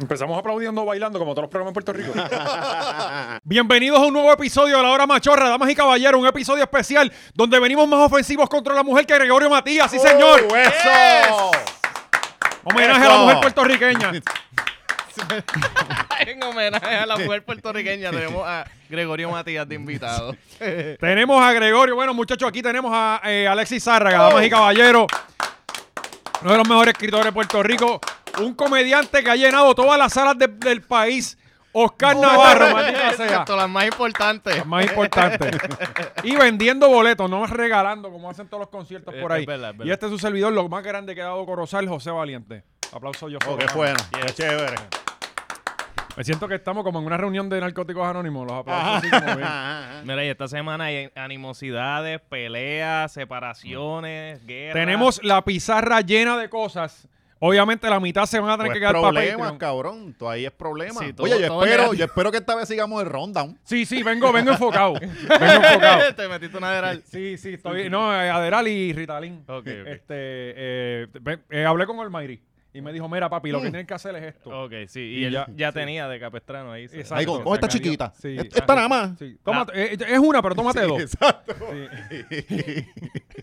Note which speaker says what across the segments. Speaker 1: Empezamos aplaudiendo, bailando, como todos los programas en Puerto Rico. Bienvenidos a un nuevo episodio de La Hora Machorra, damas y caballeros. Un episodio especial donde venimos más ofensivos contra la mujer que Gregorio Matías. ¡Sí, señor!
Speaker 2: ¡Oh, ¡Eso!
Speaker 1: Homenaje a la
Speaker 2: eso.
Speaker 1: mujer puertorriqueña.
Speaker 3: En homenaje a la mujer puertorriqueña tenemos a Gregorio Matías de invitado.
Speaker 1: tenemos a Gregorio. Bueno, muchachos, aquí tenemos a eh, Alexis Zárraga, damas
Speaker 2: Oh.
Speaker 1: y caballeros. Uno de los mejores escritores de Puerto Rico. Un comediante que ha llenado todas las salas de- del país. Oscar Navarro, maldita sea.
Speaker 3: Exacto, las más importantes.
Speaker 1: Es más importante. y vendiendo boletos, no regalando como hacen todos los conciertos por
Speaker 3: Eh, Es-
Speaker 1: ahí.
Speaker 3: es verdad, es verdad.
Speaker 1: Y este es su servidor, lo más grande que ha dado Corozal, José Valiente. Aplauso yo.
Speaker 2: Oh,
Speaker 1: José
Speaker 2: qué
Speaker 1: Valiente.
Speaker 2: bueno. Qué chévere.
Speaker 1: Me siento que estamos como en una reunión de narcóticos anónimos. Los
Speaker 2: Ah.
Speaker 1: aplausos así como bien.
Speaker 3: Mira, y esta semana hay animosidades, peleas, separaciones, guerras.
Speaker 1: Tenemos la pizarra llena de cosas. Obviamente la mitad se van a tener
Speaker 2: Pues
Speaker 1: que quedar para
Speaker 2: problemas,
Speaker 1: Patreon.
Speaker 2: cabrón. Tú ahí es problema.
Speaker 3: Sí, todo-
Speaker 2: Oye, yo
Speaker 3: todo
Speaker 2: espero,
Speaker 3: negativo.
Speaker 2: yo espero que esta vez sigamos el rundown.
Speaker 1: Sí, sí, vengo, vengo enfocado. vengo enfocado.
Speaker 3: Te metiste una deral.
Speaker 1: Sí, sí, estoy. No, eh, Aderal y Ritalin.
Speaker 3: Ok, ok.
Speaker 1: Este, eh, ve- eh, hablé con Olmairi y me dijo: Mira, papi,
Speaker 2: Mm.
Speaker 1: lo que tienen que hacer es esto.
Speaker 3: Ok, sí. Y,
Speaker 1: Y
Speaker 3: él
Speaker 1: ya-
Speaker 3: ya, tenía de Capestrano ahí. se-
Speaker 1: Exacto.
Speaker 2: Ahí con, con esta
Speaker 1: Sacaría-
Speaker 2: chiquita.
Speaker 1: Sí.
Speaker 2: Est- Esta nada más.
Speaker 1: Sí, tómate- eh, eh, es una, pero tómate dos.
Speaker 2: Exacto.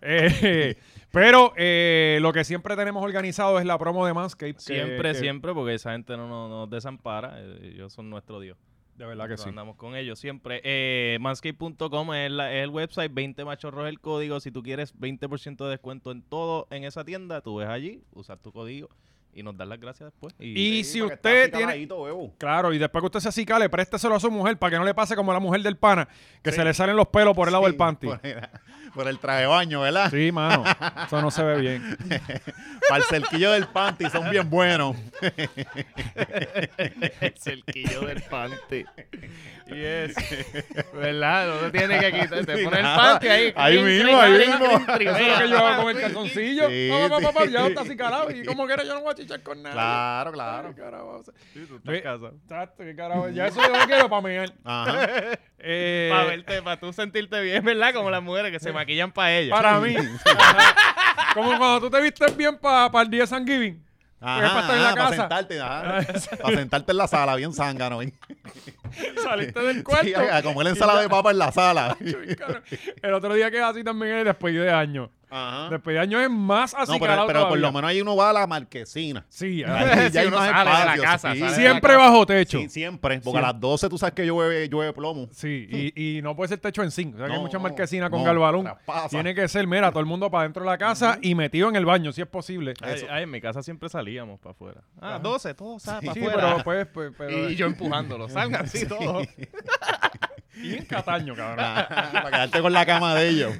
Speaker 1: Eh, pero eh, lo que siempre tenemos organizado es la promo de Manscaped. que-
Speaker 3: Siempre,
Speaker 1: que-
Speaker 3: siempre, porque esa gente no no- nos desampara. eh, Ellos son nuestro Dios.
Speaker 1: De verdad que
Speaker 3: Nosotros
Speaker 1: sí.
Speaker 3: Andamos con ellos siempre. Eh, Manscape.com es, la- es el website, 20 machorros el código. Si tú quieres 20% de descuento en todo en esa tienda, tú ves allí, usas tu código y nos das las gracias después.
Speaker 1: Y si
Speaker 2: porque
Speaker 1: usted
Speaker 2: está así
Speaker 1: tiene-
Speaker 2: caladito, bebo.
Speaker 1: Claro, y después que usted se acicale, préstaselo a su mujer para que no le pase como a la mujer del pana, que se le salen los pelos por el lado
Speaker 2: Sí,
Speaker 1: del panty.
Speaker 2: Por, el- por el traje de baño, ¿verdad?
Speaker 1: Sí, mano. Eso no se ve bien.
Speaker 2: Para el cerquillo del panty son bien buenos.
Speaker 3: el cerquillo del panty. Yes. ¿Verdad? No te tiene que quitar. Te
Speaker 2: Sí,
Speaker 3: pone el
Speaker 2: nada.
Speaker 3: panty ahí.
Speaker 2: Ahí
Speaker 3: crin,
Speaker 2: mismo,
Speaker 3: crin,
Speaker 2: ahí
Speaker 3: crin,
Speaker 2: mismo.
Speaker 3: crin, crin.
Speaker 1: Eso es lo que yo hago con el calzoncillo.
Speaker 2: Sí,
Speaker 1: Pa, pa, pa, pa,
Speaker 2: sí.
Speaker 1: ya está acicalado. Y como quiera, yo no voy a chichar con nadie.
Speaker 2: Claro, claro.
Speaker 1: Ay, carajo.
Speaker 3: Sí, tú
Speaker 1: Ve-
Speaker 3: estás casado.
Speaker 1: Exacto, qué carajo. Ya eso yo lo quiero para mear.
Speaker 2: Ajá.
Speaker 1: Eh,
Speaker 3: Para verte, para tú sentirte bien, ¿verdad? Como las mujeres que se maquillan Eh, para ellas.
Speaker 1: Para mí. Ajá. Como cuando tú te vistes bien para el día de San Giving.
Speaker 2: Ajá,
Speaker 1: para estar en la
Speaker 2: ajá, para
Speaker 1: casa.
Speaker 2: sentarte, ajá. Para sentarte en la sala, bien zángano. ¿eh?
Speaker 1: Saliste del cuarto.
Speaker 2: Sí, a comer ensalada de papa en la sala.
Speaker 1: Chuy, cabrón. El otro día que es así también es el despedido de año.
Speaker 2: Ajá.
Speaker 1: Despedido de año es más así
Speaker 2: Ah. No, pero,
Speaker 1: calado
Speaker 2: pero por
Speaker 1: todavía.
Speaker 2: lo menos ahí uno va a la marquesina.
Speaker 1: Sí, ajá.
Speaker 2: Ahí
Speaker 3: Si
Speaker 2: ya hay
Speaker 3: uno
Speaker 2: más
Speaker 3: sale de la
Speaker 2: espacios,
Speaker 3: casa,
Speaker 2: sí.
Speaker 3: sale de la
Speaker 1: siempre bajo techo.
Speaker 2: Sí,
Speaker 1: Sí,
Speaker 2: siempre. Porque
Speaker 1: Sí.
Speaker 2: a las 12 tú sabes que llueve, llueve plomo.
Speaker 1: y, y no puede ser techo en zinc. O sea, que hay
Speaker 2: No,
Speaker 1: muchas
Speaker 2: no,
Speaker 1: marquesinas con
Speaker 2: no,
Speaker 1: galbalón.
Speaker 2: traspasa.
Speaker 1: Tiene que ser, mira, todo el mundo para dentro de la casa y metido en el baño, si es posible.
Speaker 3: Ay, ay, en mi casa siempre salíamos para afuera. Ah,
Speaker 1: Ajá.
Speaker 3: 12, todos sal para
Speaker 1: Sí,
Speaker 3: afuera.
Speaker 1: pero pues... pues, pero-
Speaker 3: y yo empujándolo, salgan así todos.
Speaker 1: y en Cataño, cabrón.
Speaker 2: Ajá, Para quedarte con la cama de ellos.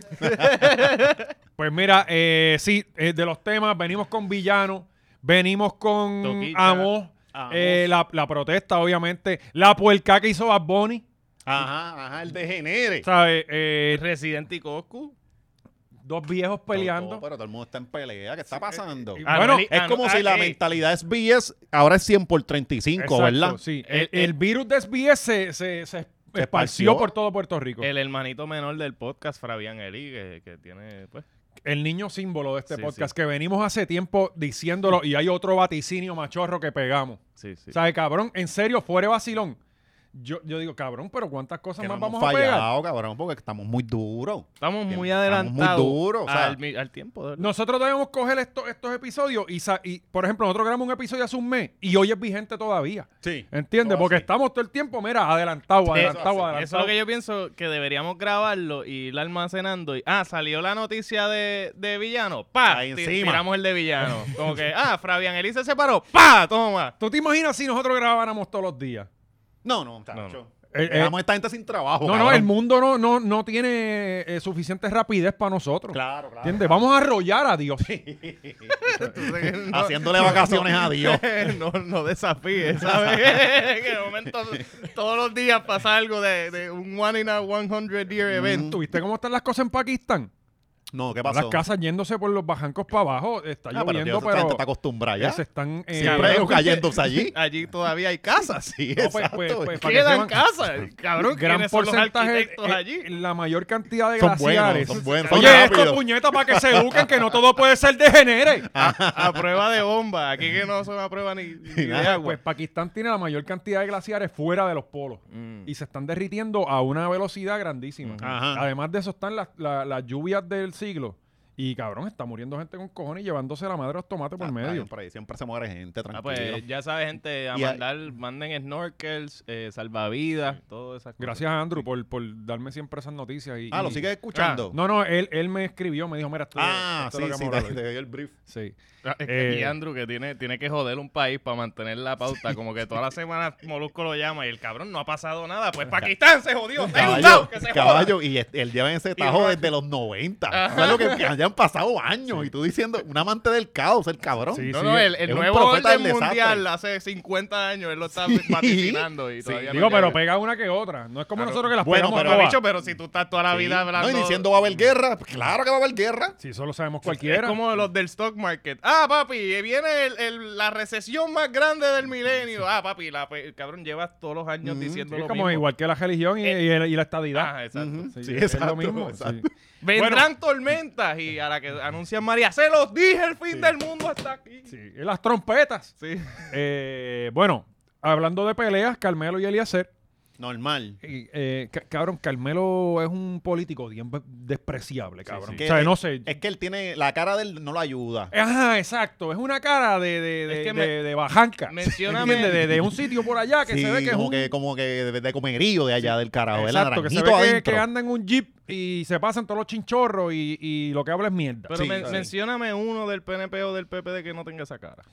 Speaker 1: Pues mira, eh, sí, eh, de los temas, venimos con Villano, venimos con
Speaker 3: Toquicha,
Speaker 1: Amos,
Speaker 2: Amos.
Speaker 1: eh, la, la protesta, obviamente, la puerca que hizo Bad Bunny,
Speaker 2: Ajá, ajá, el degenere.
Speaker 1: ¿sabes? Eh,
Speaker 3: Residente y Coscu.
Speaker 1: dos viejos peleando.
Speaker 2: Todo- pero todo el mundo está en pelea. ¿Qué está pasando?
Speaker 1: eh, eh,
Speaker 3: Ah, Bueno,
Speaker 2: es como si
Speaker 3: eh,
Speaker 2: la mentalidad es BS, ahora es 100 por 35,
Speaker 1: Exacto,
Speaker 2: ¿verdad?
Speaker 1: Sí, el,
Speaker 3: Eh,
Speaker 1: el virus de SBS se, se- se esparció
Speaker 2: esparció. Eh,
Speaker 1: por todo Puerto Rico. El,
Speaker 3: El hermanito menor del podcast, Fabián Eli, que, que tiene, pues,
Speaker 1: niño símbolo de este
Speaker 3: Sí,
Speaker 1: podcast que venimos hace tiempo diciéndolo y hay otro vaticinio machorro que pegamos.
Speaker 3: sí, sí.
Speaker 1: O sea, cabrón, en serio, fuera de vacilón. Yo, yo digo, cabrón, pero ¿cuántas cosas
Speaker 2: Que no
Speaker 1: más
Speaker 2: hemos
Speaker 1: vamos a pegar?
Speaker 2: fallado, cabrón, porque estamos muy duros.
Speaker 3: Estamos
Speaker 2: que
Speaker 3: muy
Speaker 2: estamos
Speaker 3: adelantados.
Speaker 2: muy duros, o sea.
Speaker 3: al, mi- al tiempo. de verdad.
Speaker 1: Nosotros debemos coger esto- estos episodios y, sa- y, por ejemplo, nosotros grabamos un episodio hace un mes y hoy es vigente todavía.
Speaker 2: Sí.
Speaker 1: ¿Entiendes?
Speaker 2: Todo
Speaker 1: Porque
Speaker 2: así.
Speaker 1: estamos todo el tiempo, mira, adelantado, adelantado,
Speaker 2: así.
Speaker 1: adelantado.
Speaker 3: Eso es lo que yo pienso que deberíamos grabarlo y ir almacenando. Y, ah, salió la noticia de, de villano. ¡Pa!
Speaker 2: Ahí
Speaker 3: Ti-
Speaker 2: encima.
Speaker 3: Tiramos el de villano. Como que, ah, Fabián Eli se separó. ¡Pa! Toma.
Speaker 1: ¿Tú te imaginas si nosotros grabáramos todos los días?
Speaker 2: No, no, muchacho.
Speaker 1: Eh, eh,
Speaker 2: Dejamos a esta gente sin trabajo.
Speaker 1: no, no,
Speaker 2: cabrón.
Speaker 1: el mundo no, no, no tiene eh, suficiente rapidez para nosotros.
Speaker 2: Claro, claro.
Speaker 1: ¿Entiendes? Vamos a arrollar a Dios.
Speaker 2: Haciéndole vacaciones a Dios.
Speaker 3: no, no desafíes, ¿sabes? que de momento todos los días pasa algo de, de un one in a 100 year event.
Speaker 1: ¿Tuviste cómo están las cosas en Pakistán?
Speaker 2: No, ¿qué
Speaker 1: Todas
Speaker 2: pasó?
Speaker 1: Las casas yéndose por los bajancos para abajo. Está
Speaker 2: Ah, pero tío,
Speaker 1: lloviendo,
Speaker 2: esta gente
Speaker 1: pero,
Speaker 2: está acostumbrada
Speaker 1: ya
Speaker 2: ya.
Speaker 1: se están... eh,
Speaker 2: Siempre
Speaker 1: creo que-
Speaker 2: cayéndose allí.
Speaker 3: Allí todavía hay casas.
Speaker 2: Sí,
Speaker 1: No, pues,
Speaker 2: exacto.
Speaker 1: pues, pues, para que sepan,
Speaker 3: Quedan casas. Cabrón,
Speaker 1: gran
Speaker 3: ¿quiénes son los
Speaker 1: porcentaje,
Speaker 3: arquitectos
Speaker 1: eh,
Speaker 3: allí?
Speaker 1: la mayor cantidad de
Speaker 2: Son buenos,
Speaker 1: glaciares.
Speaker 2: son buenos. son
Speaker 1: Oye, esto
Speaker 2: rápidos. Ah,
Speaker 1: puñeta para que se eduquen, que no todo puede ser de genere. ah,
Speaker 3: A, a prueba de bomba. Aquí que no son a prueba ni, ni de
Speaker 2: nada,
Speaker 3: agua.
Speaker 1: Pues Pakistán tiene la mayor cantidad de glaciares fuera de los polos.
Speaker 3: Mm.
Speaker 1: Y se están derritiendo a una velocidad grandísima.
Speaker 3: Ujú.
Speaker 2: Ajá.
Speaker 1: Además de eso están las, la- las lluvias del siglo. Y cabrón, está muriendo gente con cojones y llevándose la madre a los tomates por
Speaker 2: Ah,
Speaker 1: medio.
Speaker 2: Siempre, siempre se muere gente, tranquilo.
Speaker 3: Ah, pues ya sabes, gente, a
Speaker 2: Y a-
Speaker 3: mandar, manden snorkels, eh, salvavidas, todas esas cosas.
Speaker 1: Gracias, Andrew, por, por darme siempre esas noticias. Y,
Speaker 2: ah, lo
Speaker 1: y-
Speaker 2: sigues escuchando.
Speaker 1: No, no, él, él me escribió, me dijo, mira, esto,
Speaker 2: ah,
Speaker 1: esto es lo
Speaker 2: sí,
Speaker 1: que
Speaker 2: sí,
Speaker 1: vamos a
Speaker 2: te,
Speaker 1: hablar
Speaker 2: te doy el brief.
Speaker 1: hoy. Sí.
Speaker 3: Ah, es que
Speaker 1: Eh,
Speaker 3: aquí Andrew que tiene, tiene que joder un país para mantener la pauta. Como que toda la semana Molusco lo llama y el cabrón no ha pasado nada. Pues Pakistán se jodió. está inundado,
Speaker 2: Caballo,
Speaker 3: que se joda.
Speaker 2: caballo, y es- él lleva en ese tajo
Speaker 3: no-
Speaker 2: desde los 90. ¿Sabes lo que, que hayan pasado años? Y tú diciendo, un amante del caos, el cabrón.
Speaker 1: Sí,
Speaker 3: No, no, el, el
Speaker 2: es un
Speaker 3: nuevo
Speaker 2: profeta
Speaker 3: orden
Speaker 2: del desastre.
Speaker 3: mundial hace 50 años él lo está vaticinando y
Speaker 1: Sí,
Speaker 3: todavía no
Speaker 1: digo, pero
Speaker 3: llega.
Speaker 1: pega una que otra. No es como
Speaker 3: Claro.
Speaker 1: nosotros que las
Speaker 2: Bueno,
Speaker 1: pegamos
Speaker 2: pero
Speaker 1: todas.
Speaker 3: Bicho, pero si tú estás toda la
Speaker 2: Sí.
Speaker 3: vida hablando.
Speaker 2: No, y diciendo va a haber guerra. Pues claro que va a haber guerra.
Speaker 1: Si eso lo sabemos cualquiera.
Speaker 3: Es como los del stock market. Ah, papi, viene el- el- la recesión más grande del milenio. Ah, papi, la pe- el cabrón llevas todos los años
Speaker 2: Mm,
Speaker 3: diciendo
Speaker 1: Sí,
Speaker 3: lo
Speaker 1: como
Speaker 3: mismo.
Speaker 1: igual que la religión y, y el- y la estadidad.
Speaker 3: Ajá, exacto.
Speaker 2: Ujú.
Speaker 1: Sí,
Speaker 2: sí,
Speaker 1: es
Speaker 2: exacto,
Speaker 1: lo mismo. sí.
Speaker 2: exacto.
Speaker 3: Vendrán tormentas y a la que anuncian María, se los dije, el fin del mundo está aquí.
Speaker 1: Sí, y las trompetas.
Speaker 3: Sí.
Speaker 1: Eh, bueno, hablando de peleas, Carmelo y Eliezer.
Speaker 2: Normal.
Speaker 1: y, eh, ca- cabrón, Carmelo es un político bien be- despreciable, cabrón.
Speaker 3: sí.
Speaker 1: O sea,
Speaker 2: Que-
Speaker 1: no sé.
Speaker 2: Es que él tiene, la cara de él no lo ayuda.
Speaker 1: Ajá, exacto. Es una cara de, de, de,
Speaker 3: Es
Speaker 1: de-
Speaker 3: que me-
Speaker 1: de bajanca.
Speaker 3: mencióname-
Speaker 1: ¿Entiendes? De, de un sitio por allá que
Speaker 2: Sí,
Speaker 1: se ve que es
Speaker 2: como,
Speaker 1: un...
Speaker 2: que, como que de, de comerío de allá del carajo. El
Speaker 1: Exacto, que se
Speaker 2: naranjito
Speaker 1: ve que,
Speaker 2: adentro.
Speaker 1: que anda en un jeep y se pasan todos los chinchorros y, y lo que habla es mierda.
Speaker 3: Pero
Speaker 2: Sí,
Speaker 3: men-
Speaker 2: sí.
Speaker 3: mencióname uno del PNP o del PPD que no tenga esa cara.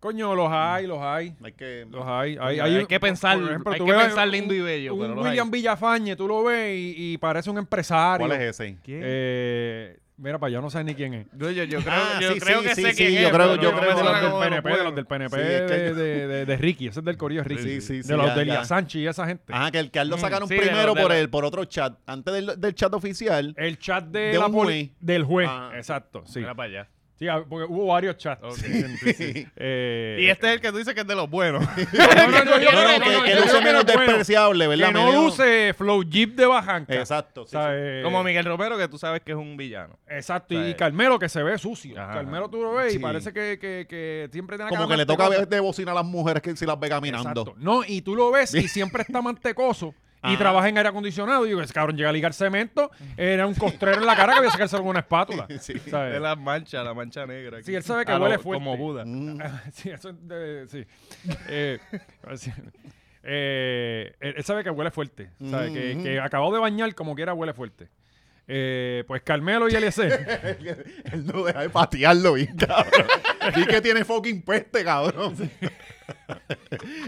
Speaker 1: Coño, los hay, los hay.
Speaker 2: Hay que-
Speaker 1: Los hay. Hay,
Speaker 3: Hay, que pensar,
Speaker 1: por ejemplo,
Speaker 3: hay
Speaker 1: tú
Speaker 3: que
Speaker 1: ves
Speaker 3: pensar lindo y
Speaker 1: un-
Speaker 3: bello.
Speaker 1: Un
Speaker 3: pero los hay.
Speaker 1: William Villafañe, tú lo ves y, y parece un empresario.
Speaker 2: ¿Cuál es ese?
Speaker 3: ¿Quién?
Speaker 1: Eh, mira, para allá no sabes ni quién es.
Speaker 3: yo, yo, yo creo,
Speaker 2: Ah,
Speaker 3: yo
Speaker 2: sí,
Speaker 3: creo
Speaker 2: sí,
Speaker 3: que
Speaker 2: sí,
Speaker 3: sé
Speaker 2: sí,
Speaker 3: quién
Speaker 2: yo creo-
Speaker 3: es, pero
Speaker 2: yo
Speaker 3: no
Speaker 2: creo
Speaker 3: me
Speaker 2: que
Speaker 1: de los
Speaker 3: suena
Speaker 1: del
Speaker 3: como de los
Speaker 1: PNP, de los
Speaker 3: buenos.
Speaker 1: del PNP,
Speaker 2: Sí, es que-
Speaker 1: de, de- de- de Ricky, ese es del corillo de Ricky.
Speaker 2: Sí, sí, sí,
Speaker 1: de los
Speaker 2: ya,
Speaker 1: de
Speaker 2: ya.
Speaker 1: Elia Sánchez y esa gente.
Speaker 2: Ah, que el Carlos
Speaker 3: Mm,
Speaker 2: sacaron
Speaker 3: sí, de
Speaker 2: primero
Speaker 3: los- de
Speaker 2: por
Speaker 3: los-
Speaker 2: el por otro chat. Antes del, del chat oficial.
Speaker 1: El chat de,
Speaker 2: de
Speaker 1: la
Speaker 2: un
Speaker 1: poli-
Speaker 2: juez.
Speaker 1: del juez,
Speaker 2: Ah.
Speaker 1: exacto, sí.
Speaker 3: Mira para allá.
Speaker 1: Sí, ah, porque hubo varios chats.
Speaker 3: Ok.
Speaker 1: Sí, sí. Eh,
Speaker 3: Y este es el que tú dices que es de los buenos.
Speaker 1: no, no, no, yo
Speaker 2: Bueno,
Speaker 1: creo
Speaker 2: que,
Speaker 1: no,
Speaker 2: que
Speaker 1: yo creo
Speaker 2: luce
Speaker 1: que
Speaker 2: menos
Speaker 1: no es bueno.
Speaker 2: despreciable, ¿verdad?
Speaker 1: que no
Speaker 2: Medio-
Speaker 1: luce flow jeep de bajanca.
Speaker 2: Exacto.
Speaker 1: O
Speaker 2: sí,
Speaker 1: sea,
Speaker 2: sí.
Speaker 1: eh,
Speaker 3: Como Miguel Romero, que tú sabes que es un villano.
Speaker 1: Exacto,
Speaker 3: O sea,
Speaker 1: y Carmelo que se ve sucio.
Speaker 3: Ajá.
Speaker 1: Carmelo tú lo ves y
Speaker 2: Sí.
Speaker 1: parece que, que- que siempre tiene la
Speaker 2: Como
Speaker 1: cara
Speaker 2: que le toca
Speaker 1: mantecosa.
Speaker 2: ver de bocina a las mujeres que si las ve caminando.
Speaker 1: Exacto. No, y tú lo ves y siempre está mantecoso y
Speaker 2: Ajá.
Speaker 1: trabaja en aire acondicionado. Y digo, ese cabrón llega a ligar cemento, era un costrero en la cara que voy a sacarse con una espátula.
Speaker 2: Sí.
Speaker 1: ¿sabes?
Speaker 3: Es la mancha, la mancha negra. aquí.
Speaker 1: Sí, él sabe que
Speaker 3: A lo-
Speaker 1: huele fuerte.
Speaker 3: Como Buda.
Speaker 2: Mm.
Speaker 1: sí, eso es de- sí. Eh, así- eh, él él sabe que huele fuerte. sabe que-
Speaker 3: Mm.
Speaker 2: Ujú.
Speaker 1: Que, acabado de bañar, como quiera, huele fuerte. Eh, pues Carmelo y LC.
Speaker 2: Él no deja de patearlo bien, cabrón. y que tiene fucking peste, cabrón.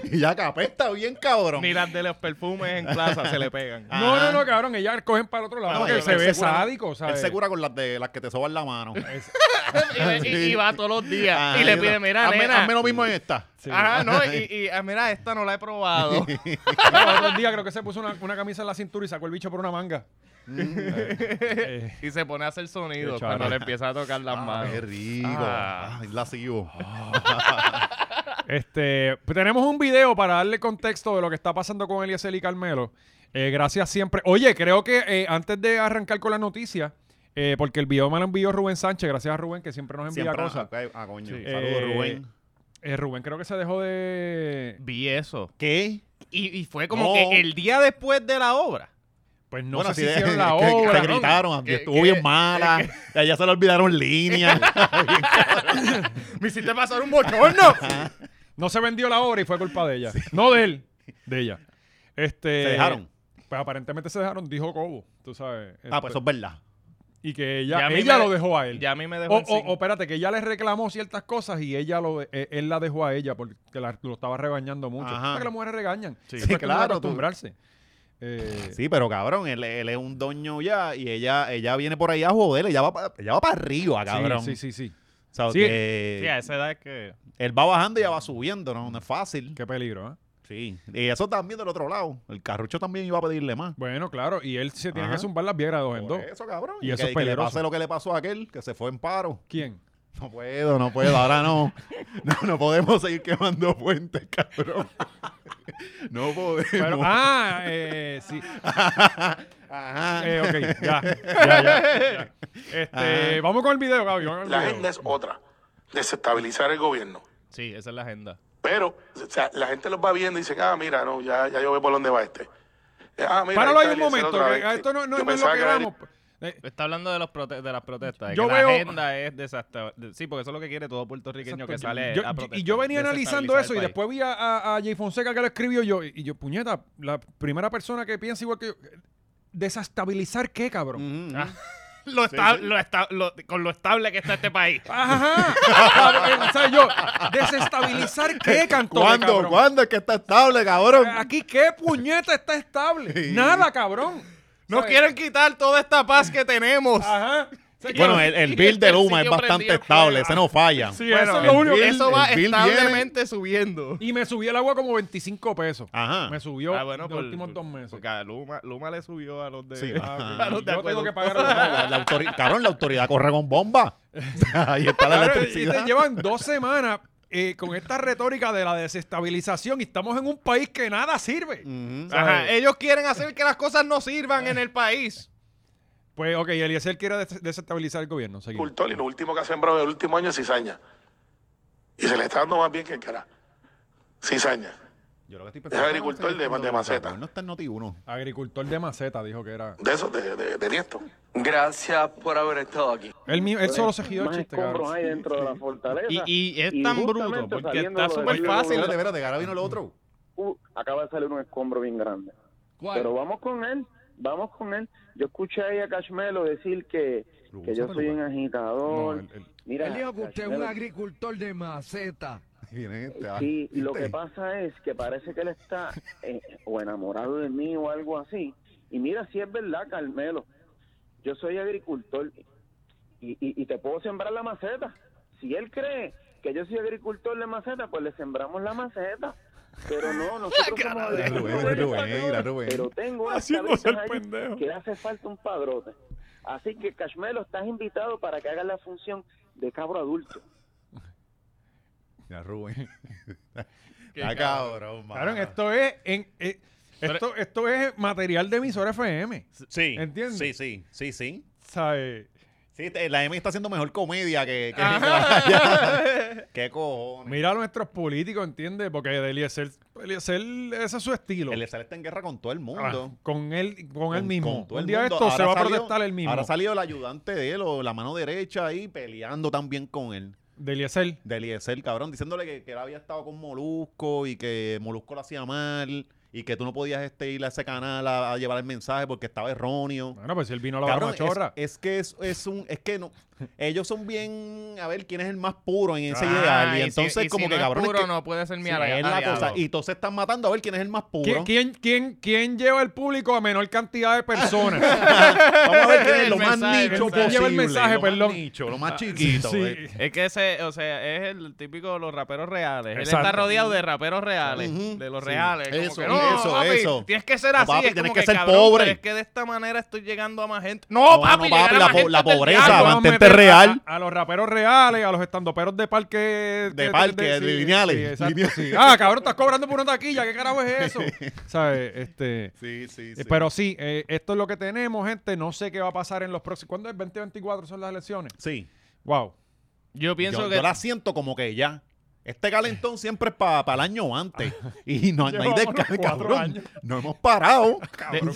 Speaker 2: y ya que apesta bien, cabrón.
Speaker 3: Ni las de los perfumes en plaza se le pegan.
Speaker 2: Ah,
Speaker 1: no, no, no, cabrón. Ellas cogen para el otro lado.
Speaker 3: No,
Speaker 1: porque
Speaker 3: él-
Speaker 1: se
Speaker 2: él
Speaker 1: ve
Speaker 2: segura-
Speaker 1: sádico,
Speaker 2: Él
Speaker 1: ¿sabes?
Speaker 2: se cura con las de las que te soban la mano.
Speaker 1: Es-
Speaker 3: y, y- y va todos los días.
Speaker 2: Ah,
Speaker 3: y le pide, mira,
Speaker 2: hazme,
Speaker 3: nena.
Speaker 2: hazme lo mismo en esta.
Speaker 1: sí.
Speaker 3: Ajá, no, y, y, ah, mira, esta no la he probado.
Speaker 1: Los otros días creo que se puso una, una camisa en la cintura y sacó el bicho por una manga.
Speaker 3: Mm.
Speaker 1: Eh,
Speaker 3: y se pone a hacer sonido
Speaker 1: Qué
Speaker 3: cuando
Speaker 1: chaval.
Speaker 3: le empieza a tocar las
Speaker 2: Ah,
Speaker 3: manos.
Speaker 2: qué rico.
Speaker 3: Ah.
Speaker 2: Ay, lascivo.
Speaker 1: este, pues tenemos un video para darle contexto de lo que está pasando con Eliezer y Carmelo. Eh, gracias siempre. Oye, creo que eh, antes de arrancar con las noticias, eh, porque el video me lo envió Rubén Sánchez, gracias a Rubén que siempre nos envía
Speaker 2: Siempre
Speaker 1: cosas.
Speaker 2: Ah, coño.
Speaker 1: Sí.
Speaker 2: Saludos,
Speaker 1: Eh,
Speaker 2: Rubén.
Speaker 1: Eh, Rubén creo que se dejó de...
Speaker 3: Vi eso.
Speaker 2: ¿Qué?
Speaker 3: Y, y fue como
Speaker 2: No.
Speaker 3: que el día después de la obra.
Speaker 1: Pues no
Speaker 2: Bueno,
Speaker 1: sé si
Speaker 2: sí, de-
Speaker 1: hicieron la
Speaker 2: que- que
Speaker 1: obra.
Speaker 2: Te
Speaker 1: ¿no?
Speaker 2: gritaron,
Speaker 3: Que-
Speaker 2: estuvo
Speaker 3: que-
Speaker 2: bien mala. Ya, ya se le olvidaron líneas.
Speaker 3: Me hiciste pasar un bochorno.
Speaker 1: No se vendió la obra y fue culpa de ella. No de él, de ella. Este,
Speaker 2: se dejaron.
Speaker 1: Pues aparentemente se dejaron, dijo Cobo, tú sabes.
Speaker 2: Ah, pues
Speaker 1: Este,
Speaker 2: eso es verdad.
Speaker 1: Y que ella,
Speaker 3: Ya a mí
Speaker 1: ella
Speaker 3: me-
Speaker 1: lo dejó a él.
Speaker 3: ya a mí me dejó
Speaker 1: O,
Speaker 3: en cinco.
Speaker 1: o- o espérate, que ella le reclamó ciertas cosas y ella lo, eh, él la dejó a ella porque la- lo estaba regañando mucho.
Speaker 2: Ajá.
Speaker 1: ¿Sabes que las mujeres regañan. Eso
Speaker 2: Sí,
Speaker 1: es cuestión de
Speaker 2: claro, tú-
Speaker 1: acostumbrarse. Eh,
Speaker 2: Sí, pero cabrón, él, él es un doño ya y ella, ella viene por ahí a joder, ella va, pa- ella va para arriba, cabrón.
Speaker 1: Sí, sí, sí, sí.
Speaker 2: O sea,
Speaker 1: Sí.
Speaker 2: que
Speaker 3: Sí, a esa edad es que...
Speaker 2: él va bajando y ella va subiendo, ¿no? No es fácil.
Speaker 1: Qué peligro, ¿eh?
Speaker 2: Sí. Y eso también del otro lado. El carrucho también iba a pedirle más.
Speaker 1: Bueno, claro, y él se tiene
Speaker 2: Ajá.
Speaker 1: que zumbar las piedras de dos en
Speaker 2: Por
Speaker 1: dos.
Speaker 2: Pues, eso, cabrón.
Speaker 1: Y eso
Speaker 2: que,
Speaker 1: es
Speaker 2: que le
Speaker 1: peligroso.
Speaker 2: pase lo que le pasó a aquel, que se fue en paro.
Speaker 1: ¿Quién?
Speaker 2: No puedo, no puedo, ahora no. No, no podemos seguir quemando puentes, cabrón. No podemos.
Speaker 1: Pero- ah, eh, sí.
Speaker 2: Ajá.
Speaker 1: Eh, ok, ya, ya, ya, ya. Este,
Speaker 2: Ajá.
Speaker 1: vamos con el video, Gaby. vamos con el
Speaker 4: La
Speaker 1: video.
Speaker 4: agenda es otra, desestabilizar el gobierno.
Speaker 3: Sí, esa es la agenda.
Speaker 4: Pero o sea, la gente los va viendo y dicen, ah, mira, no, ya, ya yo veo por dónde va este. Eh, Ah, mira,
Speaker 1: Páralo ahí un
Speaker 4: está Eliezer
Speaker 1: momento,
Speaker 4: otra
Speaker 1: que
Speaker 4: vez.
Speaker 1: a esto no, no
Speaker 4: Yo
Speaker 1: es más lo
Speaker 4: pensaba
Speaker 1: que
Speaker 4: era
Speaker 1: vamos. Eh,
Speaker 3: Está hablando de, los prote- de las protestas. de
Speaker 1: Yo
Speaker 3: que
Speaker 1: veo-
Speaker 3: La agenda es desestabilizar. Sí, porque eso es lo que quiere todo puertorriqueño que
Speaker 1: exacto,
Speaker 3: sale
Speaker 1: yo-
Speaker 3: a
Speaker 1: yo-
Speaker 3: protestar.
Speaker 1: y yo venía analizando eso
Speaker 3: Desestabilizar
Speaker 1: y
Speaker 3: el
Speaker 1: después
Speaker 3: país.
Speaker 1: vi a, a, a Jay Fonseca que lo escribió yo y y yo, puñeta, la primera persona que piensa igual que yo. ¿Desestabilizar qué, cabrón?
Speaker 3: Mm.
Speaker 2: Ujú.
Speaker 3: Lo esta-
Speaker 2: sí.
Speaker 3: lo esta- lo- con lo estable que está este país.
Speaker 1: Ajá. Cabrón, o sea, yo, ¿desestabilizar qué, Cantón?
Speaker 2: ¿Cuándo?
Speaker 1: cabrón?
Speaker 2: ¿Cuándo es que está estable, cabrón?
Speaker 1: Aquí qué puñeta está estable.
Speaker 2: Sí.
Speaker 1: Nada, cabrón.
Speaker 3: Nos
Speaker 1: ¿Sabes?
Speaker 3: quieren quitar toda esta paz que tenemos.
Speaker 1: Ajá. O sea,
Speaker 2: Bueno,
Speaker 1: que-
Speaker 2: el, el
Speaker 3: Y
Speaker 2: bill de
Speaker 3: el
Speaker 2: Luma es
Speaker 3: tercio
Speaker 2: bastante
Speaker 3: prendido en fuego.
Speaker 2: estable, ese no falla.
Speaker 1: sí,
Speaker 3: Bueno,
Speaker 1: eso es
Speaker 3: el
Speaker 1: lo único.
Speaker 2: bill-
Speaker 3: eso va
Speaker 2: el bill viene-
Speaker 3: establemente subiendo.
Speaker 1: Y me subió el agua como 25 pesos.
Speaker 2: Ajá.
Speaker 1: Me subió
Speaker 3: Ah, bueno,
Speaker 1: los
Speaker 3: por-
Speaker 1: últimos dos meses.
Speaker 3: Porque a Luma, Luma le subió a los de.
Speaker 2: Sí.
Speaker 1: Ah,
Speaker 3: a los de
Speaker 1: yo tengo que
Speaker 3: acueducto.
Speaker 1: pagar
Speaker 2: No, la- la autori- cabrón, la autoridad corre con bomba. Ahí está la
Speaker 1: Claro, y
Speaker 2: electricidad.
Speaker 1: te llevan dos semanas eh, con esta retórica de la desestabilización y estamos en un país que nada sirve.
Speaker 2: Ujú.
Speaker 3: Ajá, ellos quieren hacer que las cosas no sirvan en el país.
Speaker 1: Pues, ok, Eliezer quiere des- desestabilizar el gobierno. seguimos.
Speaker 4: agricultor y lo último que ha sembrado en el último año es cizaña. Y se le está dando más bien que el cara. Cizaña.
Speaker 2: Yo lo que estoy
Speaker 4: Es agricultor de- de maceta.
Speaker 2: No está en Noti 1.
Speaker 1: Agricultor de maceta, dijo que era.
Speaker 4: De eso, de, de, de nieto.
Speaker 5: Gracias por haber estado aquí.
Speaker 1: Él, mi- él solo se giró el
Speaker 6: más
Speaker 1: chiste,
Speaker 6: escombros
Speaker 1: cabrón.
Speaker 6: hay dentro de la fortaleza.
Speaker 3: Y, y es
Speaker 6: Y
Speaker 3: tan
Speaker 6: justamente
Speaker 3: bruto porque
Speaker 6: saliendo
Speaker 3: está
Speaker 6: lo del
Speaker 3: súper
Speaker 6: libro
Speaker 3: fácil.
Speaker 2: Espérate, espérate, que ahora vino lo otro.
Speaker 6: Uh, acaba de salir un escombro bien grande. Pero vamos con él, vamos con él. Yo escuché ahí a Cashmelo decir que,
Speaker 2: Lo
Speaker 6: que
Speaker 2: usa
Speaker 6: yo
Speaker 2: para
Speaker 6: soy
Speaker 2: lugar.
Speaker 6: un agitador.
Speaker 1: No, él- él-
Speaker 6: Mira,
Speaker 7: Él dijo que usted es un
Speaker 6: Cashmelo,
Speaker 7: agricultor de maceta.
Speaker 2: Viene este, ah,
Speaker 6: Sí, y lo que
Speaker 2: ¿viste?
Speaker 6: pasa es que parece que él está eh, o enamorado de mí o algo así. Y mira, si es verdad, Carmelo, yo soy agricultor y, y- y te puedo sembrar la maceta. Si él cree que yo soy agricultor de maceta, pues le sembramos la maceta. Pero no, nosotros somos
Speaker 2: Mira, Rubén,
Speaker 6: agricultores.
Speaker 2: Rubén, mira, Rubén.
Speaker 6: Pero tengo unas
Speaker 1: Haciéndose el
Speaker 6: tablitas ahí
Speaker 1: pendejo.
Speaker 6: que le hace falta un padrote. Así que, Cashmelo, estás invitado para que hagas la función de cabro adulto.
Speaker 2: Mira, Rubén.
Speaker 3: Qué
Speaker 2: Está cabrón, mano.
Speaker 1: Cabrón, esto es, en- eh, esto, esto es material de emisora FM.
Speaker 2: Sí.
Speaker 1: ¿Entiendes?
Speaker 2: Sí, sí, sí, sí.
Speaker 1: ¿Sabes?
Speaker 2: Sí, te- la M está haciendo mejor comedia que... que, que vaya. Qué cojones.
Speaker 1: Mira a nuestros políticos, ¿entiendes? Porque de Eliezer, Eliezer, ese es su estilo.
Speaker 2: El está en guerra con todo el
Speaker 1: Ah,
Speaker 2: mundo.
Speaker 1: con él, con él mismo.
Speaker 2: todo el
Speaker 1: un día
Speaker 2: mundo.
Speaker 1: esto se
Speaker 2: Ahora
Speaker 1: va a
Speaker 2: salió-
Speaker 1: protestar él mismo.
Speaker 2: Ahora ha salido el ayudante de él o la mano derecha ahí peleando también con él.
Speaker 1: De Eliezer.
Speaker 2: De Eliezer, cabrón, diciéndole que, que él había estado con Molusco y que Molusco lo hacía mal y que tú no podías este, ir a ese canal a, a llevar el mensaje porque estaba erróneo.
Speaker 1: Bueno, pues si él vino a la
Speaker 2: Cabrón,
Speaker 1: barra
Speaker 2: es,
Speaker 1: chorra.
Speaker 2: es que es, es un es que no ellos son bien a ver quién es el más puro en ese
Speaker 3: Ah,
Speaker 2: ideal y
Speaker 3: si-
Speaker 2: entonces
Speaker 3: si
Speaker 2: como
Speaker 3: no
Speaker 2: que
Speaker 3: es
Speaker 2: cabrón es
Speaker 3: puro,
Speaker 2: que-
Speaker 3: no puede ser mi
Speaker 2: sí,
Speaker 3: ala-
Speaker 2: es la
Speaker 3: aliado.
Speaker 2: cosa y entonces están matando a ver quién es el más puro
Speaker 1: ¿Quién, quién, quién, quién lleva el público a menor cantidad de personas?
Speaker 2: vamos a ver quién es
Speaker 3: El
Speaker 2: lo más
Speaker 3: mensaje, el
Speaker 2: nicho
Speaker 3: mensaje. Ah,
Speaker 2: posible
Speaker 1: Lleva el mensaje,
Speaker 2: lo más
Speaker 1: perdón.
Speaker 2: nicho, lo más chiquito
Speaker 1: Sí.
Speaker 2: eh.
Speaker 3: Es que ese, o sea, es el típico de los raperos reales. Él
Speaker 1: Exacto.
Speaker 3: está rodeado de raperos reales,
Speaker 2: Ujú.
Speaker 3: de los reales. Como
Speaker 2: Eso,
Speaker 3: que, no,
Speaker 2: eso,
Speaker 3: papi,
Speaker 2: eso.
Speaker 3: Tienes que ser
Speaker 2: No,
Speaker 3: así,
Speaker 2: papi,
Speaker 3: es
Speaker 2: tienes
Speaker 3: como
Speaker 2: que
Speaker 3: que,
Speaker 2: ser
Speaker 3: cabrón,
Speaker 2: pobre.
Speaker 3: pero es que de esta manera estoy llegando a más gente. No,
Speaker 2: No,
Speaker 3: papi,
Speaker 2: no, papi,
Speaker 3: llegar a
Speaker 2: la
Speaker 3: más
Speaker 2: po-
Speaker 3: gente
Speaker 2: la
Speaker 3: es del
Speaker 2: pobreza,
Speaker 3: diablo.
Speaker 2: man.
Speaker 1: Vamos a
Speaker 2: mantente
Speaker 1: meter
Speaker 2: real.
Speaker 1: A, a los raperos reales, a los estandoperos de parque. De,
Speaker 2: parque, de lineales.
Speaker 1: sí, exacto,
Speaker 2: Lineales.
Speaker 1: sí. Ah, cabrón, estás cobrando por una taquilla. ¿Qué carajo es eso? ¿Sabes? Este.
Speaker 2: Sí, sí,
Speaker 1: eh, Pero sí, eh, esto es lo que tenemos, gente. No sé qué va a pasar en los próximos. ¿Cuándo es 2024 son las elecciones?
Speaker 2: sí.
Speaker 1: Wow.
Speaker 3: Yo pienso
Speaker 2: yo,
Speaker 3: que
Speaker 2: yo la siento como que ya. Este calentón siempre es para el año antes. Y no, no hay
Speaker 1: Llevamos los
Speaker 2: descanso,
Speaker 1: cuatro
Speaker 2: cabrón.
Speaker 1: años.
Speaker 2: No hemos parado.
Speaker 1: Cabrón.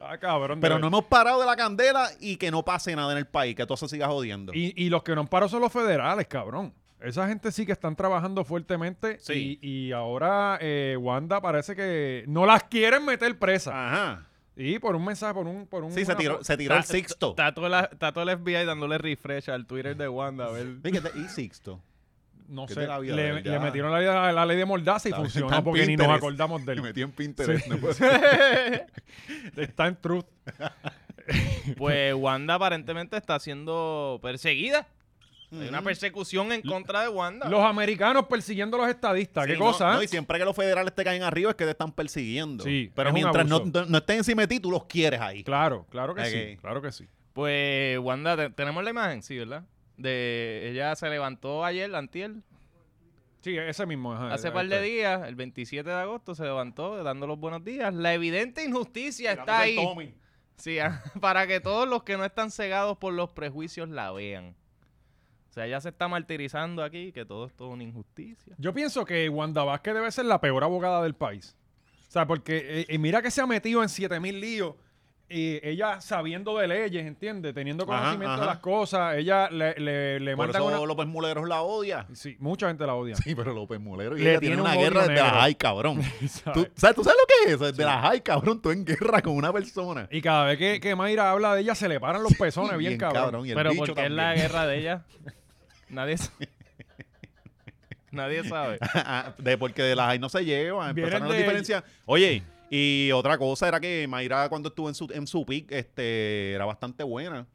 Speaker 1: Ah, cabrón. de
Speaker 2: Pero no
Speaker 1: verdad.
Speaker 2: hemos parado de la candela y que no pase nada en el país, que todo se siga jodiendo.
Speaker 1: Y, y los que no han parado son los federales, cabrón. Esa gente sí que están trabajando fuertemente.
Speaker 2: Sí.
Speaker 1: Y, y ahora eh, Wanda parece que no las quieren meter presa.
Speaker 2: Ajá.
Speaker 1: Y por un mensaje, por un. Por un
Speaker 2: Ah. Sí, se
Speaker 1: una
Speaker 2: tiró,
Speaker 1: fo-
Speaker 2: se tiró el sixto.
Speaker 3: Está todo, la- está todo el FBI dándole refresh al Twitter de Wanda, a ver.
Speaker 2: Fíjate, y sixto.
Speaker 1: No
Speaker 2: ¿Qué
Speaker 1: sé.
Speaker 2: te la había
Speaker 1: Le,
Speaker 2: dado ya?
Speaker 1: le metieron la, la- la ley de mordaza y
Speaker 2: Está- está
Speaker 1: funcionó
Speaker 2: en
Speaker 1: porque ni nos
Speaker 2: Pinterest.
Speaker 1: acordamos
Speaker 2: Me
Speaker 1: del.
Speaker 2: metí en Pinterest. no puedo-
Speaker 1: Está en truth.
Speaker 3: Pues Wanda aparentemente está siendo perseguida. Hay una persecución en contra de Wanda.
Speaker 1: Los americanos persiguiendo a los estadistas.
Speaker 2: Sí,
Speaker 1: Qué
Speaker 2: no,
Speaker 1: cosa,
Speaker 2: no,
Speaker 1: ¿eh?
Speaker 2: y siempre que los federales te caen arriba es que te están persiguiendo.
Speaker 1: Sí, es
Speaker 2: Pero
Speaker 1: un
Speaker 2: mientras no,
Speaker 1: abuso.
Speaker 2: no- no estés encima de ti, tú los quieres ahí.
Speaker 1: Claro, claro que sí.
Speaker 2: Ok.
Speaker 1: Claro que sí.
Speaker 3: Pues, Wanda, te- tenemos la imagen, sí, ¿verdad? De ella se levantó ayer, antier,
Speaker 1: Sí, ese mismo. ajá,
Speaker 3: hace
Speaker 1: ahí
Speaker 3: par de
Speaker 1: está.
Speaker 3: días, el 27 de agosto, se levantó dando los buenos días. La evidente injusticia está ahí. Sí, ah, para que todos los que no están cegados por los prejuicios la vean. O sea, ella se está martirizando aquí, que todo esto es una injusticia.
Speaker 1: Yo pienso que Wanda Vázquez debe ser la peor abogada del país. O sea, porque eh, y mira que se ha metido en 7000 líos. Y ella sabiendo de leyes, ¿entiendes? Teniendo
Speaker 2: Ajá,
Speaker 1: conocimiento de
Speaker 2: ajá.
Speaker 1: las cosas. Ella le, le, le
Speaker 2: Por
Speaker 1: mandan
Speaker 2: eso
Speaker 1: una-
Speaker 2: López Muleros la odia.
Speaker 1: Sí, mucha gente la odia.
Speaker 2: Sí, pero López Mulero y
Speaker 1: Le
Speaker 2: ella tiene
Speaker 1: tiene
Speaker 2: una
Speaker 1: un
Speaker 2: guerra
Speaker 1: odio
Speaker 2: de la
Speaker 1: negro.
Speaker 2: high, cabrón.
Speaker 1: ¿sabes?
Speaker 2: ¿Tú sabes, tú sabes lo que es eso? Es De la high, cabrón. Tú en guerra con una persona.
Speaker 1: Y cada vez que, que Mayra habla de ella, se le paran los pezones bien, cabrón.
Speaker 2: Y el
Speaker 3: Pero
Speaker 2: bicho
Speaker 3: porque es
Speaker 2: también.
Speaker 3: la guerra de ella, nadie sabe. nadie sabe.
Speaker 2: Ah, de porque de las ahí no se llevan,
Speaker 1: Vienen
Speaker 2: empezaron las
Speaker 1: de-
Speaker 2: diferencias. Oye, y otra cosa era que Mayra cuando estuvo en su, en su pick este, era bastante buena.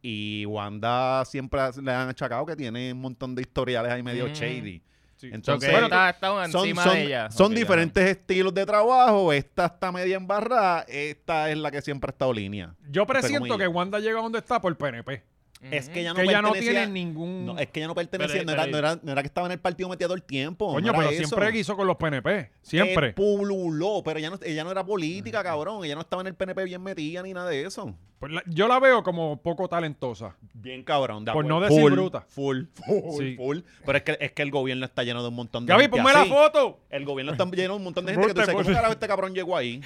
Speaker 2: Y Wanda siempre ha- le han achacado que tiene un montón de historiales ahí medio
Speaker 3: Mm.
Speaker 2: shady.
Speaker 1: Sí.
Speaker 2: Entonces,
Speaker 3: Ok, está, está
Speaker 2: son,
Speaker 3: encima
Speaker 2: son-
Speaker 3: de ella.
Speaker 2: son
Speaker 3: Ok, ya.
Speaker 2: diferentes estilos de trabajo. Esta está media embarrada. Esta es la que siempre ha estado línea.
Speaker 1: Yo presiento
Speaker 2: comillas.
Speaker 1: que Wanda llega donde está por PNP.
Speaker 3: Ujú.
Speaker 2: Es que ya no
Speaker 1: que ya no
Speaker 2: pertenecía-
Speaker 1: tiene ningún...
Speaker 2: no, es que ya no pertenecía,
Speaker 3: Pero-
Speaker 2: no, era,
Speaker 3: pero-
Speaker 2: no era- no era que estaba en el partido metido todo el tiempo. no
Speaker 1: Coño,
Speaker 2: era
Speaker 1: pero
Speaker 2: eso.
Speaker 1: siempre guiso con los PNP. Siempre. Mm.
Speaker 2: Eh, pululó, pero ella no, ella no era política, cabrón. Ella no estaba en el PNP bien metida ni nada de eso.
Speaker 1: Pues la- yo la veo como poco talentosa.
Speaker 2: Bien cabrón. de
Speaker 1: Por no
Speaker 2: acuerdo.
Speaker 1: decir
Speaker 2: Full,
Speaker 1: bruta.
Speaker 2: Full, full,
Speaker 1: Sí.
Speaker 2: full. Pero es que, es que el gobierno está lleno de un montón de
Speaker 1: Gaby,
Speaker 2: gente
Speaker 1: ponme la
Speaker 2: así.
Speaker 1: foto.
Speaker 2: El gobierno está lleno de un montón de gente que tú
Speaker 1: Ponte,
Speaker 2: dices, ¿cómo
Speaker 1: ponte.
Speaker 2: carajo este cabrón llegó ahí?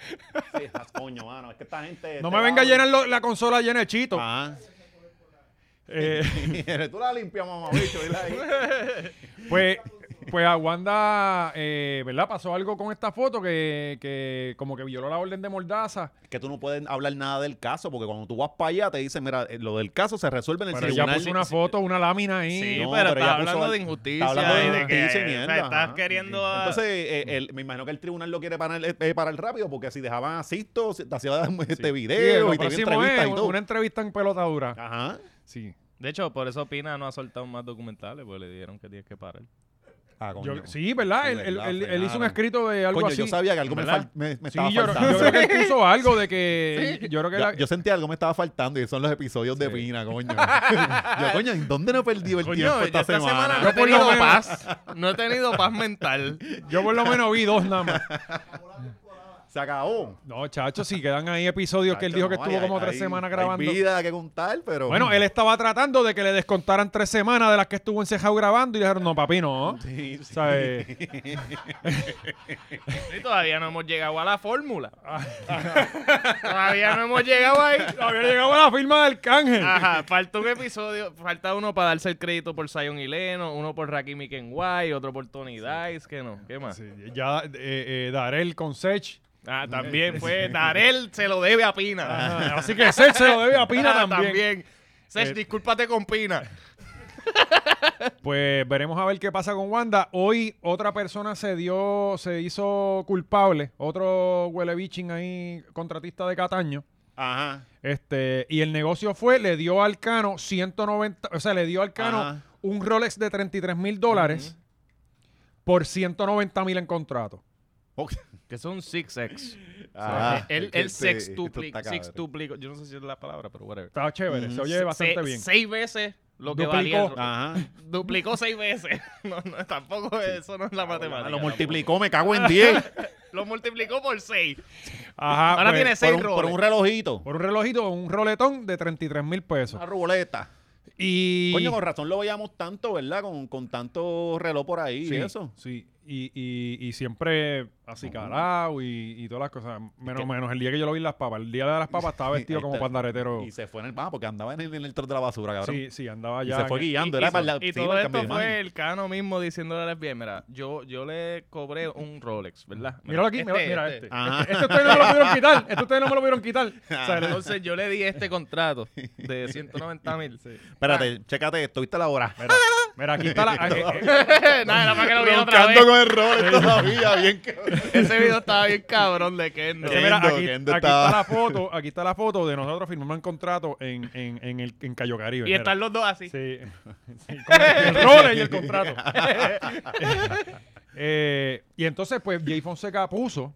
Speaker 2: Sí, jas- coño, mano. Es que esta gente...
Speaker 1: No
Speaker 2: este
Speaker 1: me venga a
Speaker 2: cabrón-
Speaker 1: llenar lo- la consola llena de chito.
Speaker 2: Ajá.
Speaker 1: Eh,
Speaker 2: Ah. Tú la limpias, mamabicho. dile ahí.
Speaker 1: pues, pues a Wanda, eh, ¿verdad? Pasó algo con esta foto que, que como que violó la orden de Mordaza.
Speaker 2: Es que tú no puedes hablar nada del caso, porque cuando tú vas para allá te dicen, mira, eh, lo del caso se resuelve en el
Speaker 1: Pero ella
Speaker 2: tribunal.
Speaker 1: puso una foto, una lámina ahí.
Speaker 3: Sí,
Speaker 2: No, pero
Speaker 3: pero, está
Speaker 2: ella
Speaker 3: hablando
Speaker 2: puso-
Speaker 3: de
Speaker 2: está
Speaker 3: injusticia.
Speaker 2: hablando de
Speaker 3: y de que,
Speaker 2: injusticia y
Speaker 3: o sea,
Speaker 2: mierda,
Speaker 3: estás
Speaker 2: ajá.
Speaker 3: queriendo. a-
Speaker 2: Entonces, eh, el- me imagino que el tribunal lo quiere parar, eh, parar rápido, porque si dejaban a Sisto, se- te hacía este video
Speaker 1: lo
Speaker 2: y te
Speaker 1: próximo
Speaker 2: entrevistas
Speaker 1: es
Speaker 2: y
Speaker 1: un-
Speaker 2: todo.
Speaker 1: una entrevista en pelotadura.
Speaker 2: Ajá.
Speaker 1: Sí.
Speaker 3: De hecho, por eso Pina no ha soltado más documentales, porque le dijeron que tienes que parar.
Speaker 2: Ah,
Speaker 1: Yo-
Speaker 2: coño.
Speaker 1: sí, ¿verdad?
Speaker 2: Sí,
Speaker 1: Él, él-
Speaker 2: verdad,
Speaker 1: él- él
Speaker 2: frenaron.
Speaker 1: hizo un escrito de algo
Speaker 2: Coño,
Speaker 1: así.
Speaker 2: yo sabía que algo me,
Speaker 3: ¿Verdad?
Speaker 2: fal- me- me
Speaker 1: Sí,
Speaker 2: estaba
Speaker 1: yo,
Speaker 2: faltando.
Speaker 1: yo creo que él puso algo de que... Yo creo que
Speaker 2: Yo-
Speaker 1: la-
Speaker 2: yo sentía algo me estaba faltando y son los episodios de Pina, coño. yo, coño, ¿en dónde no he perdido el
Speaker 3: Coño,
Speaker 2: tiempo
Speaker 3: yo
Speaker 2: esta, semana?
Speaker 3: no he
Speaker 1: Yo por lo
Speaker 3: tenido
Speaker 1: menos-
Speaker 3: paz. No he tenido paz mental.
Speaker 1: yo por lo menos vi dos nada más.
Speaker 2: Se acabó.
Speaker 1: No, chacho, si quedan ahí episodios que él dijo que
Speaker 2: No,
Speaker 1: estuvo
Speaker 2: hay-
Speaker 1: como tres
Speaker 2: hay-
Speaker 1: semanas
Speaker 2: hay
Speaker 1: grabando.
Speaker 2: vida que contar, pero...
Speaker 1: Bueno, él estaba tratando de que le descontaran tres semanas de las que estuvo encejado grabando y dijeron, no, papi, no.
Speaker 2: Sí, sí.
Speaker 1: O sea, eh,
Speaker 3: Y todavía no hemos llegado a la fórmula. todavía no hemos llegado ahí.
Speaker 1: había llegado a la firma del canje.
Speaker 3: Ajá, falta un episodio, falta uno para darse el crédito por Zion y Leno, uno por Rakim y Kenway, otro por Tony Dice, que no, ¿qué más?
Speaker 1: Sí, ya eh, eh, Darel con Sech.
Speaker 3: Ah, también fue, Darel se lo debe a Pina.
Speaker 1: Ah, Así que Sech se lo debe a Pina
Speaker 3: Ah,
Speaker 1: también.
Speaker 3: Sech,
Speaker 1: Eh,
Speaker 3: discúlpate con Pina.
Speaker 1: Pues veremos a ver qué pasa con Wanda. Hoy otra persona se dio, se hizo culpable, otro huele bichín ahí, contratista de Cataño.
Speaker 2: Ajá.
Speaker 1: Este, y el negocio fue, le dio al Cano 190, o sea, le dio al Cano
Speaker 2: Ajá.
Speaker 1: un Rolex de 33 mil dólares por 190 mil en contrato.
Speaker 2: Ok.
Speaker 3: Que son 6X.
Speaker 2: Ah,
Speaker 3: él
Speaker 2: es que
Speaker 3: él
Speaker 2: este- esto
Speaker 3: sextuplic-
Speaker 2: está cabrón.
Speaker 3: sextuplicó, yo no sé si es la palabra, pero whatever.
Speaker 1: Está chévere, se oye bastante
Speaker 3: Se-
Speaker 1: bien.
Speaker 3: Seis veces lo que
Speaker 1: Duplicó.
Speaker 3: valía. el-
Speaker 2: Ajá.
Speaker 3: Duplicó seis veces. No, no, tampoco eso no es la matemática.
Speaker 2: Ah, lo multiplicó, me cago en 10.
Speaker 3: Lo multiplicó por seis.
Speaker 1: Ajá,
Speaker 3: Ahora
Speaker 1: pues,
Speaker 3: tiene
Speaker 2: por,
Speaker 3: seis
Speaker 2: un, por
Speaker 3: roles.
Speaker 2: un relojito.
Speaker 1: por un relojito, un roletón de 33 mil pesos.
Speaker 3: Ah.
Speaker 2: Una ruboleta.
Speaker 1: Y...
Speaker 2: Coño, con razón lo veíamos tanto, ¿verdad? Con, con tanto reloj por ahí
Speaker 1: Sí,
Speaker 2: y eso.
Speaker 1: Sí, y, y, y siempre así calado y, y todas las cosas. Menos, menos el día que yo lo vi en las papas. El día de las papas estaba vestido
Speaker 2: Ahí
Speaker 1: como
Speaker 2: está.
Speaker 1: pandaretero.
Speaker 2: Y se fue en el bajo porque andaba en el, en el trote de la basura, cabrón.
Speaker 1: Oh. Sí, sí, andaba
Speaker 2: y
Speaker 1: ya.
Speaker 2: se fue
Speaker 1: en-
Speaker 2: guiando.
Speaker 3: Y-
Speaker 2: era
Speaker 3: y,
Speaker 2: para la-
Speaker 3: y
Speaker 2: sí,
Speaker 3: todo
Speaker 2: para el
Speaker 3: esto
Speaker 2: cambio de
Speaker 3: fue
Speaker 2: imagen.
Speaker 3: el Cano mismo diciéndole a las bien, mira, yo, yo le cobré un Rolex, ¿verdad?
Speaker 1: Míralo aquí,
Speaker 3: Este,
Speaker 1: mira, mira
Speaker 3: este.
Speaker 1: este.
Speaker 2: Ajá.
Speaker 1: Este, este ustedes no me lo pudieron quitar. Este ustedes no me lo pudieron quitar. O sea, le-
Speaker 3: Entonces yo le di este contrato de 190 mil.
Speaker 2: Espérate, chécate esto, ¿viste la hora?
Speaker 1: mira, aquí está la. eh, eh,
Speaker 3: Nada, era para que lo viera otra vez.
Speaker 2: Roncando unos errores todavía, bien cabrón.
Speaker 3: Ese video estaba bien cabrón de Kendo.
Speaker 1: Ese, eh, mira,
Speaker 2: Kendo,
Speaker 1: aquí,
Speaker 2: Kendo
Speaker 1: aquí
Speaker 2: está-
Speaker 1: está la foto, aquí está la foto de nosotros firmando un contrato en, en, en el, en Cayo Caribe.
Speaker 3: Y
Speaker 1: mira.
Speaker 3: están los dos así.
Speaker 1: Sí. Sí, con el errores y el contrato. Eh, y entonces, pues, Jay Fonseca puso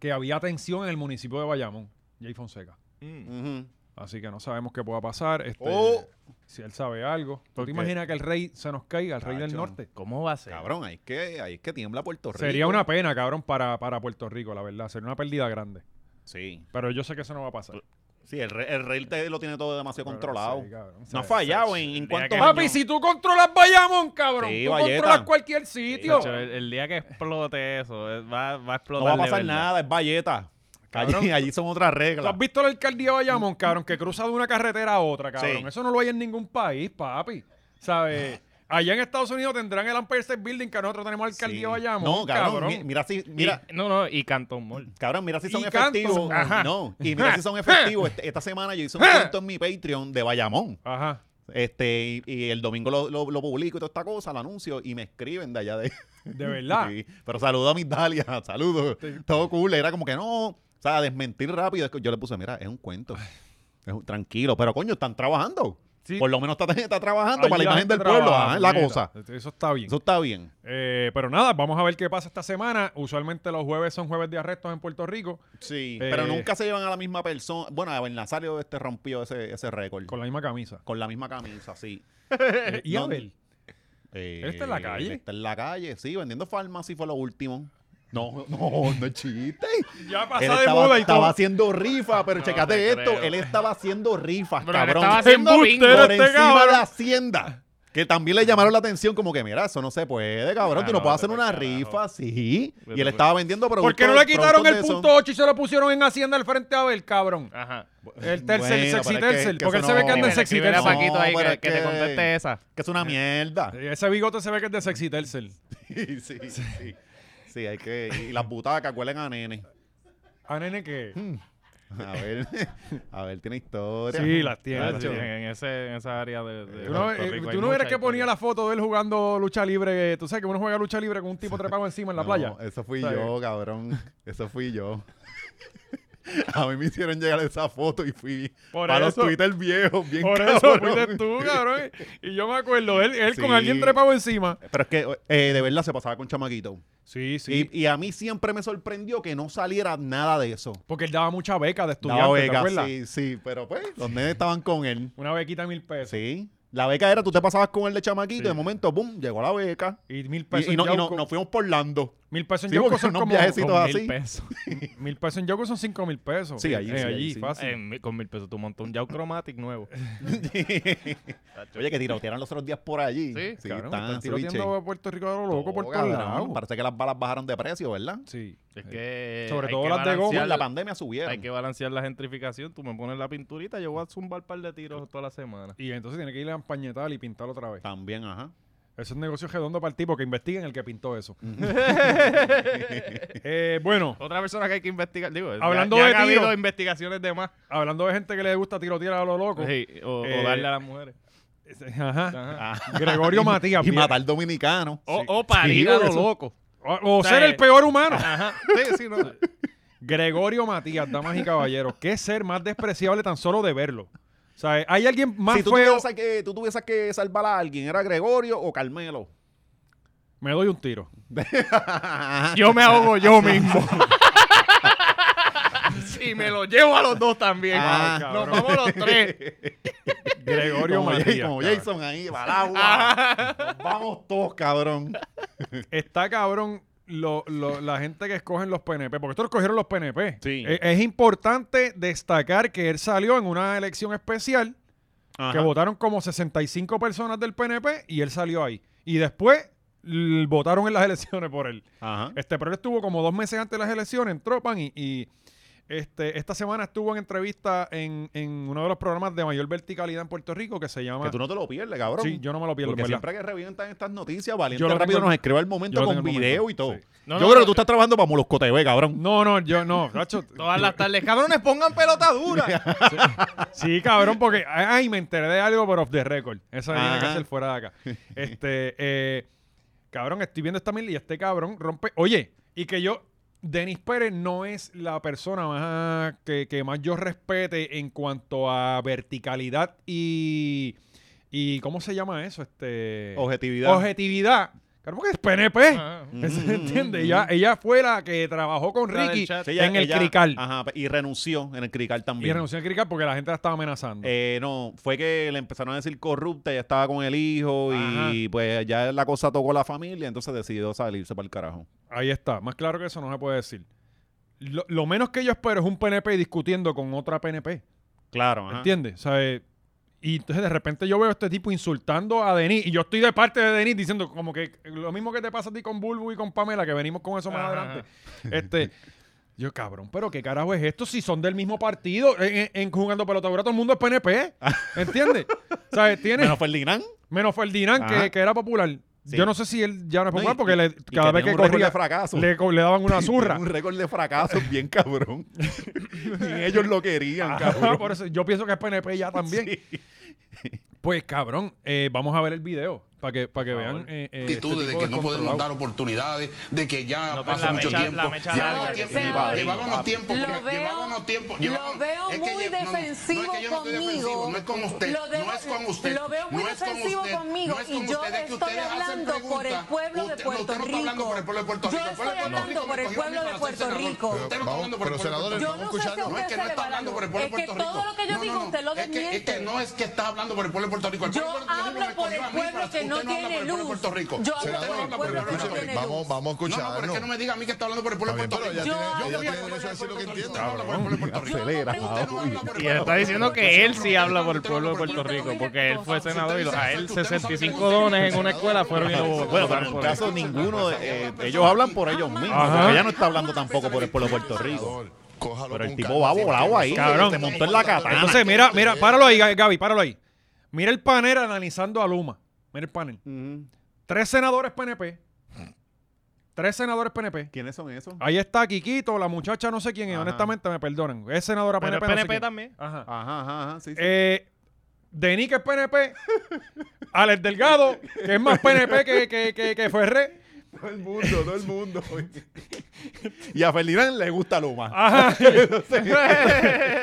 Speaker 1: que había tensión en el municipio de Bayamón. Jay Fonseca.
Speaker 3: Mm.
Speaker 2: Ujú.
Speaker 1: Así que no sabemos qué pueda pasar. este,
Speaker 2: Oh.
Speaker 1: Si él sabe algo. ¿Tú te
Speaker 2: qué?
Speaker 1: imaginas que el rey se nos caiga, el rey del
Speaker 2: Cacho.
Speaker 1: norte?
Speaker 3: ¿Cómo va a ser?
Speaker 2: Cabrón, ahí es que, ahí es que tiembla Puerto Rico.
Speaker 1: Sería una pena, cabrón, para, para Puerto Rico, la verdad. Sería una pérdida grande.
Speaker 2: Sí.
Speaker 1: Pero yo sé que eso no va a pasar.
Speaker 2: Sí, el, re- el rey te- lo tiene todo demasiado
Speaker 1: Pero
Speaker 2: controlado.
Speaker 1: sí, cabrón,
Speaker 2: no ha
Speaker 1: ¿sabes?
Speaker 2: fallado en, en cuántos
Speaker 3: que-
Speaker 1: Papi,
Speaker 2: años.
Speaker 1: si tú controlas Bayamón, cabrón,
Speaker 2: Sí,
Speaker 1: tú
Speaker 2: Valleta.
Speaker 1: controlas cualquier sitio.
Speaker 3: Chacho, el, el día que explote eso, eh, va, va a
Speaker 2: No
Speaker 3: explotar.
Speaker 2: va a
Speaker 3: de
Speaker 2: pasar
Speaker 3: verdad.
Speaker 2: nada, es valleta. Allí,
Speaker 1: Cabrón.
Speaker 2: allí son otras
Speaker 1: ¿Tú
Speaker 2: reglas.
Speaker 1: has visto la alcaldía de Bayamón, cabrón, que cruza de una carretera a otra, cabrón?
Speaker 2: Sí.
Speaker 1: Eso no lo hay en ningún país, papi. ¿Sabes? Allá en Estados Unidos tendrán el Empire State Building que nosotros tenemos alcaldía
Speaker 2: Sí.
Speaker 1: de Bayamón.
Speaker 2: No, cabrón. mi- Mira si, mira,
Speaker 3: Y- no, no, y Canton Mall.
Speaker 2: cabrón, mira si son
Speaker 1: y
Speaker 2: efectivos.
Speaker 1: canto. Ajá.
Speaker 2: No, y mira si son efectivos. Este- esta semana yo hice un cuento en mi Patreon de Bayamón.
Speaker 1: Ajá.
Speaker 2: Este, y, y el domingo lo, lo- lo publico y toda esta cosa, lo anuncio y me escriben de allá de.
Speaker 1: De verdad.
Speaker 2: Sí, pero saludo a mis Dalias, saludos. Todo cool. Era como que no, o sea, desmentir rápido. Es que Yo le puse, mira, es un cuento. Es un- tranquilo, pero coño, están trabajando.
Speaker 1: Sí.
Speaker 2: Por lo menos está, está trabajando
Speaker 1: Allí
Speaker 2: para la imagen
Speaker 1: gente
Speaker 2: del pueblo.
Speaker 1: trabaja,
Speaker 2: ajá, es la
Speaker 1: puñeta.
Speaker 2: cosa.
Speaker 1: Eso está bien.
Speaker 2: Eso está bien.
Speaker 1: Eh, pero nada, vamos a ver qué pasa esta semana. Usualmente los jueves son jueves de arrestos en Puerto Rico.
Speaker 2: Sí,
Speaker 1: Eh,
Speaker 2: pero nunca se llevan a la misma persona. Bueno, Abel Nazario este rompió ese, ese récord.
Speaker 1: Con
Speaker 2: Con,
Speaker 1: la misma camisa.
Speaker 2: la misma camisa, sí.
Speaker 1: Eh, y
Speaker 2: no-
Speaker 1: Abel.
Speaker 2: Eh,
Speaker 1: está en la calle?
Speaker 2: él Está en la calle, sí, vendiendo farmacia fue lo último. No, no, no es chiste.
Speaker 1: Ya
Speaker 2: Él
Speaker 1: pasa de
Speaker 2: estaba,
Speaker 1: moda y
Speaker 2: estaba
Speaker 1: todo.
Speaker 2: haciendo rifa, pero
Speaker 3: No
Speaker 2: checate
Speaker 3: te
Speaker 2: esto,
Speaker 3: creo.
Speaker 2: él estaba haciendo rifas,
Speaker 3: Pero le
Speaker 2: cabrón.
Speaker 3: estaba haciendo bingo.
Speaker 1: Embustero
Speaker 2: por
Speaker 1: este
Speaker 2: encima
Speaker 1: cabrón.
Speaker 2: de Hacienda. Que también le llamaron la atención como que, mira, eso no se puede, cabrón. Tú
Speaker 3: Ah,
Speaker 2: no
Speaker 3: no,
Speaker 2: puedes
Speaker 3: te
Speaker 2: hacer
Speaker 3: pa'l
Speaker 2: una
Speaker 3: carajo.
Speaker 2: rifa, sí.
Speaker 3: Vete
Speaker 2: Y él
Speaker 3: pa'l-
Speaker 2: estaba vendiendo productos.
Speaker 1: ¿Por qué no le quitaron
Speaker 2: productos
Speaker 1: el
Speaker 2: de esos.
Speaker 1: punto 8 y se lo pusieron en Hacienda al frente a Abel, cabrón?
Speaker 3: Ajá.
Speaker 1: El tercer, el sexy
Speaker 2: Bueno, pero es que-
Speaker 1: tercer,
Speaker 2: que
Speaker 1: porque él
Speaker 2: eso
Speaker 1: se ve
Speaker 2: no-
Speaker 1: que anda en
Speaker 2: Escríbele,
Speaker 1: sexy
Speaker 3: Escribe a
Speaker 1: tercer.
Speaker 2: escríbele
Speaker 3: Paquito ahí
Speaker 2: No,
Speaker 3: que,
Speaker 2: pero es
Speaker 3: que te
Speaker 2: que-
Speaker 3: conteste esa.
Speaker 2: Que es una mierda.
Speaker 1: Ese bigote se ve que es de sexy tercer.
Speaker 2: Sí, sí, sí. Sí, hay que. Y las butacas huelen a nene.
Speaker 1: Ah, nene, que...
Speaker 2: Hmm. A ver, a ver, tiene historia.
Speaker 1: Sí, las tiene.
Speaker 2: Ah,
Speaker 1: las
Speaker 3: Sí,
Speaker 1: tiene.
Speaker 3: En, ese, en esa área de. de
Speaker 1: Tú no,
Speaker 3: Puerto
Speaker 1: eh,
Speaker 3: Rico hay
Speaker 1: tú no
Speaker 3: mucha
Speaker 1: eras que ponía
Speaker 3: historia.
Speaker 1: la foto de él jugando lucha libre. eh, Tú sabes que uno juega lucha libre con un tipo trepado encima en la
Speaker 2: No,
Speaker 1: playa.
Speaker 2: Eso fui
Speaker 1: ¿Sabes?
Speaker 2: yo, cabrón. Eso fui yo. A mí me hicieron llegar esa foto y fui
Speaker 1: Por
Speaker 2: para
Speaker 1: eso-
Speaker 2: los Twitter viejos, bien
Speaker 1: Por eso
Speaker 2: cabrón.
Speaker 1: fuiste tú, cabrón. Y yo me acuerdo, él, él con
Speaker 2: Sí.
Speaker 1: alguien trepado encima.
Speaker 2: Pero es que eh, de verdad se pasaba con chamaquito.
Speaker 1: Sí, sí.
Speaker 2: Y, y a mí siempre me sorprendió que no saliera nada de eso.
Speaker 1: porque él daba mucha beca de estudiante,
Speaker 2: La
Speaker 1: ¿te
Speaker 2: beca,
Speaker 1: acuerdas?
Speaker 2: sí, sí, pero pues los nenes estaban con él.
Speaker 1: Una bequita de mil pesos.
Speaker 2: Sí. La beca era, tú te pasabas con él de chamaquito
Speaker 1: Sí.
Speaker 2: y de momento, boom, llegó la beca.
Speaker 1: Y mil
Speaker 2: Y,
Speaker 1: pesos
Speaker 2: y no-
Speaker 1: en
Speaker 2: y no-
Speaker 1: Yauco.
Speaker 2: nos fuimos por Lando.
Speaker 1: mil pesos en
Speaker 2: Sí,
Speaker 1: Yauco
Speaker 2: porque
Speaker 1: son
Speaker 2: unos
Speaker 1: como...
Speaker 2: viajecitos
Speaker 1: como
Speaker 2: así.
Speaker 1: mil pesos. mil pesos en Yauco son cinco mil pesos.
Speaker 2: Sí, allí, sí, allí, sí.
Speaker 1: fácil.
Speaker 3: Eh, mi- con mil pesos tú montas un Yao Chromatic nuevo.
Speaker 2: Oye, que tirotearon los otros días por allí.
Speaker 3: Sí,
Speaker 1: Cabrón,
Speaker 2: están
Speaker 1: están
Speaker 2: switches.
Speaker 1: tiroteando a Puerto Rico a lo loco por
Speaker 2: Oh,
Speaker 1: todos
Speaker 2: cabrón,
Speaker 1: lados.
Speaker 2: Parece que las balas bajaron de precio, ¿verdad?
Speaker 1: Sí. eh,
Speaker 3: Es que.
Speaker 1: Sobre
Speaker 3: hay
Speaker 1: todo
Speaker 3: que
Speaker 1: las de goma.
Speaker 2: Sí,
Speaker 1: Sí,
Speaker 3: balancear-
Speaker 2: en la pandemia subieron.
Speaker 3: Hay que balancear la gentrificación. Tú me pones la pinturita, yo voy a zumbar un par de tiros toda la semana.
Speaker 1: Y entonces tiene que ir a empañetar y pintar otra vez.
Speaker 2: También, ajá.
Speaker 1: Eso es un negocio redondo para el tipo que investiguen el que pintó eso. Eh, bueno,
Speaker 3: Otra persona que hay que investigar. Digo, ya-
Speaker 1: Hablando
Speaker 3: ya
Speaker 1: de
Speaker 3: han
Speaker 1: tiros.
Speaker 3: habido investigaciones de más.
Speaker 1: hablando de gente que le gusta tirotear a lo loco.
Speaker 3: Sí, o, o
Speaker 1: Eh,
Speaker 3: darle a las mujeres.
Speaker 1: Ajá.
Speaker 3: Ajá.
Speaker 2: Ah,
Speaker 1: Gregorio Matías.
Speaker 2: y
Speaker 1: bien.
Speaker 2: matar dominicanos.
Speaker 3: O, o parir a
Speaker 1: Sí,
Speaker 3: lo
Speaker 1: eso-
Speaker 3: loco.
Speaker 1: O, o
Speaker 3: sea,
Speaker 1: ser el
Speaker 3: eh,
Speaker 1: peor humano.
Speaker 3: Ajá. Sí, sí, no.
Speaker 1: Gregorio Matías, damas y caballeros. Qué ser más despreciable tan solo de verlo. O sea, hay alguien más
Speaker 2: si tú
Speaker 1: feo.
Speaker 2: tuvieras, que, tú tuvieses que salvar a alguien, ¿era Gregorio o Carmelo?
Speaker 1: Me doy un tiro.
Speaker 3: Yo me ahogo yo mismo. y me lo llevo a los dos también.
Speaker 2: Ah,
Speaker 3: Nos
Speaker 1: cabrón.
Speaker 3: vamos los tres.
Speaker 1: Gregorio
Speaker 2: como,
Speaker 1: Matías.
Speaker 2: Jay- como
Speaker 1: cabrón.
Speaker 2: Jason ahí, para el agua. Nos Vamos todos, cabrón.
Speaker 1: Está cabrón lo- lo- la gente que escogen los PNP, porque estos escogieron los PNP.
Speaker 2: Sí.
Speaker 1: E- Es, importante destacar que él salió en una elección especial que
Speaker 2: Ajá.
Speaker 1: votaron como 65 personas del PNP y él salió ahí. Y después l- votaron en las elecciones por él.
Speaker 2: Ajá.
Speaker 1: Este, pero él estuvo como dos meses antes de las elecciones en Tropan y, y, este, esta semana estuvo en entrevista en, en uno de los programas de mayor verticalidad en Puerto Rico que se llama...
Speaker 2: Que tú no te lo pierdes, cabrón.
Speaker 1: Sí, yo no me lo pierdo,
Speaker 2: Porque
Speaker 1: ¿verdad?
Speaker 2: siempre que revientan estas noticias, Valiente
Speaker 1: Yo lo
Speaker 2: rápido
Speaker 1: tengo-
Speaker 2: nos escribe al
Speaker 1: yo
Speaker 2: momento
Speaker 1: lo
Speaker 2: con
Speaker 1: tengo en el
Speaker 2: video
Speaker 1: momento,
Speaker 2: y todo.
Speaker 1: sí.
Speaker 3: No,
Speaker 2: yo
Speaker 3: no,
Speaker 2: creo que
Speaker 3: no.
Speaker 2: tú estás trabajando para Molusco TV, cabrón.
Speaker 1: No, no, yo no, gacho.
Speaker 3: Todas las tardes. Cabrones, pongan pelota dura.
Speaker 1: Sí, cabrón, porque ay, me enteré de algo por off the record. Esa tiene que
Speaker 2: Ajá.
Speaker 1: hacer fuera de acá. Este, eh, Cabrón, estoy viendo esta mil y este cabrón rompe. Oye, y que yo. Denis Pérez no es la persona más que, que más yo respete en cuanto a verticalidad y. y ¿Cómo se llama eso? Este.
Speaker 2: Objetividad. Mm,
Speaker 1: Objetividad. Claro, porque es PNP.
Speaker 3: Ah.
Speaker 1: ¿Se entiende? Ella, ella fue la que trabajó con
Speaker 3: La del
Speaker 1: Ricky
Speaker 3: chat.
Speaker 2: Sí, ella-
Speaker 1: en el
Speaker 2: ella-
Speaker 1: Crical.
Speaker 2: Ajá, y renunció en el Crical
Speaker 1: Y
Speaker 2: también.
Speaker 1: renunció al Crical porque la gente la estaba amenazando.
Speaker 2: Eh, no, fue que le empezaron a decir corrupta, ella estaba con el hijo y pues ya la cosa tocó la familia, entonces decidió salirse para el carajo.
Speaker 1: Ahí está. Más claro que eso no se puede decir. Lo, lo menos que yo espero es un PNP discutiendo con otra PNP.
Speaker 2: Claro, ajá.
Speaker 1: ¿Entiendes? O sea, eh, y entonces de repente yo veo a este tipo insultando a Denis y yo estoy de parte de Denis diciendo como que lo mismo que te pasa a ti con Bulbu y con Pamela, que venimos con eso más
Speaker 3: Ajá.
Speaker 1: adelante. Este, yo, cabrón, pero qué carajo es esto si son del mismo partido. En, en- en jugando pelota dura todo el mundo es PNP. ¿Entiendes? o sea, tiene, menos,
Speaker 2: Menos Ferdinand.
Speaker 1: Ferdinand,
Speaker 2: Ajá.
Speaker 1: que, que era popular.
Speaker 2: Sí.
Speaker 1: Yo no sé si él ya no es
Speaker 2: No, y-
Speaker 1: popular porque le-
Speaker 2: y
Speaker 1: cada
Speaker 2: que
Speaker 1: vez
Speaker 2: tiene
Speaker 1: que
Speaker 2: un récord
Speaker 1: corría
Speaker 2: de fracaso.
Speaker 1: le, co- le daban una zurra.
Speaker 2: Tiene Un récord de fracasos bien cabrón. Ni ellos lo querían,
Speaker 1: Ajá,
Speaker 2: cabrón.
Speaker 1: por eso yo pienso que es PNP ya también.
Speaker 2: Sí.
Speaker 1: Pues cabrón, eh, vamos a ver el video para que, para que
Speaker 3: Por favor.
Speaker 1: vean. eh, eh,
Speaker 8: actitudes
Speaker 1: este
Speaker 8: de
Speaker 1: tipo
Speaker 8: que no podemos
Speaker 1: descontrolado.
Speaker 8: dar oportunidades, de que ya
Speaker 3: No, pero
Speaker 8: pasa
Speaker 3: la
Speaker 8: mucho
Speaker 3: mecha-
Speaker 8: tiempo.
Speaker 3: la mecha
Speaker 8: Ya-
Speaker 3: larga que
Speaker 8: ya-
Speaker 3: tiene
Speaker 8: lleva-
Speaker 3: Padilla.
Speaker 8: Llevámonos tiempo,
Speaker 9: Lo
Speaker 8: porque-
Speaker 9: veo-
Speaker 8: llevámonos tiempo.
Speaker 9: lo
Speaker 8: llevámonos-
Speaker 9: veo
Speaker 8: es que
Speaker 9: muy
Speaker 8: lle- no, no,
Speaker 9: defensivo
Speaker 8: no es que yo no estoy
Speaker 9: conmigo.
Speaker 8: defensivo, No es con usted,
Speaker 9: Lo debo-
Speaker 8: no es con usted.
Speaker 9: lo veo muy
Speaker 8: no es con
Speaker 9: defensivo
Speaker 8: usted,
Speaker 9: conmigo,
Speaker 8: no es
Speaker 9: y
Speaker 8: con
Speaker 9: yo
Speaker 8: ustedes que
Speaker 9: estoy
Speaker 8: ustedes hacen
Speaker 9: hablando por
Speaker 8: preguntas.
Speaker 9: el pueblo de
Speaker 8: Usted- no,
Speaker 9: Puerto
Speaker 8: Usted no está hablando
Speaker 9: Rico.
Speaker 8: por el pueblo de Puerto
Speaker 9: Yo
Speaker 8: Rico. El
Speaker 9: estoy
Speaker 8: pueblo de Puerto
Speaker 9: hablando
Speaker 8: Rico
Speaker 9: por el
Speaker 8: me cogió a mí
Speaker 9: pueblo
Speaker 8: para
Speaker 9: de Puerto
Speaker 8: hacerse
Speaker 9: Rico.
Speaker 8: senador. Usted no está
Speaker 10: Vamos,
Speaker 8: hablando por el
Speaker 10: pero
Speaker 8: pueblo de Puerto
Speaker 10: senadores,
Speaker 9: Yo
Speaker 8: Rico.
Speaker 9: no sé si a
Speaker 10: estamos escuchando.
Speaker 9: usted
Speaker 8: No es que
Speaker 9: se
Speaker 8: no
Speaker 9: le va
Speaker 8: está
Speaker 9: la
Speaker 8: hablando
Speaker 9: luz.
Speaker 8: por el pueblo de
Speaker 9: Es que
Speaker 8: Puerto Rico.
Speaker 9: todo lo que yo
Speaker 8: No,
Speaker 9: digo
Speaker 8: no, no.
Speaker 9: usted lo
Speaker 8: Es que- Es que
Speaker 9: desmiente.
Speaker 8: no es que está hablando por el pueblo de Puerto Rico. El
Speaker 9: Yo
Speaker 8: pueblo de Puerto Rico
Speaker 9: hablo
Speaker 8: me
Speaker 9: por
Speaker 8: cogió
Speaker 9: el
Speaker 8: a mí
Speaker 9: pueblo
Speaker 8: para-
Speaker 9: que
Speaker 8: usted
Speaker 9: no
Speaker 8: habla por
Speaker 9: tiene
Speaker 8: el pueblo de
Speaker 9: luz.
Speaker 8: Puerto Rico.
Speaker 9: Yo
Speaker 8: Usted
Speaker 9: hablo por el
Speaker 8: no habla por el
Speaker 9: pueblo que no
Speaker 8: pueblo de Puerto
Speaker 9: tiene
Speaker 8: Rico.
Speaker 9: luz.
Speaker 10: Vamos,
Speaker 8: No,
Speaker 10: vamos a
Speaker 8: no,
Speaker 10: escuchar.
Speaker 8: pero es que no me diga a mí que está hablando por el pueblo de
Speaker 10: Está bien,
Speaker 8: Puerto Rico.
Speaker 10: pero ella
Speaker 9: Yo-
Speaker 10: tiene,
Speaker 9: yo-
Speaker 10: ella tiene derecho a decir lo que
Speaker 8: Usted
Speaker 10: entiende.
Speaker 8: no habla por el pueblo de Puerto Rico.
Speaker 2: Acelera,
Speaker 9: Yo no
Speaker 2: cabrón.
Speaker 9: pregunto-
Speaker 3: Y él está diciendo que él sí habla por el pueblo de Puerto Rico, porque él fue senador y a él 65 dones en una escuela fueron y lo votaron
Speaker 2: Bueno, pero en
Speaker 3: por
Speaker 2: el
Speaker 3: él.
Speaker 2: caso ninguno, de- eh, ellos hablan por ellos mismos.
Speaker 1: Ajá.
Speaker 2: porque Ella no está hablando tampoco por el pueblo de Puerto Rico.
Speaker 10: Senador, cójalo
Speaker 2: Pero el
Speaker 10: con
Speaker 2: tipo
Speaker 10: calma,
Speaker 2: va
Speaker 10: porque
Speaker 2: volado ahí,
Speaker 10: nosotros
Speaker 1: cabrón.
Speaker 10: te
Speaker 2: montó en la katana.
Speaker 1: Entonces, mira, mira, páralo ahí, Gaby, Gaby, páralo ahí. Mira el panel analizando a Luma. Mira el panel. Tres senadores PNP. Tres senadores PNP.
Speaker 2: ¿Quiénes son esos?
Speaker 1: Ahí está Quiquito, la muchacha no sé quién es,
Speaker 2: Ajá.
Speaker 1: honestamente me perdonan. Es senadora
Speaker 3: Pero
Speaker 1: PNP.
Speaker 3: el
Speaker 1: no sé
Speaker 3: PNP
Speaker 1: quién.
Speaker 3: también.
Speaker 1: Ajá.
Speaker 2: Ajá, ajá, ajá. Ah, Sí, sí.
Speaker 1: Eh, Denis, que es PNP. Alex Delgado, que es más PNP que, que, que, que Ferré.
Speaker 2: Todo el mundo, todo el mundo. y a Ferdinand le gusta Luma.
Speaker 1: Ajá.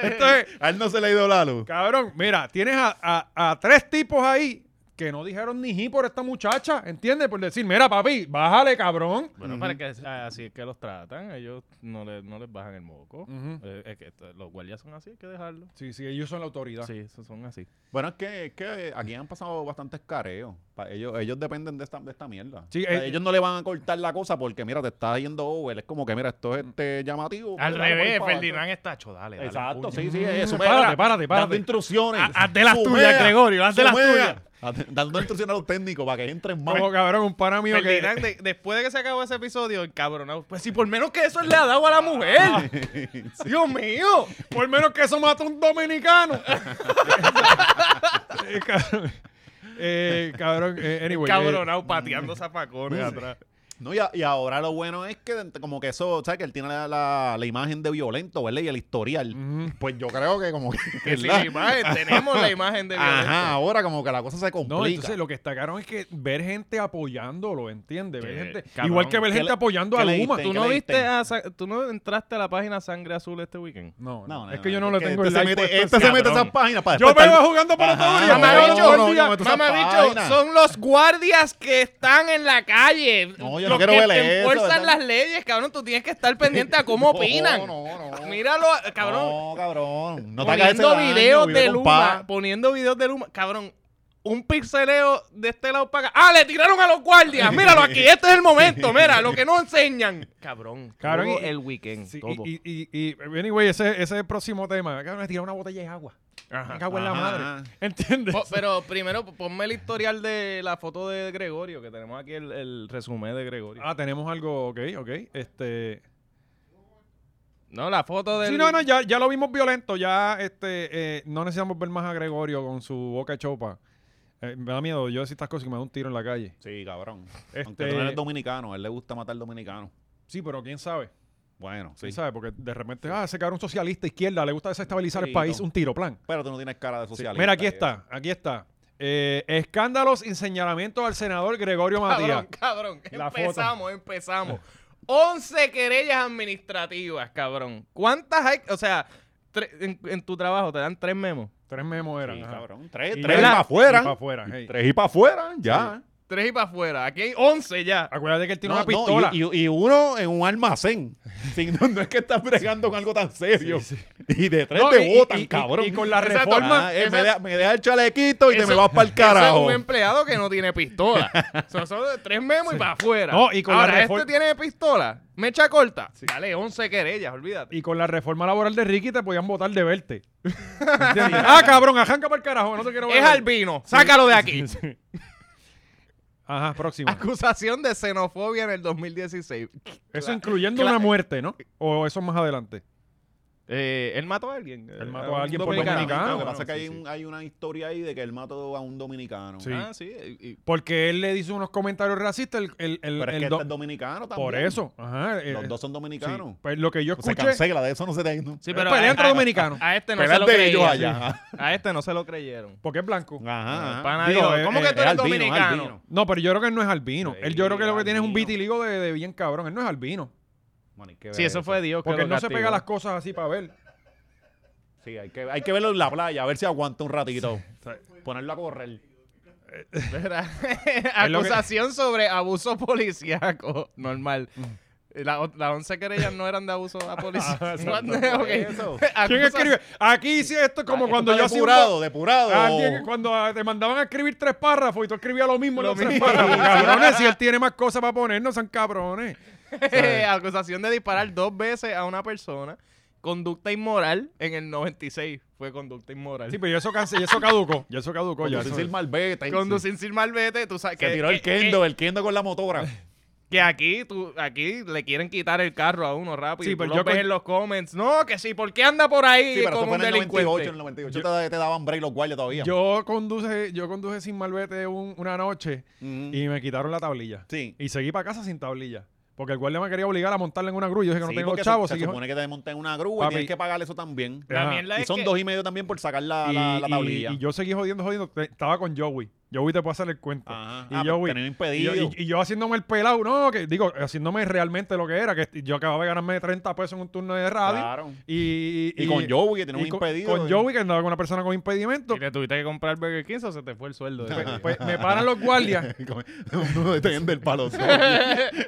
Speaker 1: Entonces,
Speaker 2: A él no se le ha ido la luz.
Speaker 1: Cabrón, mira, tienes a, a- a tres tipos ahí que no dijeron ni ji por esta muchacha, ¿entiendes? Por decir, mira, papi, bájale, cabrón.
Speaker 3: Bueno, para que así es que los tratan, ellos no, le- no les bajan el moco.
Speaker 1: Ujú.
Speaker 3: Eh, es que esto- los guardias son así, hay que dejarlo.
Speaker 1: Sí, sí, ellos son la autoridad.
Speaker 3: Sí, esos son así.
Speaker 2: Bueno, es que, es que aquí han pasado bastantes careos. Pa- Ellos, ellos dependen de esta, de esta mierda.
Speaker 1: Sí,
Speaker 2: O sea,
Speaker 1: eh,
Speaker 2: ellos no le van a cortar la cosa porque, mira, te está yendo over. Es como que, mira, esto es este llamativo.
Speaker 3: Al
Speaker 2: Dale,
Speaker 3: revés,
Speaker 2: por favor.
Speaker 3: Ferdinand está hecho, dale, dale.
Speaker 2: Exacto,
Speaker 3: puño.
Speaker 2: sí, sí, eso.
Speaker 1: Mm, párate,
Speaker 2: mira,
Speaker 1: párate, párate.
Speaker 2: Dando instrucciones.
Speaker 3: Haz- haz de las tuyas, Gregorio, haz de las
Speaker 2: sumea. Haz- Dando instrucciones a los técnicos para que entren más.
Speaker 1: Como cabrón, un pana mío que.
Speaker 3: Pues, Ferdinand, de- después de que se acabó ese episodio, el cabronado. Pues si por menos que eso él le ha dado a la
Speaker 1: Ah,
Speaker 3: mujer. Dios mío.
Speaker 1: Por menos que eso mata a un dominicano. Eh, cabrón, eh, cabrón, eh, anyway. eh,
Speaker 3: Cabronado pateando zapacones atrás.
Speaker 2: No, y, a- y ahora lo bueno es que dent- como que eso, ¿sabes? Que él tiene la, la- la imagen de violento, ¿verdad? Y el historial.
Speaker 1: Ujú.
Speaker 2: Pues yo creo que como que...
Speaker 3: Que sí,
Speaker 2: ¿verdad? Ah,
Speaker 3: la imagen, tenemos la imagen de
Speaker 2: Ajá, ahora como que la cosa se complica.
Speaker 1: No, entonces lo que está caro es que ver gente apoyándolo, ¿entiendes? Ver
Speaker 3: Que,
Speaker 1: gente-
Speaker 3: cabrón,
Speaker 1: igual que ver
Speaker 2: ¿qué
Speaker 1: gente
Speaker 2: le-
Speaker 1: apoyando
Speaker 2: qué
Speaker 1: a
Speaker 2: le
Speaker 1: Luma.
Speaker 2: diste?
Speaker 3: ¿Tú
Speaker 2: ¿En qué
Speaker 3: no,
Speaker 2: le
Speaker 3: viste
Speaker 2: diste?
Speaker 3: a Sa- ¿Tú no entraste a la página Sangre Azul este weekend?
Speaker 1: No, no,
Speaker 2: No, no,
Speaker 1: es que yo no,
Speaker 2: es
Speaker 1: le tengo
Speaker 2: este
Speaker 1: el
Speaker 2: se
Speaker 1: like
Speaker 2: mete,
Speaker 1: puesto.
Speaker 2: este se mete a esas
Speaker 3: cabrón.
Speaker 2: páginas para
Speaker 1: Yo
Speaker 2: después
Speaker 1: me
Speaker 2: estar-
Speaker 1: voy jugando para
Speaker 2: Ajá,
Speaker 1: todo el
Speaker 2: no,
Speaker 1: día.
Speaker 2: no, no, yo me meto a esas
Speaker 3: Mamabicho,
Speaker 2: páginas.
Speaker 3: son los guardias que están en la calle.
Speaker 2: No, yo
Speaker 3: los
Speaker 2: no quiero
Speaker 3: que
Speaker 2: ver
Speaker 3: te
Speaker 2: eso,
Speaker 3: enfuerzan
Speaker 2: ¿verdad?
Speaker 3: las leyes, cabrón. Tú tienes que estar pendiente a cómo opinan.
Speaker 2: No, no, no.
Speaker 3: Míralo, cabrón.
Speaker 2: No, cabrón. No te hagas ese
Speaker 3: poniendo
Speaker 2: daño,
Speaker 3: videos
Speaker 2: vive
Speaker 3: de
Speaker 2: con
Speaker 3: Luma.
Speaker 2: paz.
Speaker 3: Poniendo videos de Luma. Cabrón, un pixeleo de este lado para acá. ¡Ah, le tiraron a los guardias! Míralo aquí, este es el momento. Mira, lo que no enseñan. Cabrón,
Speaker 1: Cabrón,
Speaker 3: todo
Speaker 1: y-
Speaker 3: el weekend.
Speaker 1: Sí,
Speaker 3: todo.
Speaker 1: y, y, y, y- anyway, ese, ese es el próximo tema. Cabrón, me tiraron una botella de agua. Me cago en la
Speaker 2: Ah, ajá,
Speaker 1: madre.
Speaker 2: ajá.
Speaker 1: ¿Entiendes?
Speaker 3: Po- pero primero ponme el historial de la foto de Gregorio, que tenemos aquí el, el resumen de Gregorio.
Speaker 1: Ah, tenemos algo, ok, ok. Este.
Speaker 3: No, la foto del...
Speaker 1: Sí, no, no, ya, ya lo vimos violento. Ya este, eh, no necesitamos ver más a Gregorio con su boca de chopa. Eh, me da miedo yo decir estas cosas y me da un tiro en la calle.
Speaker 2: Sí, cabrón. Aunque
Speaker 1: Este-
Speaker 2: tú no eres dominicano, a él le gusta matar dominicanos.
Speaker 1: Sí, pero quién sabe.
Speaker 2: Bueno, sí.
Speaker 1: ¿Quién sabe? Porque de repente, ah, ese cabrón socialista izquierda le gusta desestabilizar el
Speaker 2: Tirito.
Speaker 1: país, un tiro, plan.
Speaker 2: Pero tú no tienes cara de
Speaker 1: Sí.
Speaker 2: socialista.
Speaker 1: Mira, aquí
Speaker 2: y
Speaker 1: está, aquí está. Eh, escándalos y señalamientos al senador Gregorio Matías.
Speaker 3: Cabrón, cabrón.
Speaker 1: La foto.
Speaker 3: empezamos, empezamos. 11 querellas administrativas, cabrón. ¿Cuántas hay? O sea, tre- en, en tu trabajo te dan tres memos.
Speaker 1: Tres memos eran.
Speaker 2: Sí,
Speaker 1: ajá.
Speaker 2: cabrón. Tres,
Speaker 1: Y ya-
Speaker 2: tres para
Speaker 1: y pa'
Speaker 2: afuera.
Speaker 1: afuera, hey.
Speaker 2: Tres y para afuera, ya.
Speaker 3: Tres y para afuera. Aquí hay 11 ya.
Speaker 1: Acuérdate que él tiene una
Speaker 2: No, no,
Speaker 1: pistola.
Speaker 2: y, y- y uno en un almacén. Sí, no, no es que estás bregando con algo tan serio. Y de tres
Speaker 1: No,
Speaker 2: te
Speaker 1: y- y-
Speaker 2: botan,
Speaker 1: y-
Speaker 2: cabrón.
Speaker 1: y con la
Speaker 2: Exacto.
Speaker 1: reforma-
Speaker 2: Ah, eh, me,
Speaker 3: esa-
Speaker 2: deja, me deja el chalequito y te
Speaker 3: Eso-
Speaker 2: me vas para el
Speaker 3: Ese
Speaker 2: carajo.
Speaker 3: es un em- empleado que no tiene pistola. son, son de tres memos y para afuera.
Speaker 1: No, y con la
Speaker 3: Ahora,
Speaker 1: refor-
Speaker 3: este tiene pistola. Mecha corta. Dale, 11 querellas, olvídate.
Speaker 1: Y con la reforma laboral de Ricky te podían votar de verte. ¿Entiendes? ah, cabrón, ajanca para el carajo, no te quiero ver.
Speaker 3: es albino. Sácalo de aquí. Ah,
Speaker 1: Ajá, próximo.
Speaker 3: Acusación de xenofobia en el 2016.
Speaker 1: Eso incluyendo una muerte, ¿no? O eso más adelante.
Speaker 3: Eh, él mató a alguien.
Speaker 1: Él
Speaker 3: Eh,
Speaker 1: mató a alguien por
Speaker 2: dominicano.
Speaker 1: dominicano.
Speaker 2: Lo que pasa
Speaker 1: bueno,
Speaker 2: es que hay,
Speaker 1: sí,
Speaker 2: un- hay una historia ahí de que él mató a un dominicano.
Speaker 1: Sí.
Speaker 3: Ah, sí.
Speaker 2: eh,
Speaker 3: y- y-
Speaker 1: Porque él le hizo unos comentarios racistas. El, el, el-
Speaker 2: Pero es
Speaker 1: el
Speaker 2: que
Speaker 1: do-
Speaker 2: este es dominicano también.
Speaker 1: Por eso. Ajá. eh,
Speaker 2: Los dos son
Speaker 1: sí.
Speaker 2: dominicanos.
Speaker 1: Pues lo que yo
Speaker 2: Se
Speaker 1: escuché.
Speaker 2: cancela, de eso no se te
Speaker 3: sí,
Speaker 1: pero pelea
Speaker 3: pero a- este
Speaker 1: entre
Speaker 3: a-
Speaker 1: dominicanos.
Speaker 3: A este no
Speaker 2: Pelean
Speaker 3: se lo
Speaker 2: de ellos
Speaker 3: creyeron.
Speaker 2: allá.
Speaker 3: A este no se lo creyeron.
Speaker 1: Porque es blanco.
Speaker 2: Ajá.
Speaker 3: El pana
Speaker 1: Digo,
Speaker 3: dijo,
Speaker 1: eh,
Speaker 3: ¿cómo
Speaker 1: eh,
Speaker 3: que tú
Speaker 2: es
Speaker 3: eres
Speaker 2: albino, es
Speaker 3: dominicano?
Speaker 2: albino.
Speaker 1: No, pero yo creo que él no es albino. él yo creo que lo que tiene es un
Speaker 2: albino.
Speaker 1: vitiligo de, de bien cabrón. Él no es albino.
Speaker 2: Bueno, hay que
Speaker 3: Sí,
Speaker 2: ver
Speaker 3: eso fue Dios que
Speaker 1: Porque
Speaker 3: lo
Speaker 1: él no se
Speaker 3: castigó.
Speaker 1: pega las cosas así para ver.
Speaker 2: Sí, hay que, hay que verlo en la playa, a ver si aguanta un ratito. Ponerlo a correr.
Speaker 3: ¿Verdad?
Speaker 1: lo que-
Speaker 3: Acusación sobre abuso policíaco. Normal.
Speaker 2: Mm.
Speaker 3: La o- Las 11 querellas no eran de abuso a policía. Ok.
Speaker 2: eso.
Speaker 1: Ah, ¿Quién
Speaker 3: Acusa-
Speaker 1: escribe? Aquí hice esto como
Speaker 2: Ah,
Speaker 1: cuando
Speaker 2: está
Speaker 1: yo hacía un-
Speaker 2: depurado, depurado.
Speaker 1: Alguien, cuando ah, te mandaban a escribir tres párrafos y tú escribías lo mismo en
Speaker 3: Lo
Speaker 1: los tres
Speaker 3: mismo.
Speaker 1: párrafos. Cabrones, si él tiene más cosas para poner, no sean cabrones.
Speaker 3: Acusación de disparar dos veces a una persona. Conducta inmoral en el 96. Fue conducta inmoral.
Speaker 1: Sí, pero yo eso, canse- yo eso caduco. Yo eso caduco. Ya,
Speaker 2: Cuando se
Speaker 1: eso-
Speaker 2: hizo el malvete.
Speaker 3: Conducir sin malvete, tú sabes
Speaker 2: Se
Speaker 3: que.
Speaker 2: tiró el
Speaker 3: que-
Speaker 2: kendo, el kendo con la motora.
Speaker 3: Que aquí, tú, aquí le quieren quitar el carro a uno rápido.
Speaker 1: Sí,
Speaker 3: y tú
Speaker 1: pero
Speaker 3: lo
Speaker 1: yo
Speaker 3: ves
Speaker 1: con-
Speaker 3: en los comments. No, que sí, ¿por qué anda por ahí
Speaker 2: Sí, pero eso
Speaker 3: como
Speaker 2: fue
Speaker 3: un
Speaker 2: en el
Speaker 3: delincuente?
Speaker 2: 98. En el 98 te, te daban break los guardias todavía.
Speaker 1: Yo conduje, yo conduje sin malvete un- una noche
Speaker 2: Ujú.
Speaker 1: y me quitaron la tablilla.
Speaker 2: Sí.
Speaker 1: Y seguí para casa sin tablilla. Porque el guardia me quería obligar a montarla en una grúa. Yo dije que no
Speaker 2: Sí,
Speaker 1: tengo
Speaker 2: porque
Speaker 1: chavos.
Speaker 2: Se, se
Speaker 1: así que-
Speaker 2: supone que te montan en una grúa
Speaker 1: Papi.
Speaker 2: y tienes que pagar eso también.
Speaker 1: Ajá.
Speaker 3: La mierda
Speaker 2: Y
Speaker 3: es
Speaker 2: son
Speaker 3: que-
Speaker 2: dos y medio también por sacar la,
Speaker 1: y,
Speaker 2: la, la
Speaker 1: y-
Speaker 2: tablilla.
Speaker 1: y yo seguí jodiendo, jodiendo. Te- Estaba con Joey. Joey te puede hacer el cuento.
Speaker 2: Ajá.
Speaker 1: Y
Speaker 2: Ah, pues
Speaker 1: Joey.
Speaker 2: tenés
Speaker 1: Y yo,
Speaker 2: impedido.
Speaker 1: y- y yo haciéndome el pelado, no, que digo, haciéndome realmente lo que era, que yo acababa de ganarme 30 pesos en un turno de radio.
Speaker 2: Claro.
Speaker 1: Y,
Speaker 2: Y con Joey, que tenía
Speaker 1: y
Speaker 2: un
Speaker 1: con-
Speaker 2: impedido.
Speaker 1: Con Joey, que andaba con una persona con impedimento.
Speaker 3: Y le tuviste que comprar Burger King o se te fue el sueldo. de ese día?
Speaker 1: Pues me paran los guardias.
Speaker 2: Uno deteniendo el palo.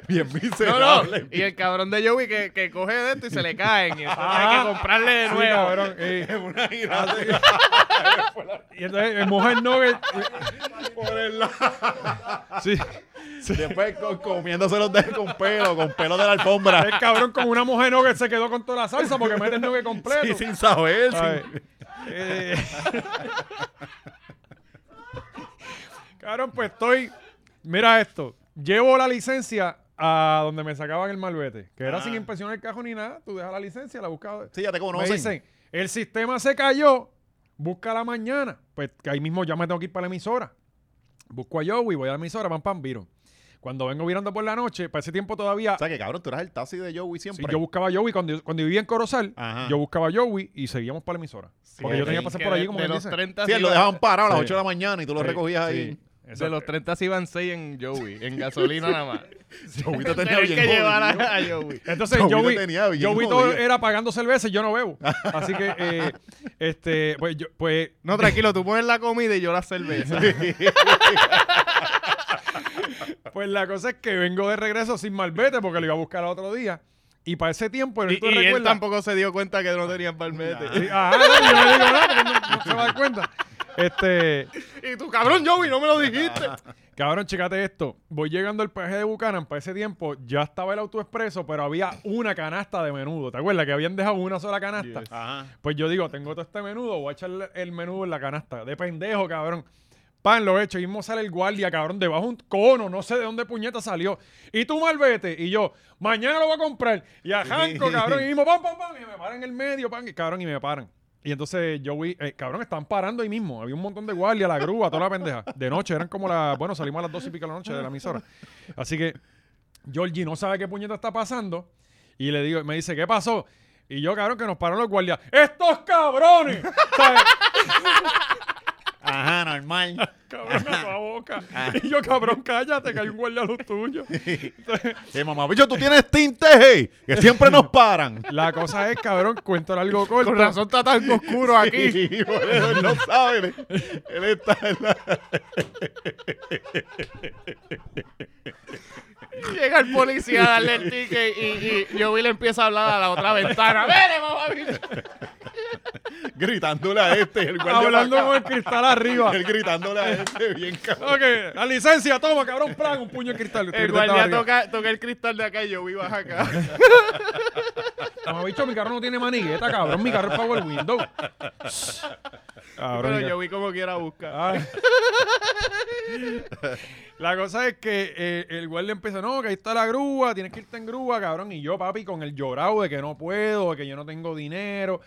Speaker 2: Bien, bien
Speaker 3: no, no.
Speaker 2: miserable.
Speaker 3: Y el cabrón de Joey que, que coge de esto y se le caen. Y entonces hay que comprarle de
Speaker 1: Ah. Sí,
Speaker 3: nuevo.
Speaker 1: cabrón, eh,
Speaker 2: Una girada así.
Speaker 1: y entonces el mujer nugget.
Speaker 2: por el lado.
Speaker 1: sí.
Speaker 2: Después co- comiéndose los dedos con pelo, con pelo de la alfombra.
Speaker 1: El cabrón con una mujer nugget se quedó con toda la salsa porque mete el nugget completo.
Speaker 2: Y sin saber.
Speaker 1: Ay.
Speaker 2: sin-
Speaker 1: Eh. Cabrón, pues estoy. Mira esto. Llevo la licencia a donde me sacaban el malvete. Que era
Speaker 2: Ah.
Speaker 1: sin inspeccionar el cajón ni nada. Tú dejas la licencia, la buscas.
Speaker 2: Sí, ya te
Speaker 1: me
Speaker 2: conocen.
Speaker 1: dicen, el sistema se cayó. Busca la mañana. Pues que ahí mismo ya me tengo que ir para la emisora. Busco a Joey, voy a la emisora, pam, pam, viro. Cuando vengo virando por la noche, para ese tiempo todavía
Speaker 2: O sea que cabrón, tú eras el taxi de Joey
Speaker 1: Sí,
Speaker 2: siempre.
Speaker 1: yo buscaba a Joey cuando, cuando vivía en Corozal.
Speaker 2: Ajá.
Speaker 1: Yo buscaba a Joey y seguíamos para la emisora. porque yo tenía que pasar por allí como
Speaker 3: de
Speaker 1: quien
Speaker 3: los
Speaker 1: dice.
Speaker 3: 30
Speaker 2: Sí,
Speaker 3: se
Speaker 2: él lo
Speaker 3: iba-
Speaker 2: dejaban parado a las
Speaker 1: Sí.
Speaker 2: 8 de la mañana y tú lo
Speaker 1: Sí, sí.
Speaker 2: recogías ahí.
Speaker 1: Exacto.
Speaker 3: De los 30 se iban 6 en Joey, en gasolina nada más.
Speaker 2: Joey te tenía
Speaker 3: Tienes
Speaker 2: bien
Speaker 3: que llevar
Speaker 2: jodido.
Speaker 3: a, a Joey.
Speaker 1: Entonces
Speaker 2: Joey lo
Speaker 1: Joey,
Speaker 2: tenía bien
Speaker 1: Joey todo
Speaker 2: jodido.
Speaker 1: era pagando cerveza y yo no bebo. Así que, eh, este, pues, yo- pues
Speaker 3: No, tranquilo, tú pones la comida y yo la cerveza.
Speaker 1: Pues la cosa es que vengo de regreso sin malvete porque lo iba a buscar al otro día. Y para ese tiempo,
Speaker 3: y
Speaker 1: ¿tú
Speaker 3: y él
Speaker 1: recuerdas?
Speaker 3: tampoco se dio cuenta que no tenían palmete.
Speaker 1: Sí, ajá, no, yo no digo nada porque no, no se va a dar cuenta. Este,
Speaker 3: Y tú, cabrón, Joey, no me lo dijiste.
Speaker 1: cabrón, chécate esto. Voy llegando al peaje de Buchanan. Para ese tiempo ya estaba el autoexpreso, pero había una canasta de menudo. ¿Te acuerdas que habían dejado una sola canasta?
Speaker 2: Ajá.
Speaker 1: Pues yo digo, tengo todo este menudo, voy a echarle el menudo en la canasta. De pendejo, cabrón. Pan, lo he hecho. Y mismo sale el guardia, cabrón, debajo de un cono, no sé de dónde puñeta salió. Y tú, malvete. Y yo, mañana lo voy a comprar. Y a Janco, cabrón. Y mismo, pam, pam, pam. Y me paran en el medio, pan, y cabrón, y me paran. Y entonces yo vi, eh, cabrón, estaban parando ahí mismo. Había un montón de guardias, la grúa, toda la pendeja. De noche, eran como las, bueno, salimos a las dos y pico de la noche de la emisora. Así que Georgie no sabe qué puñeta está pasando. Y le digo, me dice, ¿qué pasó? Y yo, cabrón, que nos pararon los guardias. ¡Estos cabrones! ¿Sabes?
Speaker 2: Ajá, normal.
Speaker 1: Y yo, cabrón, cállate, que hay un guardia a los tuyos.
Speaker 2: Sí, Eh, mamá, bicho, tú tienes tinte, hey, que siempre nos paran.
Speaker 1: La cosa es, cabrón, cuento algo corto.
Speaker 3: Con razón está tan oscuro aquí.
Speaker 2: Sí, por eso él no sabe. Él, él está en la...
Speaker 3: Llega el policía a darle el ticket y, y, yo vi le empieza a hablar a la otra ventana. ¡Vene, mamá!
Speaker 2: gritándole a este. El guardia
Speaker 1: Hablando
Speaker 2: para
Speaker 1: con el
Speaker 2: acá.
Speaker 1: cristal arriba.
Speaker 2: Él gritándole a este, bien cabrón.
Speaker 1: Ok, la licencia, toma, cabrón, plan, un puño de cristal.
Speaker 3: El guardia toca, toca el cristal de acá y yo vi baja acá.
Speaker 1: Como bicho, mi carro no tiene manigueta, cabrón. Mi carro es power window. Cabrón,
Speaker 3: Pero
Speaker 1: mi
Speaker 3: yo vi como quiera buscar.
Speaker 1: Ay. La cosa es que eh, el guardia empieza, no, que ahí está la grúa, tienes que irte en grúa, cabrón. Y yo, papi, con el llorado de que no puedo, de que yo no tengo dinero.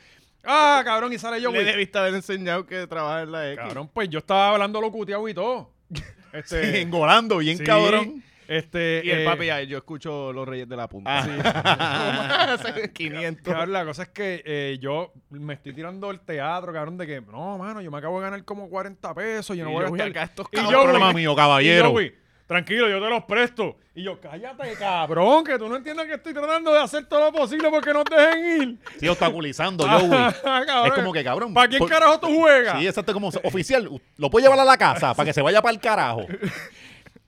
Speaker 1: Ah, cabrón, y sale yo,
Speaker 3: Le
Speaker 1: güey.
Speaker 3: debiste haber enseñado que trabaja en la X.
Speaker 1: Cabrón, pues yo estaba hablando lo cuteado y todo. Este,
Speaker 2: Sí, engolando, bien
Speaker 1: sí,
Speaker 2: cabrón.
Speaker 1: Este,
Speaker 3: Y el
Speaker 1: eh,
Speaker 3: papi, ay, yo escucho Los Reyes de la Punta.
Speaker 2: Ah.
Speaker 3: Ah. Sí. 500.
Speaker 1: Cabrón, la cosa es que eh, yo me estoy tirando el teatro, cabrón, de que, no, mano, yo me acabo de ganar como 40 pesos, yo no
Speaker 3: Y
Speaker 1: voy
Speaker 3: yo voy
Speaker 1: a
Speaker 3: acá a
Speaker 1: gastar.
Speaker 3: estos
Speaker 1: Y
Speaker 2: No
Speaker 1: yo,
Speaker 2: es
Speaker 1: güey,
Speaker 2: problema mío, caballero.
Speaker 1: Y yo, güey, tranquilo, yo te los presto. Y yo, cállate, cabrón, que tú no entiendes que estoy tratando de hacer todo lo posible porque no te dejen ir.
Speaker 2: Sí, obstaculizando, yo, güey.
Speaker 1: Ah, Cabrón.
Speaker 2: Es como que, cabrón.
Speaker 1: ¿Para quién
Speaker 2: por-
Speaker 1: carajo tú juegas?
Speaker 2: Sí, exacto, como oficial. Lo puedo llevar a la casa para que se vaya para el carajo.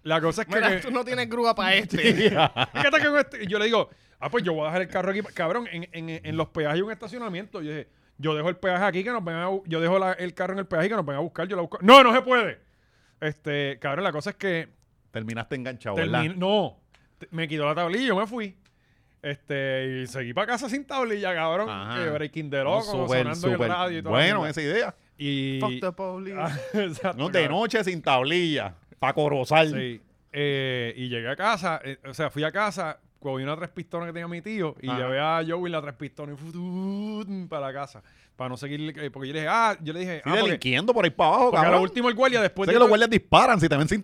Speaker 1: La cosa es que,
Speaker 3: Mira,
Speaker 1: que-
Speaker 3: tú no tienes grúa para este.
Speaker 1: fíjate que con este- y yo le digo, ah, pues yo voy a dejar el carro aquí. Cabrón, en, en- en los peajes hay un estacionamiento. Yo dije, yo dejo el peaje aquí que nos vengan a bu- yo dejo la- el carro en el peaje que nos vengan a buscar, yo la busco. No, no se puede. Este, cabrón, la cosa es que
Speaker 2: Terminaste enganchado,
Speaker 1: Termin-
Speaker 2: ¿verdad?
Speaker 1: no, Te- me quitó la tablilla y yo me fui. Este, y seguí para casa sin tablilla, cabrón.
Speaker 2: Ajá.
Speaker 1: Eh, breaking the Law,
Speaker 2: No,
Speaker 1: como
Speaker 2: súper,
Speaker 1: sonando en el
Speaker 2: súper
Speaker 1: radio y todo.
Speaker 2: Bueno, esa idea.
Speaker 1: Y...
Speaker 3: Fuck the police.
Speaker 1: Ah, exacto,
Speaker 2: No, de
Speaker 1: cabrón.
Speaker 2: noche sin tablilla. Para corozar.
Speaker 1: Sí. Eh, y llegué a casa, eh, o sea, fui a casa, cogí una tres pistones que tenía mi tío y
Speaker 2: Ajá.
Speaker 1: llevé a Joey la tres pistones y fu- tu- para la casa. Para no seguir, eh, porque yo le dije, ah, yo le dije,
Speaker 2: Sí,
Speaker 1: ah, porque,
Speaker 2: delinquiendo por ahí para abajo,
Speaker 1: porque a lo
Speaker 2: cabrón.
Speaker 1: último el guardia después
Speaker 2: Sé
Speaker 1: de
Speaker 2: que los
Speaker 1: todo-
Speaker 2: guardias disparan si te ven sin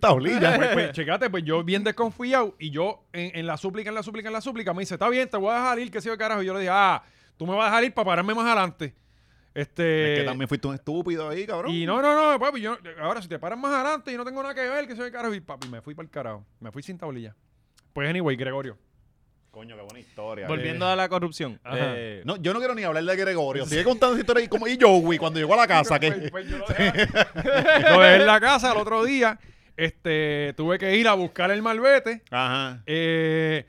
Speaker 2: tablilla.
Speaker 1: pues, pues, checate, pues yo bien desconfiado y yo en, en la súplica, en la súplica, en la súplica, me dice, está bien, te voy a dejar ir, que sé yo, carajo. Y yo le dije, ah, tú me vas a dejar ir para pararme más adelante. Este...
Speaker 2: es que también fuiste un estúpido ahí, cabrón.
Speaker 1: Y no, no, no, papi, yo, ahora si te paran más adelante y no tengo nada que ver, que soy el carajo, y papi, me fui para el carajo, me fui sin tablilla. Pues anyway, Gregorio.
Speaker 2: Coño, qué buena historia.
Speaker 3: Volviendo a la corrupción.
Speaker 1: Ajá.
Speaker 3: Eh,
Speaker 2: No, yo no quiero ni hablar de Gregorio. Sigue contando esa historia y como y Joey cuando llegó a la casa.
Speaker 1: Pues,
Speaker 2: que
Speaker 1: pues, yo lo dejé, lo dejé en la casa el otro día, este, tuve que ir a buscar el malvete,
Speaker 2: Ajá.
Speaker 1: eh,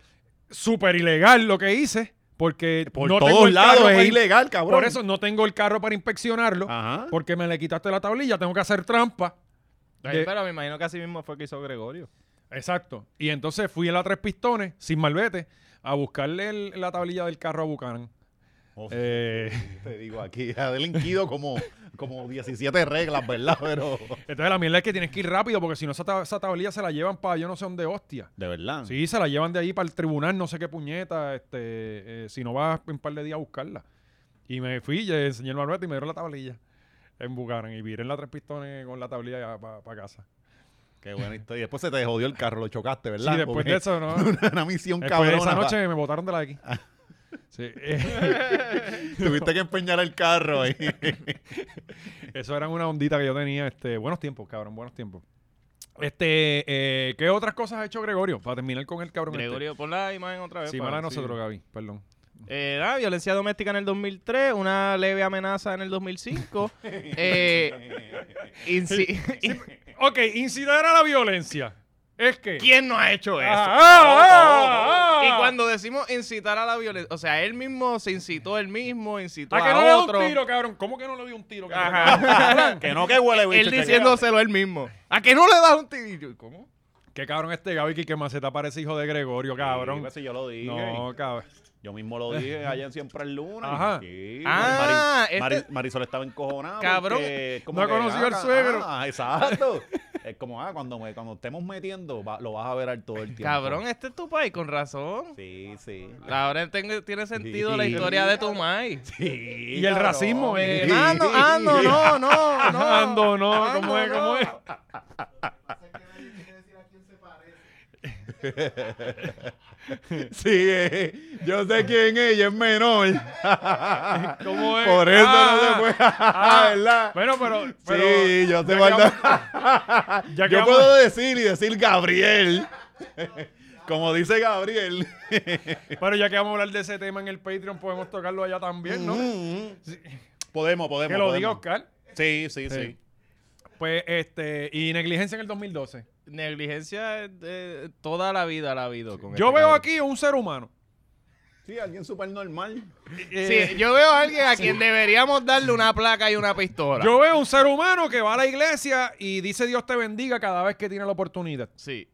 Speaker 1: súper ilegal lo que hice, porque
Speaker 2: Por
Speaker 1: no tengo
Speaker 2: todos
Speaker 1: el carro
Speaker 2: lados
Speaker 1: para
Speaker 2: es
Speaker 1: ir-
Speaker 2: ilegal, cabrón.
Speaker 1: Por eso no tengo el carro para inspeccionarlo,
Speaker 2: Ajá.
Speaker 1: porque me le quitaste la tablilla, tengo que hacer trampa.
Speaker 3: ay,
Speaker 1: de-
Speaker 3: Pero me imagino que así mismo fue que hizo Gregorio.
Speaker 1: Exacto. Y entonces fui en la Tres Pistones, sin malvete, a buscarle el- la tablilla del carro a Buchanan.
Speaker 2: Uf,
Speaker 1: Eh,
Speaker 2: Te digo, aquí ha delinquido como, como 17 reglas, ¿verdad? Pero.
Speaker 1: entonces la mierda es que tienes que ir rápido porque si no esa, ta- esa tablilla se la llevan para yo no sé dónde hostia.
Speaker 2: De verdad.
Speaker 1: Sí, se la llevan de ahí para el tribunal, no sé qué puñeta, este, eh, si no vas en un par de días a buscarla. Y me fui, y enseñé el malvete y me dieron la tablilla en Buchanan y viré en la Tres Pistones con la tablilla para casa.
Speaker 2: Qué buena historia. Después se te jodió el carro, lo chocaste,
Speaker 1: Sí,
Speaker 2: ¿verdad?
Speaker 1: después
Speaker 2: Porque
Speaker 1: de eso, ¿no?
Speaker 2: Una misión
Speaker 1: Después de
Speaker 2: cabrona.
Speaker 1: esa
Speaker 2: pa- Ah.
Speaker 1: noche me botaron de la X. Sí, eh.
Speaker 2: Tuviste que empeñar el carro ahí.
Speaker 1: Eso eran una ondita que yo tenía. Este, buenos tiempos, cabrón, buenos tiempos. Este, eh, ¿qué otras cosas ha hecho Gregorio? Para terminar con el cabrón. este.
Speaker 3: Gregorio, pon la imagen otra vez.
Speaker 1: Sí,
Speaker 3: para
Speaker 1: mala
Speaker 3: ver si-
Speaker 1: nosotros, Gaby, perdón.
Speaker 3: Eh, nada, violencia doméstica en el 2003, una leve amenaza en el 2005. eh, inci-
Speaker 1: Ok, incitar a la violencia. Es que.
Speaker 3: ¿Quién no ha hecho eso?
Speaker 1: Ah, ah, ah,
Speaker 3: Y
Speaker 1: ah.
Speaker 3: cuando decimos incitar a la violencia, o sea, él mismo se incitó él mismo, incitó
Speaker 1: ¿A
Speaker 3: a,
Speaker 1: que no le dio
Speaker 3: otro.
Speaker 1: un tiro, cabrón? ¿Cómo que no le dio un tiro? cabrón?
Speaker 3: Ajá.
Speaker 2: que no, que huele, bicho.
Speaker 3: él diciéndoselo él mismo. ¿A que no le das un tiro? Y yo, ¿Cómo?
Speaker 1: ¿Qué cabrón este Gaby que- que Maceta parece hijo de Gregorio, cabrón?
Speaker 3: pues,
Speaker 2: yo lo dije.
Speaker 1: No, cabrón.
Speaker 2: Yo mismo lo dije allá en Siempre el lunes.
Speaker 1: Ajá.
Speaker 2: Sí, Mari-
Speaker 3: Ah, este-
Speaker 2: Mari- Marisol estaba encojonada.
Speaker 3: Cabrón,
Speaker 2: porque como
Speaker 1: no ha conocido al
Speaker 2: ca-
Speaker 1: suegro.
Speaker 2: Ah, exacto. es como, ah, cuando, me- cuando estemos metiendo, va- lo vas a ver al todo el tiempo.
Speaker 3: Cabrón, este es tu país, con razón.
Speaker 2: Sí, sí.
Speaker 3: Ahora tengo- tiene sentido
Speaker 2: Sí.
Speaker 3: la historia de tu mai.
Speaker 2: Sí,
Speaker 1: Y el racismo, eh,
Speaker 3: Eh, Ando, ando, no, no, no.
Speaker 1: Ando, no, ¿cómo
Speaker 3: Ando,
Speaker 1: es? ¿Cómo
Speaker 3: no.
Speaker 1: es?
Speaker 2: Sí, eh, yo sé quién es, y es menor.
Speaker 1: ¿Cómo es?
Speaker 2: Por eso
Speaker 1: Ah,
Speaker 2: no se fue.
Speaker 1: ah,
Speaker 2: ¿Verdad?
Speaker 1: Bueno, pero. pero
Speaker 2: sí, yo sé
Speaker 1: ya
Speaker 2: guardar.
Speaker 1: que vamos- ya que
Speaker 2: Yo
Speaker 1: vamos-
Speaker 2: puedo decir y decir Gabriel. Como dice Gabriel.
Speaker 1: Pero ya que vamos a hablar de ese tema en el Patreon, podemos tocarlo allá también, ¿no?
Speaker 2: Mm, mm. Podemos,
Speaker 1: Mm-hmm.
Speaker 2: podemos.
Speaker 1: Que lo diga
Speaker 2: podemos.
Speaker 1: Oscar.
Speaker 2: Sí, sí, sí.
Speaker 1: Sí. Pues, este. Y negligencia en el 2012.
Speaker 3: Negligencia eh, toda la vida la ha habido. Con
Speaker 1: Yo
Speaker 3: este
Speaker 1: veo
Speaker 3: cabrón.
Speaker 1: aquí un ser humano. Eh,
Speaker 2: Sí, alguien súper normal.
Speaker 3: Sí, yo veo a alguien a quien deberíamos darle una placa y una pistola.
Speaker 1: Yo veo un ser humano que va a la iglesia y dice Dios te bendiga cada vez que tiene la oportunidad.
Speaker 3: Sí.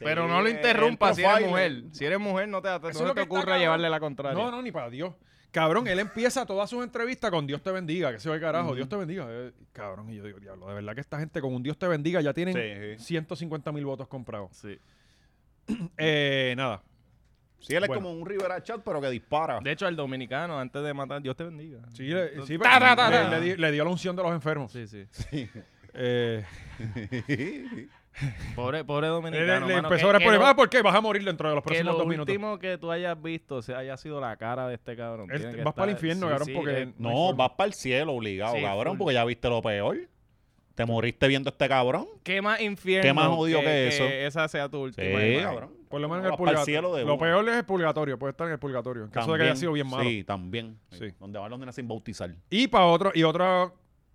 Speaker 3: Pero no lo interrumpa
Speaker 2: el
Speaker 3: si eres
Speaker 2: profiler.
Speaker 3: mujer. Si eres mujer, no te, no
Speaker 1: es
Speaker 3: se
Speaker 1: lo
Speaker 3: te
Speaker 1: que está,
Speaker 3: ocurra
Speaker 1: cabrón.
Speaker 3: llevarle la contraria.
Speaker 1: No, no, ni para Dios. Cabrón, él empieza todas sus entrevistas con Dios te bendiga, que se va el
Speaker 2: Mm-hmm.
Speaker 1: carajo, Dios te bendiga. Eh, cabrón, y yo digo, diablo, de verdad que esta gente con un Dios te bendiga ya tienen
Speaker 2: Sí.
Speaker 1: 150 mil votos comprados.
Speaker 3: Sí.
Speaker 1: Eh, nada.
Speaker 2: Sí, él es
Speaker 1: Bueno.
Speaker 2: como un Rivera Chat, pero que dispara.
Speaker 3: De hecho, al dominicano, antes de matar, Dios te bendiga.
Speaker 1: Sí, le, sí,
Speaker 3: Ta, ta, ta,
Speaker 1: le-
Speaker 3: ta.
Speaker 1: le di- le dio la unción de los enfermos.
Speaker 3: Sí, sí.
Speaker 1: Eh,
Speaker 3: Pobre, pobre
Speaker 1: le,
Speaker 3: dominicano.
Speaker 1: le
Speaker 3: mano,
Speaker 1: empezó
Speaker 3: que-
Speaker 1: a orar
Speaker 3: que
Speaker 1: por el-
Speaker 3: lo-
Speaker 1: ah, ¿por qué? Vas a morir dentro de los
Speaker 3: Que
Speaker 1: próximos
Speaker 3: lo
Speaker 1: dos minutos.
Speaker 3: último que tú hayas visto o sea, haya sido la cara de este cabrón.
Speaker 1: Él-
Speaker 3: Tiene que
Speaker 1: vas para el
Speaker 3: estar-
Speaker 1: infierno,
Speaker 3: sí,
Speaker 1: cabrón,
Speaker 3: sí, eh,
Speaker 1: porque
Speaker 3: él-
Speaker 1: hay
Speaker 2: No,
Speaker 1: forma.
Speaker 2: vas para el cielo obligado,
Speaker 3: Sí,
Speaker 2: cabrón,
Speaker 3: full.
Speaker 2: porque ya viste lo peor. Te moriste viendo este cabrón.
Speaker 3: ¿Qué más infierno?
Speaker 2: ¿Qué más odio que eso?
Speaker 3: esa sea tu
Speaker 2: Sí,
Speaker 3: última. imagen?
Speaker 2: cabrón.
Speaker 1: Por lo menos en el
Speaker 2: Vas pa'l
Speaker 1: purgatorio.
Speaker 2: cielo de
Speaker 1: lo
Speaker 2: una.
Speaker 1: peor es el purgatorio, puede estar en el purgatorio, en caso de que haya sido bien malo.
Speaker 2: Sí, también.
Speaker 1: Sí.
Speaker 2: Donde van los nenes sin bautizar.
Speaker 1: Y para otro, y otra,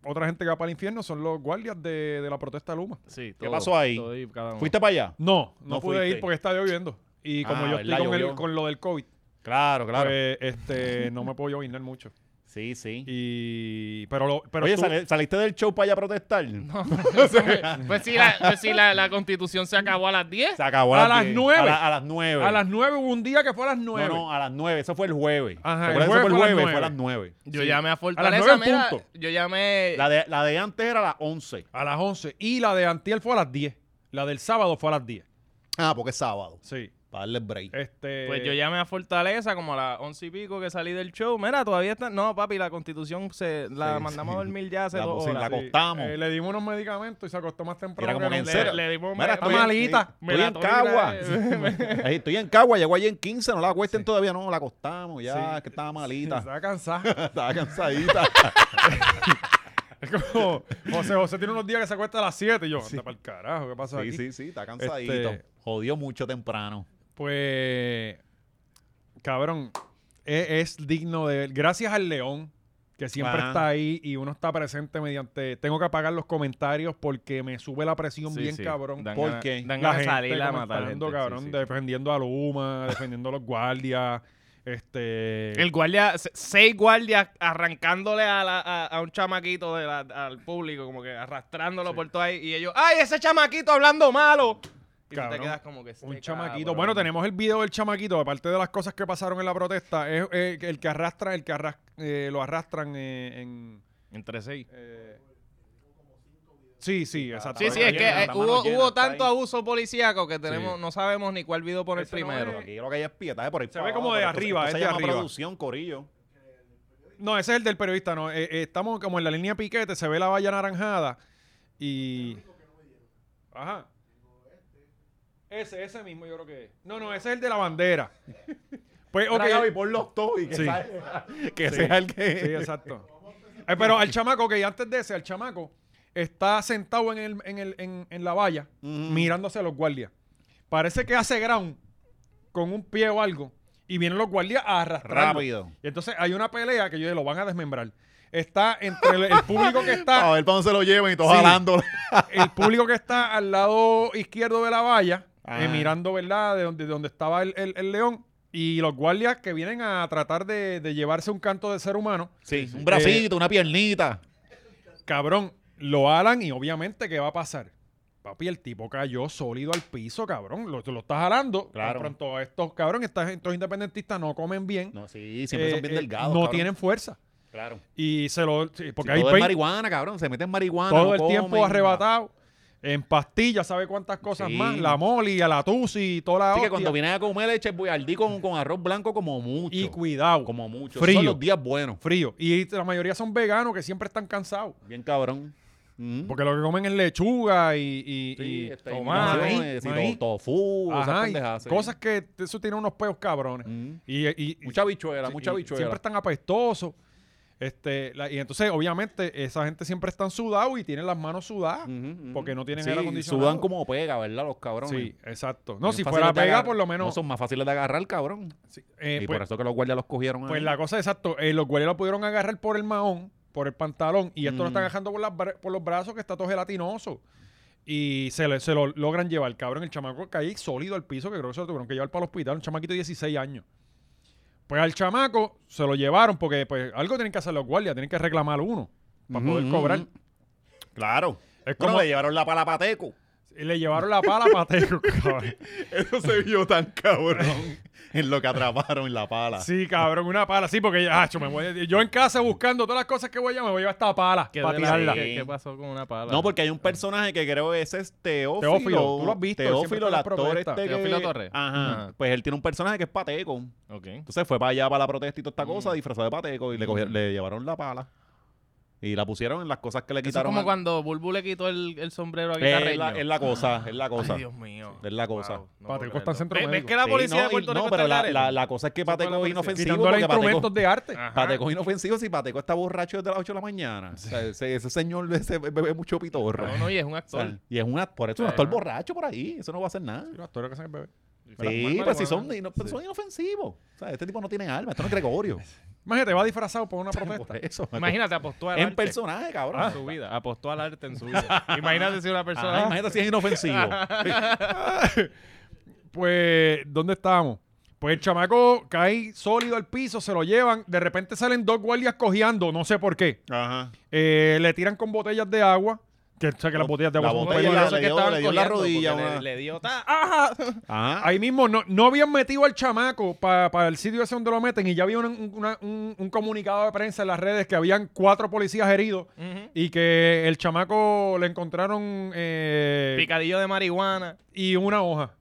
Speaker 1: otra gente que va para el infierno son los guardias de, de la protesta de Luma.
Speaker 3: Sí,
Speaker 2: ¿Qué
Speaker 3: todo,
Speaker 2: pasó ahí?
Speaker 3: todo y cada uno.
Speaker 2: ¿Fuiste para allá?
Speaker 1: No, no,
Speaker 2: No
Speaker 1: pude
Speaker 2: fuiste.
Speaker 1: ir porque estaba lloviendo. Y como
Speaker 2: Ah,
Speaker 1: yo estoy
Speaker 2: ¿verdad?
Speaker 1: con, el-
Speaker 2: Llovió.
Speaker 1: con lo del COVID,
Speaker 2: Claro, claro.
Speaker 1: pues, este, no me puedo llovinar mucho.
Speaker 2: sí, sí.
Speaker 1: Y pero lo, pero
Speaker 2: Oye,
Speaker 1: tú-
Speaker 2: sale- ¿saliste del show para allá a protestar?
Speaker 3: Pues sí, la, pues sí, la, la constitución se acabó a las 10.
Speaker 2: Se acabó
Speaker 1: A
Speaker 2: las
Speaker 1: las
Speaker 2: 10.
Speaker 1: nueve.
Speaker 2: A, la- a las 9.
Speaker 1: a las nueve hubo un día que fue a las nueve.
Speaker 2: No, no, a las 9. Eso fue el jueves.
Speaker 1: Ajá,
Speaker 2: ¿Te
Speaker 1: el
Speaker 2: acuerdas? Eso
Speaker 1: jueves
Speaker 2: fue el
Speaker 1: fue a
Speaker 2: jueves,
Speaker 1: las
Speaker 2: fue a las 9.
Speaker 3: Yo llamé a
Speaker 1: A
Speaker 3: Fortaleza.
Speaker 1: las nueve en
Speaker 3: mira,
Speaker 1: punto.
Speaker 3: yo llamé.
Speaker 2: La de, la de antes era a las 11.
Speaker 1: A las once. Y la de Antiel fue a las diez. La del sábado fue a las diez.
Speaker 2: Ah, porque es sábado.
Speaker 1: Sí.
Speaker 2: Para darle break.
Speaker 1: Este.
Speaker 3: Pues yo llamé a Fortaleza como a las once y pico que salí del show. Mira, todavía está. No, papi, la constitución se la
Speaker 2: Sí,
Speaker 3: mandamos
Speaker 2: sí.
Speaker 3: a dormir ya hace
Speaker 2: La
Speaker 3: dos
Speaker 2: pusi-
Speaker 3: horas.
Speaker 2: la
Speaker 1: sí,
Speaker 2: acostamos.
Speaker 1: eh, le dimos unos medicamentos y se acostó más temprano.
Speaker 2: Era como que
Speaker 1: que
Speaker 2: en
Speaker 1: no-
Speaker 2: cera.
Speaker 3: le dimos-
Speaker 1: está
Speaker 2: Mira, estoy en-
Speaker 1: malita.
Speaker 2: Estoy en
Speaker 3: Melatonina,
Speaker 2: Cagua.
Speaker 3: eh,
Speaker 2: Ey, Estoy en Cagua, llegó allí en 15, no la acuesten todavía, no, la acostamos ya, que estaba malita.
Speaker 1: Estaba cansada.
Speaker 2: Estaba cansadita.
Speaker 1: Es como José José tiene unos días que se acuesta a las 7 y yo, anda para el carajo, ¿qué pasa
Speaker 2: sí,
Speaker 1: aquí?
Speaker 2: sí, sí, está cansadito.
Speaker 1: Este-
Speaker 2: Jodió mucho temprano.
Speaker 1: Pues, cabrón, e- es, digno de... Gracias al León, que siempre
Speaker 2: Ajá.
Speaker 1: está ahí y uno está presente mediante... Tengo que apagar los comentarios porque me sube la presión
Speaker 3: sí,
Speaker 1: bien
Speaker 3: sí.
Speaker 1: cabrón.
Speaker 3: Dan
Speaker 2: ¿Por
Speaker 3: ganas-
Speaker 2: qué?
Speaker 3: Dan
Speaker 1: la
Speaker 3: ganas de
Speaker 1: gente
Speaker 3: salir a matar
Speaker 1: comentando,
Speaker 3: gente, sí,
Speaker 1: cabrón,
Speaker 3: sí.
Speaker 1: defendiendo a Luma, defendiendo a los guardias, este...
Speaker 3: El guardia, se- seis guardias arrancándole a, la- a- a un chamaquito de la- al público, como que arrastrándolo por todo ahí. Y ellos, ¡ay, ese chamaquito hablando malo! Y tú
Speaker 1: Cabrón,
Speaker 3: te quedas como que.
Speaker 1: Un
Speaker 3: este
Speaker 1: chamaquito.
Speaker 3: cabrón.
Speaker 1: Bueno, tenemos el video del chamaquito. Aparte de las cosas que pasaron en la protesta, es eh, el que arrastra, el que arras- eh, lo arrastran eh, en.
Speaker 3: Entre seis.
Speaker 1: eh, Sí, sí, exacto.
Speaker 3: Sí, sí, es que
Speaker 2: llena,
Speaker 3: eh,
Speaker 2: la mano
Speaker 3: hubo,
Speaker 2: llena,
Speaker 3: hubo
Speaker 2: está
Speaker 3: tanto
Speaker 2: ahí.
Speaker 3: abuso policíaco que tenemos, no sabemos ni cuál video poner
Speaker 1: Ese no
Speaker 3: primero.
Speaker 2: Pero aquí lo que hay es pietaje por ahí.
Speaker 1: Se
Speaker 2: para
Speaker 1: ve
Speaker 2: abajo,
Speaker 1: como de
Speaker 2: pero esto-
Speaker 1: arriba,
Speaker 2: esto
Speaker 1: es
Speaker 2: se
Speaker 1: de
Speaker 2: llama
Speaker 1: arriba.
Speaker 2: producción, corillo.
Speaker 1: No, ese es el del periodista, no. Eh, eh, estamos como en la línea de piquete, se ve la valla naranjada y. Ajá. Ese, ese mismo yo creo que es. No, no, ese es el de la bandera. Pues, ok.
Speaker 2: Mira, Gaby, pon los toys, que,
Speaker 1: Sí.
Speaker 2: sea, que sea el que...
Speaker 1: Sí, exacto. Eh, pero al chamaco, que antes de ese, al chamaco está sentado en, el, en, el, en, en la valla
Speaker 2: Ujú.
Speaker 1: mirándose a los guardias. Parece que hace ground con un pie o algo y vienen los guardias a arrastrarlo.
Speaker 2: Rápido.
Speaker 1: Y entonces hay una pelea que yo dije, lo van a desmembrar. Está entre el, el público que
Speaker 2: A
Speaker 1: está
Speaker 2: ver para dónde se lo llevan y todos
Speaker 1: Sí.
Speaker 2: jalándole.
Speaker 1: el público que está al lado izquierdo de la valla, eh,
Speaker 2: Ah.
Speaker 1: mirando, ¿verdad?, de donde, de donde estaba el, el- el león. Y los guardias que vienen a tratar de- de llevarse un canto de ser humano.
Speaker 2: Sí, un bracito, una piernita.
Speaker 1: Cabrón, lo alan y obviamente, ¿qué va a pasar? Papi, el tipo cayó sólido al piso, cabrón. Lo, lo estás jalando.
Speaker 2: Claro.
Speaker 1: De pronto, estos cabrón, estos, estos independentistas no comen bien.
Speaker 2: No, sí, siempre son
Speaker 1: Eh,
Speaker 2: bien
Speaker 1: eh,
Speaker 2: delgados.
Speaker 1: No
Speaker 2: cabrón.
Speaker 1: tienen fuerza.
Speaker 2: Claro.
Speaker 1: Y se lo. sí,
Speaker 2: Si
Speaker 1: Porque hay
Speaker 2: todo es
Speaker 1: vein-
Speaker 2: marihuana, cabrón. Se meten marihuana.
Speaker 1: todo
Speaker 2: no
Speaker 1: el tiempo
Speaker 2: comen.
Speaker 1: arrebatado. En pastillas, ¿sabe cuántas cosas
Speaker 2: Sí.
Speaker 1: más? La moli, a la tusi, toda la
Speaker 2: Así que
Speaker 1: hostia.
Speaker 2: cuando vienes a comer leche boyardí con, con arroz blanco como mucho.
Speaker 1: Y cuidado.
Speaker 2: como mucho. Esos
Speaker 1: Frío.
Speaker 2: Son los días buenos.
Speaker 1: Frío. Y la mayoría son veganos que siempre están cansados.
Speaker 2: Bien cabrón. Mm.
Speaker 1: Porque lo que comen es lechuga y, y,
Speaker 9: Sí,
Speaker 1: y
Speaker 9: este,
Speaker 1: tomate,
Speaker 9: innovaciones, y
Speaker 1: maíz.
Speaker 9: to- tofu, esas
Speaker 1: Ajá, y
Speaker 9: pendejadas, sí.
Speaker 1: cosas que t- eso tiene unos peos cabrones.
Speaker 2: Mm.
Speaker 1: Y, eh, y- y-
Speaker 9: Mucha bichuela,
Speaker 1: sí,
Speaker 9: mucha
Speaker 1: y
Speaker 9: bichuela.
Speaker 1: Siempre están apestosos. Este, la- y entonces, obviamente, esa gente siempre están sudados y tienen las manos sudadas
Speaker 2: Ujú, ujú.
Speaker 1: porque no tienen
Speaker 9: Sí,
Speaker 1: aire acondicionado.
Speaker 9: sudan como pega, ¿verdad? Los cabrones.
Speaker 1: Sí,
Speaker 9: Bien
Speaker 1: exacto. No, si
Speaker 9: fáciles
Speaker 1: fuera
Speaker 9: de
Speaker 1: pega,
Speaker 9: agarrar.
Speaker 1: por lo menos.
Speaker 9: No son más fáciles de agarrar, cabrón.
Speaker 1: sí, eh,
Speaker 9: y
Speaker 1: pues,
Speaker 9: por eso que los guardias los cogieron.
Speaker 1: pues
Speaker 9: ahí.
Speaker 1: la cosa es exacto. eh, los guardias lo pudieron agarrar por el maón, por el pantalón, y esto lo
Speaker 2: Mm.
Speaker 1: están agarrando por, las bra- por los brazos que está todo gelatinoso. Y se, le- se lo logran llevar, cabrón. El chamaco caí sólido al piso, que creo que se lo tuvieron que llevar para el hospital. Un chamaquito de 16 años. Pues al chamaco se lo llevaron porque pues algo tienen que hacer los guardias, tienen que reclamar uno para
Speaker 2: Ujú,
Speaker 1: poder
Speaker 2: ujú,
Speaker 1: cobrar.
Speaker 2: ujú. Claro.
Speaker 1: Es
Speaker 2: Mm-hmm. Bueno,
Speaker 1: como
Speaker 2: le llevaron la pala a Pateco.
Speaker 1: le llevaron la pala a Pateco, cabrón.
Speaker 2: Eso se vio tan cabrón en lo que atraparon la pala.
Speaker 1: Sí, cabrón, una pala. Sí, porque ya, acho, me voy- yo en casa buscando todas las cosas que voy a llevar, me voy a llevar esta pala
Speaker 3: ¿Qué,
Speaker 1: para
Speaker 3: de la-
Speaker 1: tirarla.
Speaker 3: ¿qué, qué pasó con una pala?
Speaker 2: No, porque hay un personaje que creo que ese es este Teófilo.
Speaker 1: Teófilo, tú lo has visto, él siempre está en
Speaker 2: Teófilo, el
Speaker 1: las
Speaker 2: actor
Speaker 1: protestas.
Speaker 2: este que-
Speaker 3: Teófilo Torres.
Speaker 2: Ajá.
Speaker 3: Ajá.
Speaker 2: Pues él tiene un personaje que es Pateco.
Speaker 3: Ok.
Speaker 2: Entonces fue para allá, para la protesta y toda esta cosa, disfrazado de Pateco, y le, cogieron- le llevaron la pala. Y la pusieron en las cosas que le
Speaker 3: Eso es
Speaker 2: quitaron.
Speaker 3: como
Speaker 2: a- Eh,
Speaker 3: cuando Bulbu le quitó el, el sombrero a
Speaker 2: es,
Speaker 3: Guitarreño.
Speaker 2: la, es la cosa, es la cosa.
Speaker 3: Ay, Dios mío.
Speaker 2: Es la cosa.
Speaker 3: Wow, no
Speaker 1: Pateco
Speaker 3: puedo
Speaker 1: está en centro
Speaker 3: creerlo. ¿Ves, ves
Speaker 1: médico.
Speaker 3: que la
Speaker 2: Sí,
Speaker 3: policía
Speaker 2: no,
Speaker 3: de
Speaker 2: y-
Speaker 3: Puerto
Speaker 2: no,
Speaker 3: Rico
Speaker 2: pero
Speaker 3: está en
Speaker 2: la,
Speaker 3: la
Speaker 2: la,
Speaker 3: arena?
Speaker 2: la cosa es que
Speaker 3: Eso fue la
Speaker 2: Pateco es
Speaker 3: policía.
Speaker 2: inofensivo.
Speaker 1: Quitando los
Speaker 2: porque Pateco-
Speaker 1: instrumentos de arte.
Speaker 3: Ajá.
Speaker 2: Pateco es inofensivo si Pateco está borracho desde las 8 de la mañana. O sea, ese, ese señor ese bebe mucho pitorro.
Speaker 3: No, no, y es un
Speaker 2: O sea,
Speaker 3: actor.
Speaker 2: y es una, por eso un
Speaker 3: Sí.
Speaker 2: actor borracho por ahí. Eso no va a hacer nada.
Speaker 1: Los actores que son el bebé.
Speaker 2: Sí,
Speaker 3: Más
Speaker 2: pero pues, si son,
Speaker 3: marihuana.
Speaker 2: ino- pero son inofensivos. O sea, este tipo no tiene alma. Esto no es Gregorio.
Speaker 1: Imagínate, va disfrazado por una
Speaker 2: Por
Speaker 1: protesta.
Speaker 2: eso.
Speaker 3: pues, Imagínate, apostó al
Speaker 1: Eh,
Speaker 2: Es un
Speaker 3: arte
Speaker 2: personaje, cabrón.
Speaker 3: en su vida. Apostó al arte en su vida. Imagínate si una
Speaker 2: Ajá,
Speaker 3: persona...
Speaker 2: Ah, imagínate si es inofensivo.
Speaker 1: Pues, ¿dónde estábamos? Pues el chamaco cae sólido al piso, se lo llevan. De repente salen dos guardias cojeando, no sé por qué.
Speaker 2: Ajá.
Speaker 1: Eh, le tiran con botellas de agua. Que, o sea, que las botellas de agua
Speaker 2: la
Speaker 1: son
Speaker 2: botella,
Speaker 1: peligrosas.
Speaker 2: le
Speaker 3: que
Speaker 2: dio-
Speaker 3: estaban
Speaker 2: le dio la
Speaker 3: cogiendo,
Speaker 2: rodilla,
Speaker 3: porque
Speaker 2: una-
Speaker 3: Le, le dio... ta- ¡Ah!
Speaker 2: Ajá.
Speaker 1: Ahí mismo no, no habían metido al chamaco para el sitio ese donde lo meten y ya había una- una- un, un comunicado de prensa en las redes que habían cuatro policías heridos
Speaker 3: Ujú.
Speaker 1: y que el chamaco le encontraron eh,
Speaker 3: Picadillo de marihuana.
Speaker 1: y una hoja.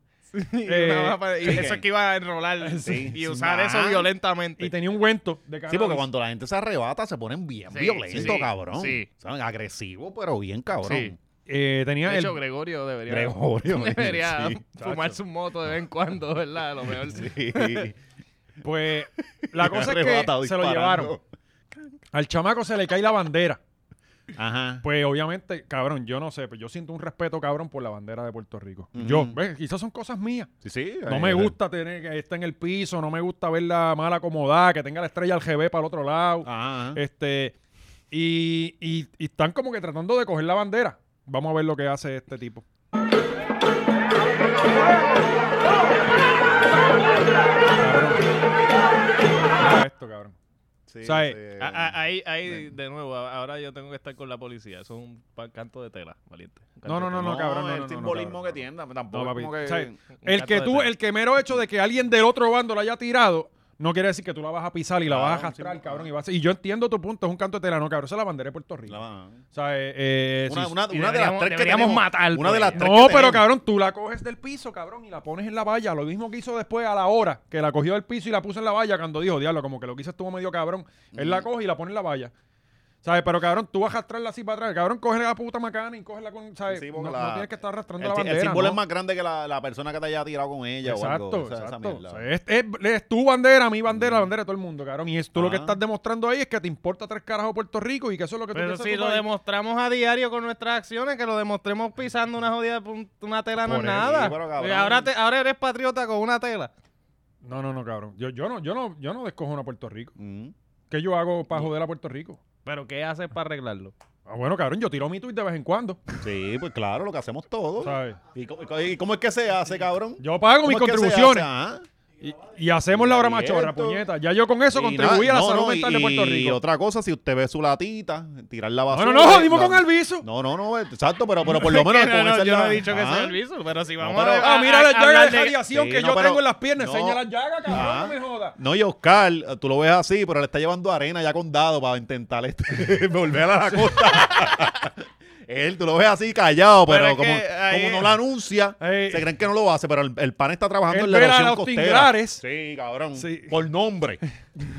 Speaker 3: Y,
Speaker 1: Eh,
Speaker 3: una mapa- y
Speaker 2: sí.
Speaker 3: eso es que iba a enrolar
Speaker 2: Sí. Ah.
Speaker 3: y usar
Speaker 2: Ajá.
Speaker 3: eso violentamente.
Speaker 1: Y tenía un cuento de
Speaker 2: Sí,
Speaker 1: cannabis.
Speaker 2: porque cuando la gente se arrebata se ponen bien
Speaker 3: Sí,
Speaker 2: violentos,
Speaker 3: sí, sí.
Speaker 2: cabrón.
Speaker 3: Sí.
Speaker 2: Son agresivos, pero bien cabrón.
Speaker 3: Sí.
Speaker 1: Eh, tenía
Speaker 3: De
Speaker 1: el-
Speaker 3: hecho, Gregorio debería,
Speaker 2: Gregorio,
Speaker 3: debería
Speaker 2: sí,
Speaker 3: fumarse un moto de vez en cuando, ¿verdad? A lo mejor sí.
Speaker 2: Sí.
Speaker 1: pues la cosa es
Speaker 2: Arrebatado
Speaker 1: que se lo
Speaker 2: disparando.
Speaker 1: llevaron. Al chamaco se le cae la bandera.
Speaker 2: Ajá.
Speaker 1: Pues obviamente, cabrón, yo no sé, pero yo siento un respeto, cabrón, por la bandera de Puerto Rico.
Speaker 2: Ujú.
Speaker 1: Yo, ¿ves? quizás son cosas mías.
Speaker 2: Sí, sí.
Speaker 1: No
Speaker 2: eh,
Speaker 1: me gusta tener que esté en el piso, no me gusta verla mal acomodada, que tenga la estrella al GB para el otro lado.
Speaker 2: Ajá. ajá.
Speaker 1: Este, y, y- y están como que tratando de coger la bandera. Vamos a ver lo que hace este tipo. Cabrón. Mira Esto, cabrón.
Speaker 2: Sí,
Speaker 1: o sea, eh, ah,
Speaker 2: sí,
Speaker 3: A- a- ahí, ahí de nuevo, a- ahora yo tengo que estar con la policía. Eso es un pa- canto de tela, valiente. Un
Speaker 1: No,
Speaker 3: canto
Speaker 1: no,
Speaker 3: de
Speaker 1: no,
Speaker 3: tela.
Speaker 1: no, cabrón. No,
Speaker 2: el
Speaker 1: no, no, no,
Speaker 2: simbolismo
Speaker 1: cabrón.
Speaker 2: que tiene tam- tampoco
Speaker 1: No,
Speaker 2: es
Speaker 1: papi.
Speaker 2: como que...
Speaker 1: O sea,
Speaker 3: Un
Speaker 1: El
Speaker 3: canto
Speaker 1: que
Speaker 3: de
Speaker 1: tú,
Speaker 3: tela.
Speaker 1: el que mero hecho de que alguien del otro bando la haya tirado, no quiere decir que tú la vas a pisar y la vas a
Speaker 2: Claro,
Speaker 1: arrastrar,
Speaker 2: sí,
Speaker 1: cabrón. Y, vas a- y yo entiendo tu punto, es un canto de telano, cabrón. Esa es la bandera de Puerto Rico.
Speaker 2: La va-
Speaker 1: O sea, eh, eh,
Speaker 2: Una,
Speaker 1: sí,
Speaker 2: una,
Speaker 3: y
Speaker 2: una de las
Speaker 3: deberíamos-
Speaker 2: tres que
Speaker 3: deberíamos
Speaker 2: tenemos,
Speaker 3: matar
Speaker 2: Una de
Speaker 3: por
Speaker 2: las
Speaker 3: ella.
Speaker 2: tres
Speaker 1: pues. No,
Speaker 2: que
Speaker 1: pero
Speaker 2: tenemos.
Speaker 1: cabrón, tú la coges del piso, cabrón, y la pones en la valla. Lo mismo que hizo después a la hora, que la cogió del piso y la puso en la valla cuando dijo, diablo, como que lo que hizo estuvo medio cabrón. Él la coge y la pone en la valla. ¿Sabes? Pero cabrón, tú vas a arrastrarla así para atrás. Cabrón, coge la puta macana y cógela con. ¿Sabes?
Speaker 2: Sí,
Speaker 1: no,
Speaker 2: porque
Speaker 1: no
Speaker 2: la-
Speaker 1: tienes que estar arrastrando
Speaker 2: el,
Speaker 1: la
Speaker 2: si- el
Speaker 1: bandera.
Speaker 2: símbolo
Speaker 1: ¿no?
Speaker 2: es más grande que la, la persona que te haya tirado con ella o algo.
Speaker 1: Exacto,
Speaker 2: esa- esa
Speaker 1: exacto.
Speaker 2: mierda.
Speaker 1: O sea, es, es- es tu bandera, mi bandera, la bandera de todo el mundo, cabrón. Y es- tú lo que
Speaker 2: Ajá.
Speaker 1: estás demostrando ahí es que te importa tres carajos Puerto Rico y que eso es lo que tú
Speaker 3: Pero
Speaker 1: piensas
Speaker 3: si
Speaker 1: tu
Speaker 3: lo
Speaker 1: país.
Speaker 3: demostramos a diario con nuestras acciones, que lo demostremos pisando una jodida pun- una tela no es
Speaker 1: Por eso,
Speaker 3: nada.
Speaker 2: pero, cabrón.
Speaker 3: Y ahora, te- ahora eres patriota con una tela.
Speaker 1: No, no, no, cabrón. Yo, yo no, yo no, yo no descojo a Puerto Rico.
Speaker 2: Mm.
Speaker 1: ¿Qué yo hago para joder a Puerto Rico?
Speaker 3: Pero ¿qué haces para arreglarlo?
Speaker 1: Ah, bueno, cabrón, yo tiro mi tweet de vez en cuando.
Speaker 2: Sí, pues claro, lo que hacemos todos.
Speaker 1: ¿sabes?
Speaker 2: ¿Y cómo, y cómo es que se hace, cabrón?
Speaker 1: Yo pago
Speaker 2: ¿Cómo
Speaker 1: mis
Speaker 2: es que se
Speaker 1: contribuciones
Speaker 2: hace? Ah. Ajá.
Speaker 1: y, y hacemos la obra
Speaker 2: Abierto.
Speaker 1: machorra, puñeta. Ya yo con eso
Speaker 2: Y
Speaker 1: contribuí a la
Speaker 2: nada, no,
Speaker 1: salud
Speaker 2: no,
Speaker 1: mental
Speaker 2: y-
Speaker 1: de Puerto
Speaker 2: Y
Speaker 1: Rico.
Speaker 2: otra cosa, si usted ve su latita, tirar la
Speaker 1: No,
Speaker 2: basura.
Speaker 1: no, no, jodimos
Speaker 2: la-
Speaker 1: con Alviso.
Speaker 2: No, no, no, exacto, pero, pero por lo menos.
Speaker 3: Que
Speaker 2: con
Speaker 3: no, no,
Speaker 2: esa
Speaker 3: yo
Speaker 2: la- Ah.
Speaker 3: no he dicho que
Speaker 2: Ajá.
Speaker 3: sea el viso, Ah. pero si vamos
Speaker 2: pero-
Speaker 3: a,
Speaker 1: Ah, mira la llaga
Speaker 3: hablar
Speaker 1: de radiación
Speaker 2: Sí,
Speaker 1: que
Speaker 2: no,
Speaker 1: yo
Speaker 2: pero-
Speaker 1: tengo en las piernas.
Speaker 2: no. Ah.
Speaker 1: Enseña las llagas, cabrón,
Speaker 2: Ajá.
Speaker 1: no me jodas.
Speaker 2: No, y Oscar, tú lo ves así, pero le está llevando arena ya con dado para intentar este, volver a la costa. Él, tú lo ves así callado, pero,
Speaker 3: Pero es
Speaker 2: como,
Speaker 3: que ahí
Speaker 2: como
Speaker 3: es-
Speaker 2: no lo anuncia,
Speaker 1: Ey.
Speaker 2: se creen que no lo hace, pero el, el pan está trabajando
Speaker 1: Él
Speaker 2: en la
Speaker 1: vela a
Speaker 2: erosión
Speaker 1: los
Speaker 2: costera.
Speaker 1: tinglares.
Speaker 2: Sí, cabrón.
Speaker 1: Sí.
Speaker 2: Por nombre.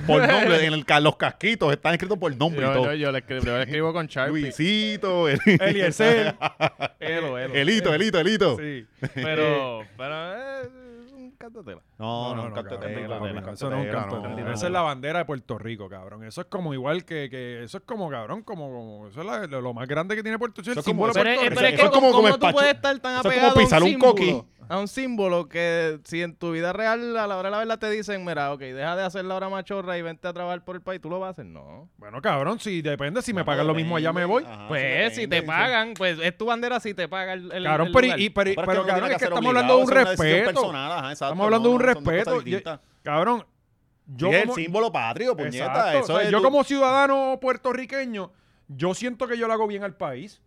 Speaker 2: Por nombre. en el, ca- los casquitos están escritos por nombre y
Speaker 3: Yo,
Speaker 2: todo.
Speaker 3: yo- yo le escribo, yo le escribo con Sharpie.
Speaker 2: Luisito, el-
Speaker 1: Eliezer.
Speaker 3: Elo, elo.
Speaker 2: Elito, Elito, Elito.
Speaker 1: Sí.
Speaker 3: Pero, pero es un canto de tela.
Speaker 2: No, no,
Speaker 1: no,
Speaker 2: no,
Speaker 1: cabrón,
Speaker 2: canto de tela,
Speaker 1: no,
Speaker 2: papi,
Speaker 1: no,
Speaker 2: canto
Speaker 1: eso
Speaker 2: de
Speaker 1: no es un
Speaker 2: tela,
Speaker 1: canto de
Speaker 2: no,
Speaker 1: tela.
Speaker 2: no,
Speaker 1: Esa es
Speaker 2: no.
Speaker 1: la bandera de Puerto Rico, cabrón. Eso es como igual que, que eso es como cabrón, como, como- eso es la- lo, lo más grande que tiene Puerto Rico, el
Speaker 2: Eso es como-
Speaker 1: símbolo de
Speaker 3: Pero,
Speaker 1: Puerto
Speaker 3: es-
Speaker 2: Rico.
Speaker 3: pero es
Speaker 2: Eso
Speaker 3: que
Speaker 2: es como
Speaker 3: ¿cómo
Speaker 2: comer
Speaker 3: tú
Speaker 2: pacho-
Speaker 3: puedes estar
Speaker 2: eso
Speaker 3: tan
Speaker 2: es como
Speaker 3: apegado
Speaker 2: pisar un
Speaker 3: a un símbolo?
Speaker 2: coqui.
Speaker 3: A un símbolo que si en tu vida real a la hora de la verdad te dicen, mira, ok, deja de hacer la hora machorra y vente a trabajar por el país, tú lo vas a hacer, no.
Speaker 1: Bueno, cabrón, si depende, si me pagan lo mismo allá me voy.
Speaker 2: Ajá,
Speaker 3: pues
Speaker 2: Ah, sí,
Speaker 3: si te
Speaker 2: depende, sí.
Speaker 3: pagan, pues es tu bandera si te paga el, el-
Speaker 1: Cabrón,
Speaker 3: el
Speaker 1: pero,
Speaker 3: lugar.
Speaker 1: y- y- pero,
Speaker 2: Pero es que
Speaker 1: pero, cabrón,
Speaker 2: no tiene
Speaker 1: es que
Speaker 2: hacer
Speaker 1: estamos
Speaker 2: obligado,
Speaker 1: hablando de un
Speaker 2: eso es una decisión
Speaker 1: respeto.
Speaker 2: personal, ajá, exacto,
Speaker 1: Estamos hablando de
Speaker 2: no,
Speaker 1: un
Speaker 2: no, son dos
Speaker 1: respeto.
Speaker 2: cosas
Speaker 1: Yo-
Speaker 2: distintas.
Speaker 1: cabrón, yo
Speaker 2: Y es el
Speaker 1: como,
Speaker 2: símbolo patrio, puñeta.
Speaker 1: Exacto,
Speaker 2: Eso
Speaker 1: o sea,
Speaker 2: es
Speaker 1: yo
Speaker 2: tu-
Speaker 1: como ciudadano puertorriqueño, yo siento que yo le hago bien al país.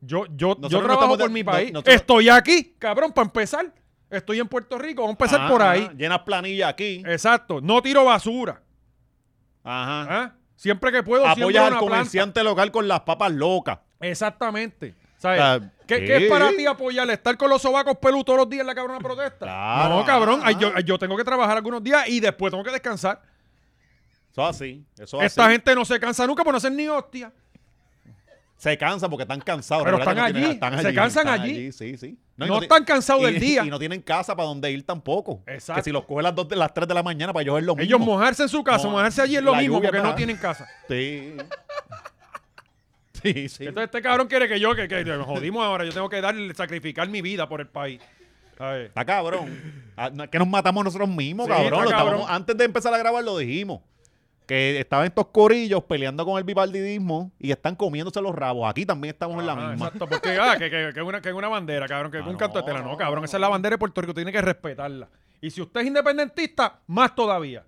Speaker 1: Yo, yo,
Speaker 2: Nosotros
Speaker 1: yo
Speaker 2: no
Speaker 1: trabajo
Speaker 2: estamos de-
Speaker 1: por mi
Speaker 2: no-
Speaker 1: país.
Speaker 2: nosotros-
Speaker 1: Estoy aquí, cabrón, para empezar. Estoy en Puerto Rico, vamos a empezar
Speaker 2: Ajá,
Speaker 1: por
Speaker 2: ajá,
Speaker 1: ahí.
Speaker 2: Ah,
Speaker 1: Eh,
Speaker 2: Llenas planilla aquí.
Speaker 1: Exacto, no tiro basura.
Speaker 2: Ajá.
Speaker 1: ¿ah? Siempre que puedo, siempre
Speaker 2: Apoyas al
Speaker 1: una planta.
Speaker 2: comerciante local con las papas locas.
Speaker 1: Exactamente. ¿Sabes?
Speaker 2: Ah,
Speaker 1: ¿Qué,
Speaker 2: sí.
Speaker 1: qué es para ti apoyar? ¿Estar con los sobacos pelú todos los días en la cabrona protesta?
Speaker 2: Claro, Ah.
Speaker 1: no, cabrón.
Speaker 2: ajá.
Speaker 1: ay, yo, ay, yo tengo que trabajar algunos días y después tengo que descansar.
Speaker 2: Eso así. Eso
Speaker 1: Esta
Speaker 2: así.
Speaker 1: gente no se cansa nunca por no hacer ni hostia.
Speaker 2: Se cansa porque están cansados.
Speaker 1: Pero
Speaker 2: ¿verdad que
Speaker 1: están
Speaker 2: no tienen-
Speaker 1: allí, se cansan allí.
Speaker 2: Sí, sí. y
Speaker 1: No
Speaker 2: ti-
Speaker 1: están cansados
Speaker 2: y-
Speaker 1: del día.
Speaker 2: Y no tienen casa para donde ir tampoco.
Speaker 1: Exacto.
Speaker 2: Que si los coge las, dos de, las 3 de la mañana para ellos es lo mismo.
Speaker 1: Ellos mojarse en su casa,
Speaker 2: No,
Speaker 1: mojarse allí es lo
Speaker 2: la
Speaker 1: mismo
Speaker 2: lluvia
Speaker 1: porque
Speaker 2: está-
Speaker 1: no tienen casa.
Speaker 2: Sí. sí, sí.
Speaker 1: Entonces este cabrón quiere que yo, que, que nos jodimos ahora, yo tengo que dar, sacrificar mi vida por el país. A ver.
Speaker 2: Está cabrón. Ah, no, es que nos matamos nosotros mismos,
Speaker 1: Sí,
Speaker 2: cabrón.
Speaker 1: está
Speaker 2: Lo estábamos-
Speaker 1: cabrón.
Speaker 2: antes de empezar a grabar lo dijimos. Que estaban estos corillos peleando con el bipardidismo y están comiéndose los rabos. Aquí también estamos en la
Speaker 1: Ah,
Speaker 2: misma.
Speaker 1: Exacto, porque ah, que, que, que una, que una bandera, cabrón, que
Speaker 2: Ah,
Speaker 1: un canto de tela.
Speaker 2: no,
Speaker 1: No, cabrón, esa es la bandera de Puerto Rico, tiene que respetarla. Y si usted es independentista, más todavía.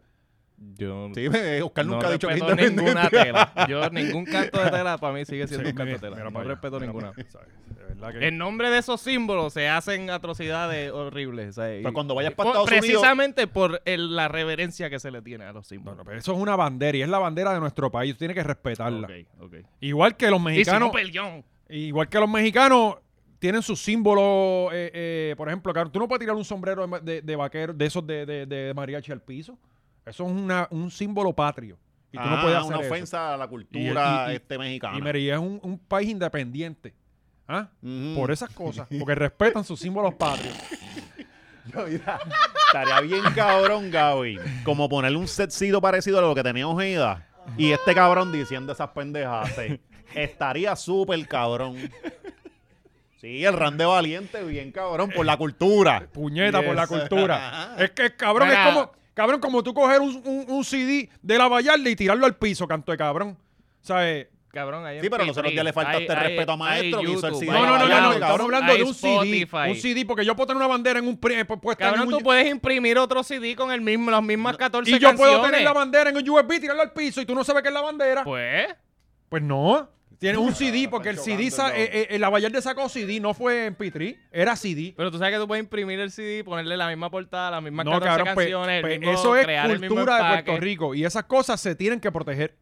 Speaker 3: Yo
Speaker 2: Sí, eh, Oscar
Speaker 3: no
Speaker 2: nunca ha dicho que es
Speaker 3: respeto ninguna
Speaker 2: independiente.
Speaker 3: tela. Yo ningún canto de tela para mí sigue siendo
Speaker 1: Sí,
Speaker 3: un canto de
Speaker 1: mira,
Speaker 3: tela.
Speaker 1: mira
Speaker 3: No
Speaker 1: para allá,
Speaker 3: respeto
Speaker 1: mira
Speaker 3: ninguna.
Speaker 1: para allá. ¿Sabes? De verdad que-
Speaker 3: En nombre de esos símbolos se hacen atrocidades horribles. ¿sabes?
Speaker 2: Pero
Speaker 3: Y-
Speaker 2: cuando vayas
Speaker 3: y
Speaker 2: para
Speaker 3: por-
Speaker 2: Estados Unidos-
Speaker 3: Precisamente por el- la reverencia que se le tiene a los
Speaker 1: No, no,
Speaker 3: símbolos.
Speaker 1: pero eso es una bandera y es la bandera de nuestro país, tiene que respetarla.
Speaker 3: Ok, ok.
Speaker 1: Igual que los
Speaker 3: Y si
Speaker 1: mexicanos.
Speaker 3: no, pues- perdón.
Speaker 1: Igual que los mexicanos tienen sus símbolos, eh, eh, por ejemplo, cabrón, tú no puedes tirar un sombrero de, de- de vaquero, de esos de, de, de mariachi al piso. Eso es una- un símbolo patrio. Y tú no
Speaker 2: Ah,
Speaker 1: puedes hacer
Speaker 2: una
Speaker 1: eso.
Speaker 2: ofensa a la cultura
Speaker 1: Y- y- y-
Speaker 2: este mexicana.
Speaker 1: Y Merida es un, un país independiente. ¿Ah?
Speaker 2: Ujú.
Speaker 1: Por esas cosas. Porque respetan sus símbolos patrios.
Speaker 2: Yo, mira, estaría bien cabrón, Gaby. Como ponerle un setcito parecido a lo que tenía Ojeda. Y este cabrón diciendo esas pendejadas. Estaría súper cabrón. Sí, el rande valiente, bien cabrón, por la cultura.
Speaker 1: Puñeta por la
Speaker 2: Yes.
Speaker 1: cultura. es que, cabrón,
Speaker 3: Mira.
Speaker 1: es como. Cabrón, como tú coger un, un- un CD de la Vallarta y tirarlo al piso, canto de cabrón. O sea, eh,
Speaker 3: Cabrón, ahí en
Speaker 2: Sí, pero nosotros
Speaker 3: Patreon
Speaker 2: ya le faltaste
Speaker 3: hay-
Speaker 2: este respeto a
Speaker 3: hay-
Speaker 2: maestro
Speaker 3: hay
Speaker 2: que hizo el
Speaker 3: YouTube,
Speaker 2: CD.
Speaker 3: hay
Speaker 1: No, no, no, no, no,
Speaker 3: Vallarta,
Speaker 1: estamos
Speaker 3: cabrón.
Speaker 1: hablando de
Speaker 3: Hay
Speaker 1: un CD.
Speaker 3: Spotify.
Speaker 1: Un CD, porque yo puedo tener una bandera en un pri- eh, puesta en
Speaker 3: Cabrón,
Speaker 1: un
Speaker 3: tú
Speaker 1: U-
Speaker 3: puedes imprimir otro CD con el mismo, las mismas 14
Speaker 1: Y yo puedo
Speaker 3: canciones.
Speaker 1: tener la bandera en un USB, tirarla al piso y tú no sabes qué es la bandera. Pues,
Speaker 3: Pues,
Speaker 1: no. Tienes un CD, porque el
Speaker 2: están
Speaker 1: CD, sa-
Speaker 2: chocando,
Speaker 1: eh, eh, la Vallarta sacó CD, no fue en Pitri, era CD.
Speaker 3: pero tú sabes que tú puedes imprimir el CD, ponerle la misma portada, las mismas
Speaker 1: No,
Speaker 3: 14
Speaker 1: cabrón, pues-
Speaker 3: canciones,
Speaker 1: pues
Speaker 3: el mismo,
Speaker 1: eso es
Speaker 3: crear el mismo
Speaker 1: cultura de Puerto
Speaker 3: empaque.
Speaker 1: Rico y esas cosas se tienen que proteger.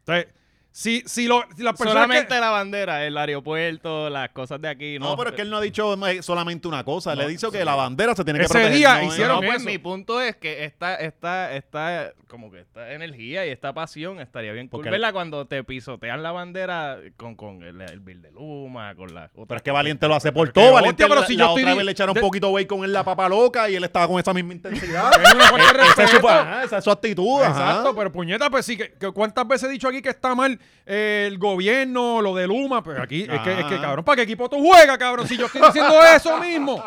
Speaker 1: Entonces, si, si, lo, si las personas que-
Speaker 3: Solamente la bandera, el aeropuerto, las cosas de aquí. No,
Speaker 2: No, pero es que él no ha dicho eh, solamente una cosa. le ha dicho que la bandera se tiene que
Speaker 1: Ese
Speaker 2: proteger.
Speaker 1: día
Speaker 2: no es-
Speaker 1: hicieron-
Speaker 3: No, pues
Speaker 1: eso.
Speaker 3: mi punto es que esta, esta, esta, como que esta energía y esta pasión estaría bien cool
Speaker 2: Porque-
Speaker 3: verla cuando te pisotean la bandera con, con el, el Bill de Luma, con la otra.
Speaker 2: Pero es que Valiente lo hace por
Speaker 1: Pero
Speaker 2: todo.
Speaker 1: qué
Speaker 2: Valiente,
Speaker 1: hostia, pero
Speaker 2: la,
Speaker 1: si
Speaker 2: la
Speaker 1: yo
Speaker 2: otra
Speaker 1: estoy-
Speaker 2: vez le echaron
Speaker 1: de-
Speaker 2: un poquito bacon en la papa loca y él estaba con esa misma intensidad.
Speaker 1: Este Es una falta de
Speaker 2: Esa es su,
Speaker 1: respeto.
Speaker 2: ajá, esa es su actitud. ajá.
Speaker 1: Exacto, pero puñeta, pues sí, que, que ¿cuántas veces he dicho aquí que está mal eh, el gobierno, lo de Luma? Pero aquí, es que, es que,
Speaker 2: Ah.
Speaker 1: cabrón, ¿para qué equipo tú juegas, cabrón? Si yo estoy diciendo eso mismo.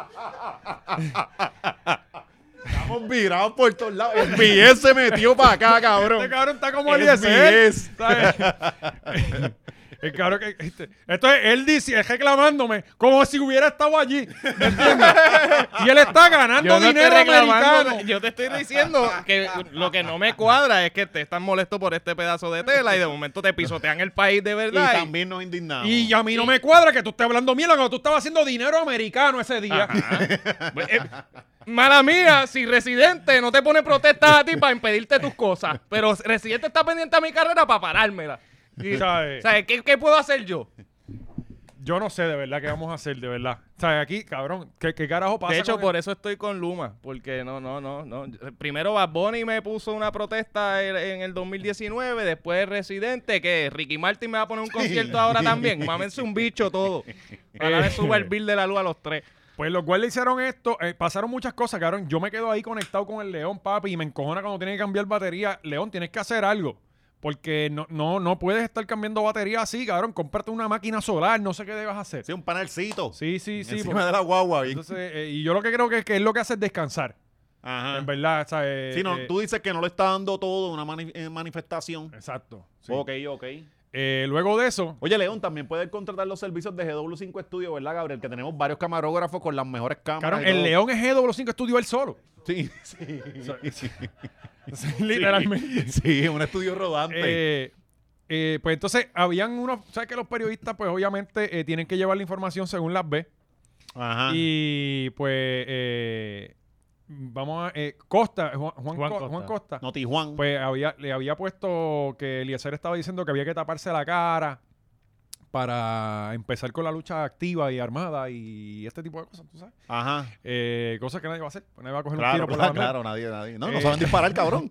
Speaker 2: Estamos virados por todos lados. El BS se metió para acá,
Speaker 1: Este
Speaker 2: cabrón.
Speaker 1: cabrón está como
Speaker 2: El
Speaker 1: el ISL,
Speaker 2: BS.
Speaker 1: ¿sabes? El cabrón que. este- entonces él dice, es reclamándome como si hubiera estado allí. ¿me entiendes? Y él está ganando
Speaker 3: Yo no estoy
Speaker 1: dinero americano.
Speaker 3: reclamando, yo te estoy diciendo que lo que no me cuadra es que te están molesto por este pedazo de tela y de momento te pisotean el país de
Speaker 2: Y
Speaker 3: verdad. y-
Speaker 2: también nos indignamos.
Speaker 1: Y a mí no me cuadra que tú estés hablando mierda cuando tú estabas haciendo dinero americano ese día.
Speaker 3: Ajá. Pues, eh, Mala mía, si Residente no te pone protestas a ti para impedirte tus cosas, pero Residente está pendiente a mi carrera para parármela.
Speaker 1: Y, ¿sabes?
Speaker 3: ¿Sabes qué, qué puedo hacer yo?
Speaker 1: Yo no sé de verdad qué vamos a hacer, de verdad. ¿Sabes? Aquí, cabrón, ¿qué, qué carajo pasa?
Speaker 3: De hecho,
Speaker 1: con
Speaker 3: por eso estoy con Luma, porque no, no, no, no. Primero Bad Bunny me puso una protesta el- en el 2019, después Residente, que Ricky Martin me va a poner un concierto ahora también. Mámense un bicho todo. Ahora le
Speaker 2: Eh.
Speaker 3: suba el bill de la luz a los tres.
Speaker 1: Pues los guardias hicieron esto, eh, pasaron muchas cosas, cabrón. Yo me quedo ahí conectado con el León, papi, y me encojona cuando tiene que cambiar batería. León, tienes que hacer algo. Porque no, no, no puedes estar cambiando batería así, cabrón. Cómprate una máquina solar, no sé qué debas hacer.
Speaker 2: Sí, un panelcito.
Speaker 1: Sí, sí, sí.
Speaker 2: Encima
Speaker 1: porque-
Speaker 2: de la guagua. bien.
Speaker 1: entonces, eh, y yo lo que creo que, que es lo que hace es descansar.
Speaker 2: Ajá.
Speaker 1: En verdad, ¿sabes?
Speaker 2: Ah. Sí, no,
Speaker 1: Eh,
Speaker 2: tú dices que no le está dando todo una mani- eh, manifestación.
Speaker 1: Exacto. sí.
Speaker 2: Ok, ok.
Speaker 1: Eh, luego de eso,
Speaker 2: Oye, León, también puedes contratar los servicios de GW5 Studio, ¿verdad, Gabriel? Que tenemos varios camarógrafos con las mejores
Speaker 1: cabrón,
Speaker 2: cámaras. y todo.
Speaker 1: el León es GW5 estudió él solo.
Speaker 2: Sí, sí.
Speaker 1: Literalmente.
Speaker 2: Sí, un estudio rodante.
Speaker 1: Eh, eh, pues entonces, habían unos. ¿Sabes que los periodistas, pues obviamente, eh, tienen que llevar la información según las ve?
Speaker 2: Ajá.
Speaker 1: Y pues, eh, vamos a. eh, Costa, Juan, Juan
Speaker 3: Juan
Speaker 1: Co-
Speaker 3: Costa.
Speaker 1: Juan Costa.
Speaker 2: Noti Juan.
Speaker 1: Pues había, le había puesto que Eliezer estaba diciendo que había que taparse la cara para empezar con la lucha activa y armada y este tipo de cosas, ¿tú sabes?
Speaker 2: Ajá.
Speaker 1: Eh, cosas que nadie va a hacer. Nadie va a coger un
Speaker 2: Claro,
Speaker 1: tiro por la
Speaker 2: claro,
Speaker 1: bandera.
Speaker 2: claro, nadie, nadie. No,
Speaker 1: Eh.
Speaker 2: no saben disparar, cabrón.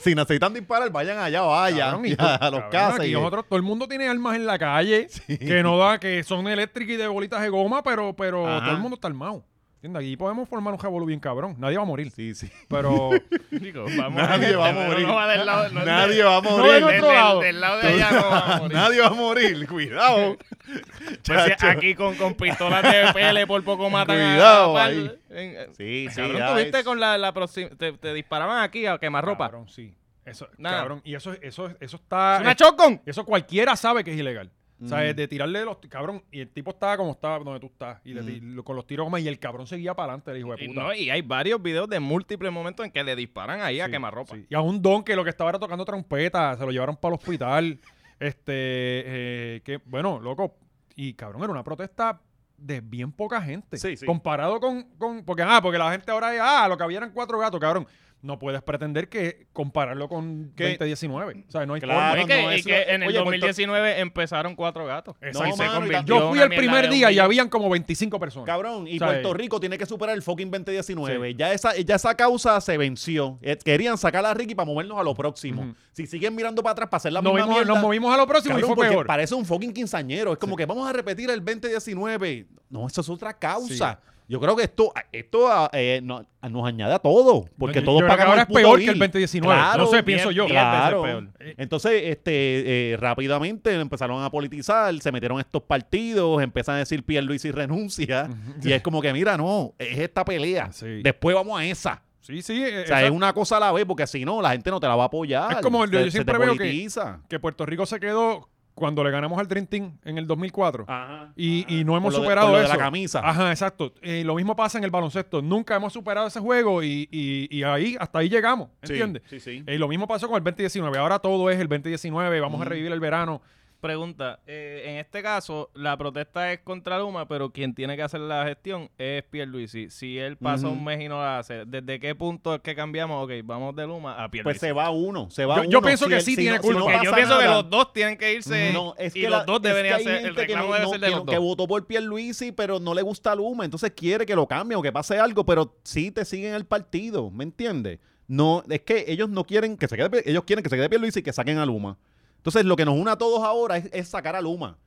Speaker 2: si necesitan disparar, vayan allá, vayan.
Speaker 1: Cabrón, y
Speaker 2: ya,
Speaker 1: tú-
Speaker 2: a los
Speaker 1: cabrón,
Speaker 2: casas.
Speaker 1: aquí
Speaker 2: y-
Speaker 1: nosotros- todo el mundo tiene armas en la calle que no da, que son eléctricas y de bolitas de goma, pero, pero
Speaker 2: Ajá.
Speaker 1: todo el mundo está armado. ¿Entiendes? Aquí podemos formar un revolú bien cabrón. Nadie va a morir.
Speaker 2: Sí, sí.
Speaker 1: Pero
Speaker 3: Digo, vamos
Speaker 2: Nadie va a
Speaker 3: pero
Speaker 2: morir.
Speaker 3: No va del lado, no es
Speaker 2: Nadie
Speaker 3: del-
Speaker 2: va a
Speaker 3: no
Speaker 2: morir.
Speaker 3: del, del- del lado de allá no va a morir.
Speaker 2: Nadie va a morir, cuidado.
Speaker 3: Pues si
Speaker 2: Chacho.
Speaker 3: aquí con, con pistolas de PL por poco matan a-
Speaker 2: Cuidado
Speaker 3: a-
Speaker 2: ahí.
Speaker 3: en- en-
Speaker 2: Sí, sí.
Speaker 3: Cabrón,
Speaker 2: ya
Speaker 3: tuviste
Speaker 2: es-
Speaker 3: con la, la proxi- te, te disparaban aquí a quemar ropa.
Speaker 1: Cabrón, sí. Eso,
Speaker 3: Nada.
Speaker 1: cabrón. Y eso, eso, eso está.
Speaker 3: Es una chocón.
Speaker 1: Eso cualquiera sabe que es ilegal. O
Speaker 2: Mm.
Speaker 1: sea, es de tirarle los. Cabrón, y el tipo estaba como estaba, donde tú estás.
Speaker 2: Mm.
Speaker 1: Y le ti- lo- con los tiros goma, y el cabrón seguía para adelante, el hijo de
Speaker 3: Y,
Speaker 1: puta.
Speaker 3: no, y hay varios videos de múltiples momentos en que le disparan ahí a
Speaker 1: Sí,
Speaker 3: quemarropa.
Speaker 1: sí. Y a un don que lo que estaba era tocando trompeta, se lo llevaron para el hospital. este, eh, que, bueno, loco. Y cabrón, era una protesta de bien poca gente.
Speaker 2: Sí, sí.
Speaker 1: Comparado con, con- Porque, ah, porque la gente ahora es, ah, lo que había eran cuatro gatos, cabrón. No puedes pretender que compararlo con
Speaker 2: Que-
Speaker 1: 2019. O sea, no hay
Speaker 2: Claro,
Speaker 1: forma.
Speaker 3: Oye, que,
Speaker 2: no
Speaker 3: y
Speaker 2: es
Speaker 3: que
Speaker 2: la-
Speaker 3: en el
Speaker 2: Oye, Puerto-
Speaker 3: 2019 empezaron cuatro gatos.
Speaker 1: Exacto.
Speaker 3: Y se
Speaker 2: mano, y
Speaker 3: convirtió
Speaker 2: también-
Speaker 1: Yo fui
Speaker 3: en
Speaker 1: el
Speaker 3: una
Speaker 1: primer
Speaker 3: mierda de
Speaker 1: día
Speaker 3: un
Speaker 1: y habían como 25 personas.
Speaker 2: Cabrón, y
Speaker 1: O sea, eh.
Speaker 2: Puerto Rico tiene que superar el fucking 2019. Ya, esa, ya esa causa se venció. Eh, Querían sacar a Ricky para movernos a lo próximo.
Speaker 1: Ujú.
Speaker 2: Si siguen mirando para atrás para hacer la
Speaker 1: nos,
Speaker 2: misma
Speaker 1: vimos-
Speaker 2: mierda,
Speaker 1: nos movimos a lo próximo
Speaker 2: cabrón,
Speaker 1: y fue
Speaker 2: porque
Speaker 1: peor.
Speaker 2: parece un fucking quinceañero. Es como que vamos a repetir el 2019. No, eso es otra causa. Yo creo que esto, esto eh, no- nos añade a todo. Porque
Speaker 1: Yo-
Speaker 2: todos
Speaker 1: yo creo que
Speaker 2: pagamos
Speaker 1: ahora
Speaker 2: el
Speaker 1: es
Speaker 2: puto
Speaker 1: peor que el
Speaker 2: bill.
Speaker 1: 2019. No sé,
Speaker 2: bien,
Speaker 1: pienso yo.
Speaker 2: bien, Claro.
Speaker 1: veces peor.
Speaker 2: Entonces, este, eh, rápidamente empezaron a politizar, se metieron estos partidos, empiezan a decir Pierluisi renuncia. y es como que, mira, no, es esta pelea.
Speaker 1: Sí.
Speaker 2: Después vamos a esa.
Speaker 1: sí, sí. eh,
Speaker 2: O sea,
Speaker 1: esa-
Speaker 2: es una cosa a la vez, porque si no, la gente no te la va a apoyar.
Speaker 1: Es como el- yo
Speaker 2: Se-
Speaker 1: siempre
Speaker 2: se te
Speaker 1: veo que-
Speaker 2: politiza.
Speaker 1: que Puerto Rico se quedó cuando le ganamos al Dream Team en el 2004.
Speaker 2: Ajá.
Speaker 1: Y, y no hemos
Speaker 2: Por lo de-
Speaker 1: superado
Speaker 2: por lo de
Speaker 1: eso.
Speaker 2: la camisa.
Speaker 1: Ajá, exacto. Eh, lo mismo pasa en el baloncesto. Nunca hemos superado ese juego y, y- y ahí, hasta ahí llegamos. ¿Entiendes?
Speaker 2: Sí, sí.
Speaker 1: Eh, lo mismo pasó con el 2019. Ahora todo es el 2019. Vamos a revivir el verano.
Speaker 3: Pregunta, eh, en este caso la protesta es contra Luma, pero quien tiene que hacer la gestión es Pierluisi. Si él pasa
Speaker 2: Ujú.
Speaker 3: un mes y no la hace, ¿desde qué punto es que cambiamos? Ok, vamos de Luma a
Speaker 2: Pues
Speaker 3: Pierluisi.
Speaker 2: se va uno, se va
Speaker 1: Yo-
Speaker 2: uno.
Speaker 1: yo pienso que
Speaker 2: él-
Speaker 1: sí tiene
Speaker 2: no-
Speaker 1: culpa.
Speaker 2: no
Speaker 1: Porque
Speaker 3: yo
Speaker 2: pasa
Speaker 3: pienso que
Speaker 2: nada.
Speaker 3: los dos tienen que irse
Speaker 2: No, es
Speaker 3: y
Speaker 2: que
Speaker 3: los
Speaker 2: la-
Speaker 3: dos
Speaker 2: es que
Speaker 3: deberían
Speaker 2: hay
Speaker 3: ser, el
Speaker 2: gente que
Speaker 3: reclamo
Speaker 2: no-
Speaker 3: debe
Speaker 2: no-
Speaker 3: ser de
Speaker 2: que
Speaker 3: los
Speaker 2: no-
Speaker 3: dos.
Speaker 2: Que votó por Pierluisi, pero no le gusta Luma, entonces quiere que lo cambie o que pase algo, pero sí te siguen el partido, ¿me entiendes? No, es que ellos no quieren que se quede, Pier- ellos quieren que se quede Pierluisi y que saquen a Luma. Entonces lo que nos une a todos ahora es, es sacar a Luma.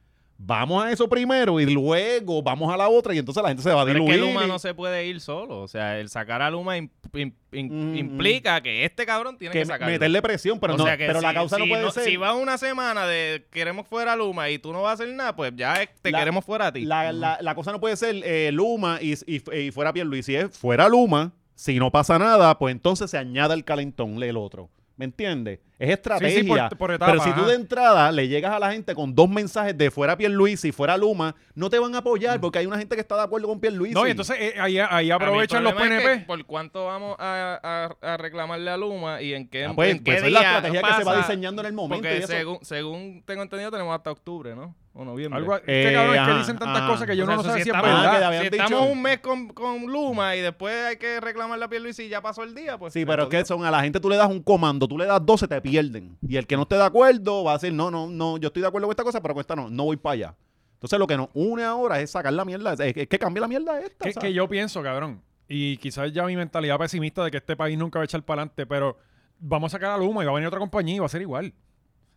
Speaker 2: Vamos a eso primero y luego vamos a la otra y entonces la gente se va a
Speaker 3: Pero es que
Speaker 2: diluir.
Speaker 3: Luma
Speaker 2: y-
Speaker 3: no se puede ir solo. O sea, el sacar a Luma im- im- im-
Speaker 2: Mm,
Speaker 3: implica que este cabrón tiene que,
Speaker 2: que
Speaker 3: sacarlo.
Speaker 2: meterle presión, pero,
Speaker 3: O
Speaker 2: no,
Speaker 3: sea que
Speaker 2: pero la
Speaker 3: si-
Speaker 2: causa no
Speaker 3: si
Speaker 2: puede ser.
Speaker 3: Si va una semana de queremos fuera a Luma y tú no vas a hacer nada, pues ya es- te
Speaker 2: La-
Speaker 3: queremos fuera a ti.
Speaker 2: La, la- la cosa no puede ser eh, Luma y, y- y fuera Pierluisi. Es fuera Luma, si no pasa nada, pues entonces se añade el calentón el otro. ¿Me entiendes? Es estrategia.
Speaker 1: Sí, sí, por- por etapa,
Speaker 2: Pero si tú
Speaker 1: ajá.
Speaker 2: de entrada le llegas a la gente con dos mensajes de fuera Pierluisi y fuera Luma, no te van a
Speaker 3: Mm.
Speaker 2: apoyar porque hay una gente que está de acuerdo con Pierluisi.
Speaker 1: No, y entonces eh, ahí, ahí
Speaker 3: A mí el
Speaker 1: aprovechan los
Speaker 3: problema es
Speaker 1: PNP.
Speaker 3: que ¿Por cuánto vamos a, a- a reclamarle a Luma y en qué,
Speaker 2: Ah, pues,
Speaker 3: en qué
Speaker 2: pues esa es la
Speaker 3: día
Speaker 2: estrategia que se va
Speaker 3: pasa?
Speaker 2: diseñando en el momento. y
Speaker 3: Porque
Speaker 2: eso-
Speaker 3: según, según tengo entendido tenemos hasta octubre, ¿no? O noviembre.
Speaker 1: Algo, es
Speaker 2: Eh,
Speaker 1: que, cabrón, es que
Speaker 2: ajá,
Speaker 1: dicen tantas
Speaker 2: ajá.
Speaker 1: cosas que yo
Speaker 3: O sea,
Speaker 1: no
Speaker 3: eso
Speaker 1: sé
Speaker 3: sí
Speaker 1: si es
Speaker 3: está
Speaker 2: mal.
Speaker 1: verdad.
Speaker 2: Ah, que
Speaker 3: Si
Speaker 2: habían dicho.
Speaker 3: estamos un mes con, con Luma y después hay que reclamarle a Pierluisi y ya pasó el día, pues...
Speaker 2: Sí, pero es
Speaker 3: entonces-
Speaker 2: que son a la gente tú le das un comando, tú le das dos, se te pierden. Y el que no esté de acuerdo va a decir, no, no, no, yo estoy de acuerdo con esta cosa, pero con esta no, no voy para allá. Entonces lo que nos une ahora es sacar la mierda, es, es que cambie la mierda esta.
Speaker 1: Que,
Speaker 2: o sea.
Speaker 1: que yo pienso, cabrón, y quizás ya mi mentalidad pesimista de que este país nunca va a echar para adelante, pero vamos a sacar a Luma y va a venir otra compañía y va a ser igual.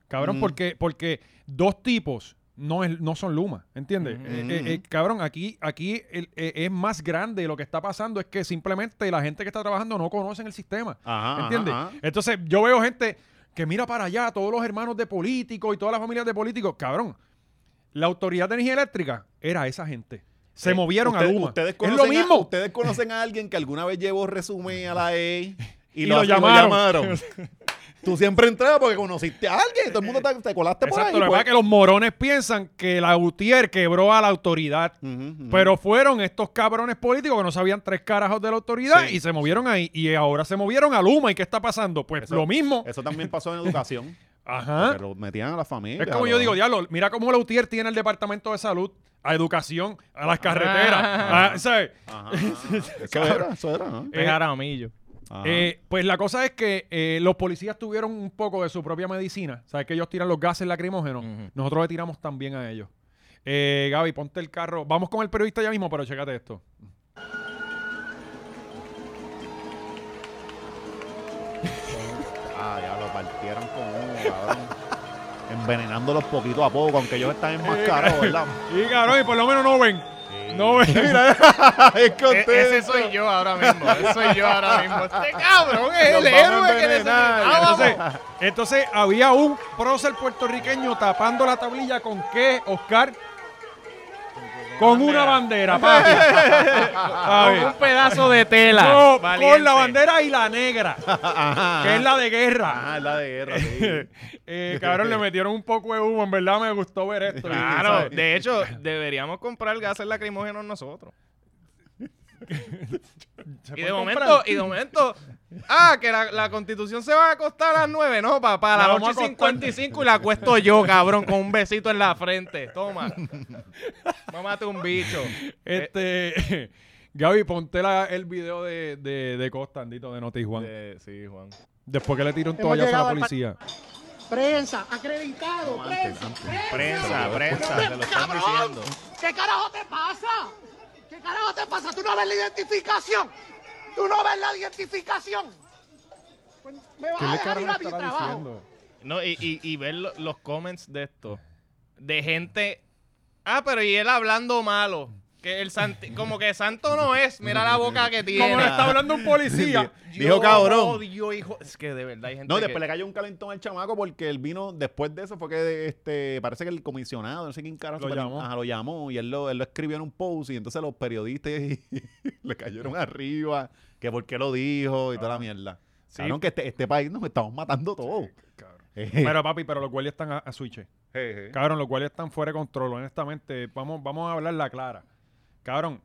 Speaker 1: Cabrón,
Speaker 2: Mm.
Speaker 1: porque, porque dos tipos no, es, no son Luma, ¿entiendes?
Speaker 2: Ujú.
Speaker 1: Eh, eh, eh, cabrón, aquí, aquí el- eh, es más grande lo que está pasando, es que simplemente la gente que está trabajando no conocen el sistema.
Speaker 2: Ajá,
Speaker 1: ¿Entiendes?
Speaker 2: ajá, ajá.
Speaker 1: Entonces, yo veo gente que mira para allá, todos los hermanos de políticos y todas las familias de políticos. Cabrón, la autoridad de energía eléctrica era esa gente. Se
Speaker 2: Eh,
Speaker 1: movieron
Speaker 2: ustedes-
Speaker 1: a Luma.
Speaker 2: ustedes
Speaker 1: es lo
Speaker 2: conocen a-
Speaker 1: mismo.
Speaker 2: ustedes conocen a alguien que alguna vez llevó resumen a la E y,
Speaker 1: Y
Speaker 2: lo,
Speaker 1: lo
Speaker 2: y
Speaker 1: llamaron.
Speaker 2: llamaron. Tú siempre entrabas porque conociste a alguien, todo el mundo te, te colaste por
Speaker 1: Exacto, lo
Speaker 2: ahí.
Speaker 1: que pasa
Speaker 2: pues.
Speaker 1: es que los morones piensan que la UTIER quebró a la autoridad.
Speaker 2: Ujú, ujú.
Speaker 1: Pero fueron estos cabrones políticos que no sabían tres carajos de la autoridad
Speaker 2: Sí.
Speaker 1: y se movieron ahí. Y ahora se movieron a Luma. ¿Y qué está pasando? Pues
Speaker 2: Eso-
Speaker 1: lo mismo.
Speaker 2: Eso también pasó en educación.
Speaker 1: Ajá.
Speaker 2: Pero metían a la familia.
Speaker 1: ¿Ah? Es como yo
Speaker 2: lo-
Speaker 1: digo, diablo, mira cómo la UTIER tiene el departamento de salud, a educación, a las carreteras.
Speaker 3: Ah.
Speaker 1: a- ¿sabes?
Speaker 2: Ajá, ajá. Eso era, eso era. ¿no?
Speaker 3: Es jaramillo.
Speaker 2: Ajá.
Speaker 1: Eh, pues la cosa es que eh, los policías tuvieron un poco de su propia medicina. ¿Sabes que ellos tiran los gases lacrimógenos?
Speaker 3: Ujú.
Speaker 1: Nosotros le tiramos también a ellos. Eh, Gaby, ponte el carro. Vamos con el periodista ya mismo, pero chécate esto.
Speaker 2: Ah, ya lo partieron con uno, cabrón. Envenenándolos poquito a poco, aunque ellos están enmascarados, ¿verdad?
Speaker 1: Y cabrón, y por lo menos no ven. No ven.
Speaker 2: E-, es contento.
Speaker 3: ese soy yo ahora mismo. Ese soy yo ahora mismo. Este cabrón es
Speaker 2: Nos vamos
Speaker 3: el
Speaker 2: a
Speaker 3: héroe que
Speaker 2: envenenar.
Speaker 1: Entonces,
Speaker 3: necesitábamos.
Speaker 1: entonces había un prócer puertorriqueño tapando la tablilla con qué, Oscar? Con una bandera, papi. A
Speaker 3: Con un
Speaker 1: ver.
Speaker 3: pedazo de tela.
Speaker 1: No,
Speaker 3: Valiente.
Speaker 1: con la bandera y la negra, que es la de guerra.
Speaker 2: Ah, es la de guerra, sí.
Speaker 1: Eh, cabrón, le metieron un poco de humo. En verdad me gustó ver esto.
Speaker 3: Claro,
Speaker 1: ¿sabes?
Speaker 3: de hecho, deberíamos comprar gases lacrimógenos nosotros.
Speaker 1: Se
Speaker 3: Y
Speaker 1: puede
Speaker 3: de momento,
Speaker 1: comprar.
Speaker 3: y de momento, ah, que la, la constitución se va a acostar a las 9, no, papá,
Speaker 1: La
Speaker 3: a las
Speaker 1: vamos a
Speaker 3: 8.55 y la acuesto yo, cabrón, con un besito en la frente. Toma. Mámate un bicho.
Speaker 1: Este, Gaby, ponte la- el video de, de, de Costa, Andito, de Noti Juan.
Speaker 3: Eh, sí, Juan.
Speaker 1: Después que le tiró un toallazo a la policía.
Speaker 10: Prensa, acreditado, prensa,
Speaker 2: Prensa, prensa, te lo están
Speaker 10: ¡Cabrón!
Speaker 2: diciendo.
Speaker 10: ¿Qué carajo te pasa? ¿Qué carajo te pasa? ¿Tú no ves la identificación? ¿Tú no ves la identificación? Pues, Me vas
Speaker 1: ¿Qué
Speaker 10: a
Speaker 1: le
Speaker 10: dejar
Speaker 1: carajo
Speaker 10: ir a mi
Speaker 1: estará
Speaker 10: trabajo.
Speaker 1: diciendo?
Speaker 3: No, y, y, y ver lo- los comments de esto. De gente. Ah, pero y él hablando malo. Que el santi- como que santo no es. Mira la boca que tiene.
Speaker 1: Como le está hablando un policía.
Speaker 2: Dijo cabrón.
Speaker 3: Odio, hijo. Es que de verdad hay gente.
Speaker 2: No, después
Speaker 3: que-
Speaker 2: le cayó un calentón al chamaco porque él vino, después de eso fue que este, parece que el comisionado, no sé quién carajo,
Speaker 1: Lo
Speaker 2: super-
Speaker 1: llamó.
Speaker 2: ajá, lo llamó y él lo, él lo escribió en un post y entonces los periodistas le cayeron arriba, que por qué lo dijo y toda la mierda. Cabrón, que este, este país nos estamos matando todos. Eh,
Speaker 1: Pero papi, pero los guardias están a, a switch.
Speaker 2: Jeje.
Speaker 1: Cabrón, los guardias están fuera de control, honestamente. Vamos, vamos a hablar la clara. Cabrón,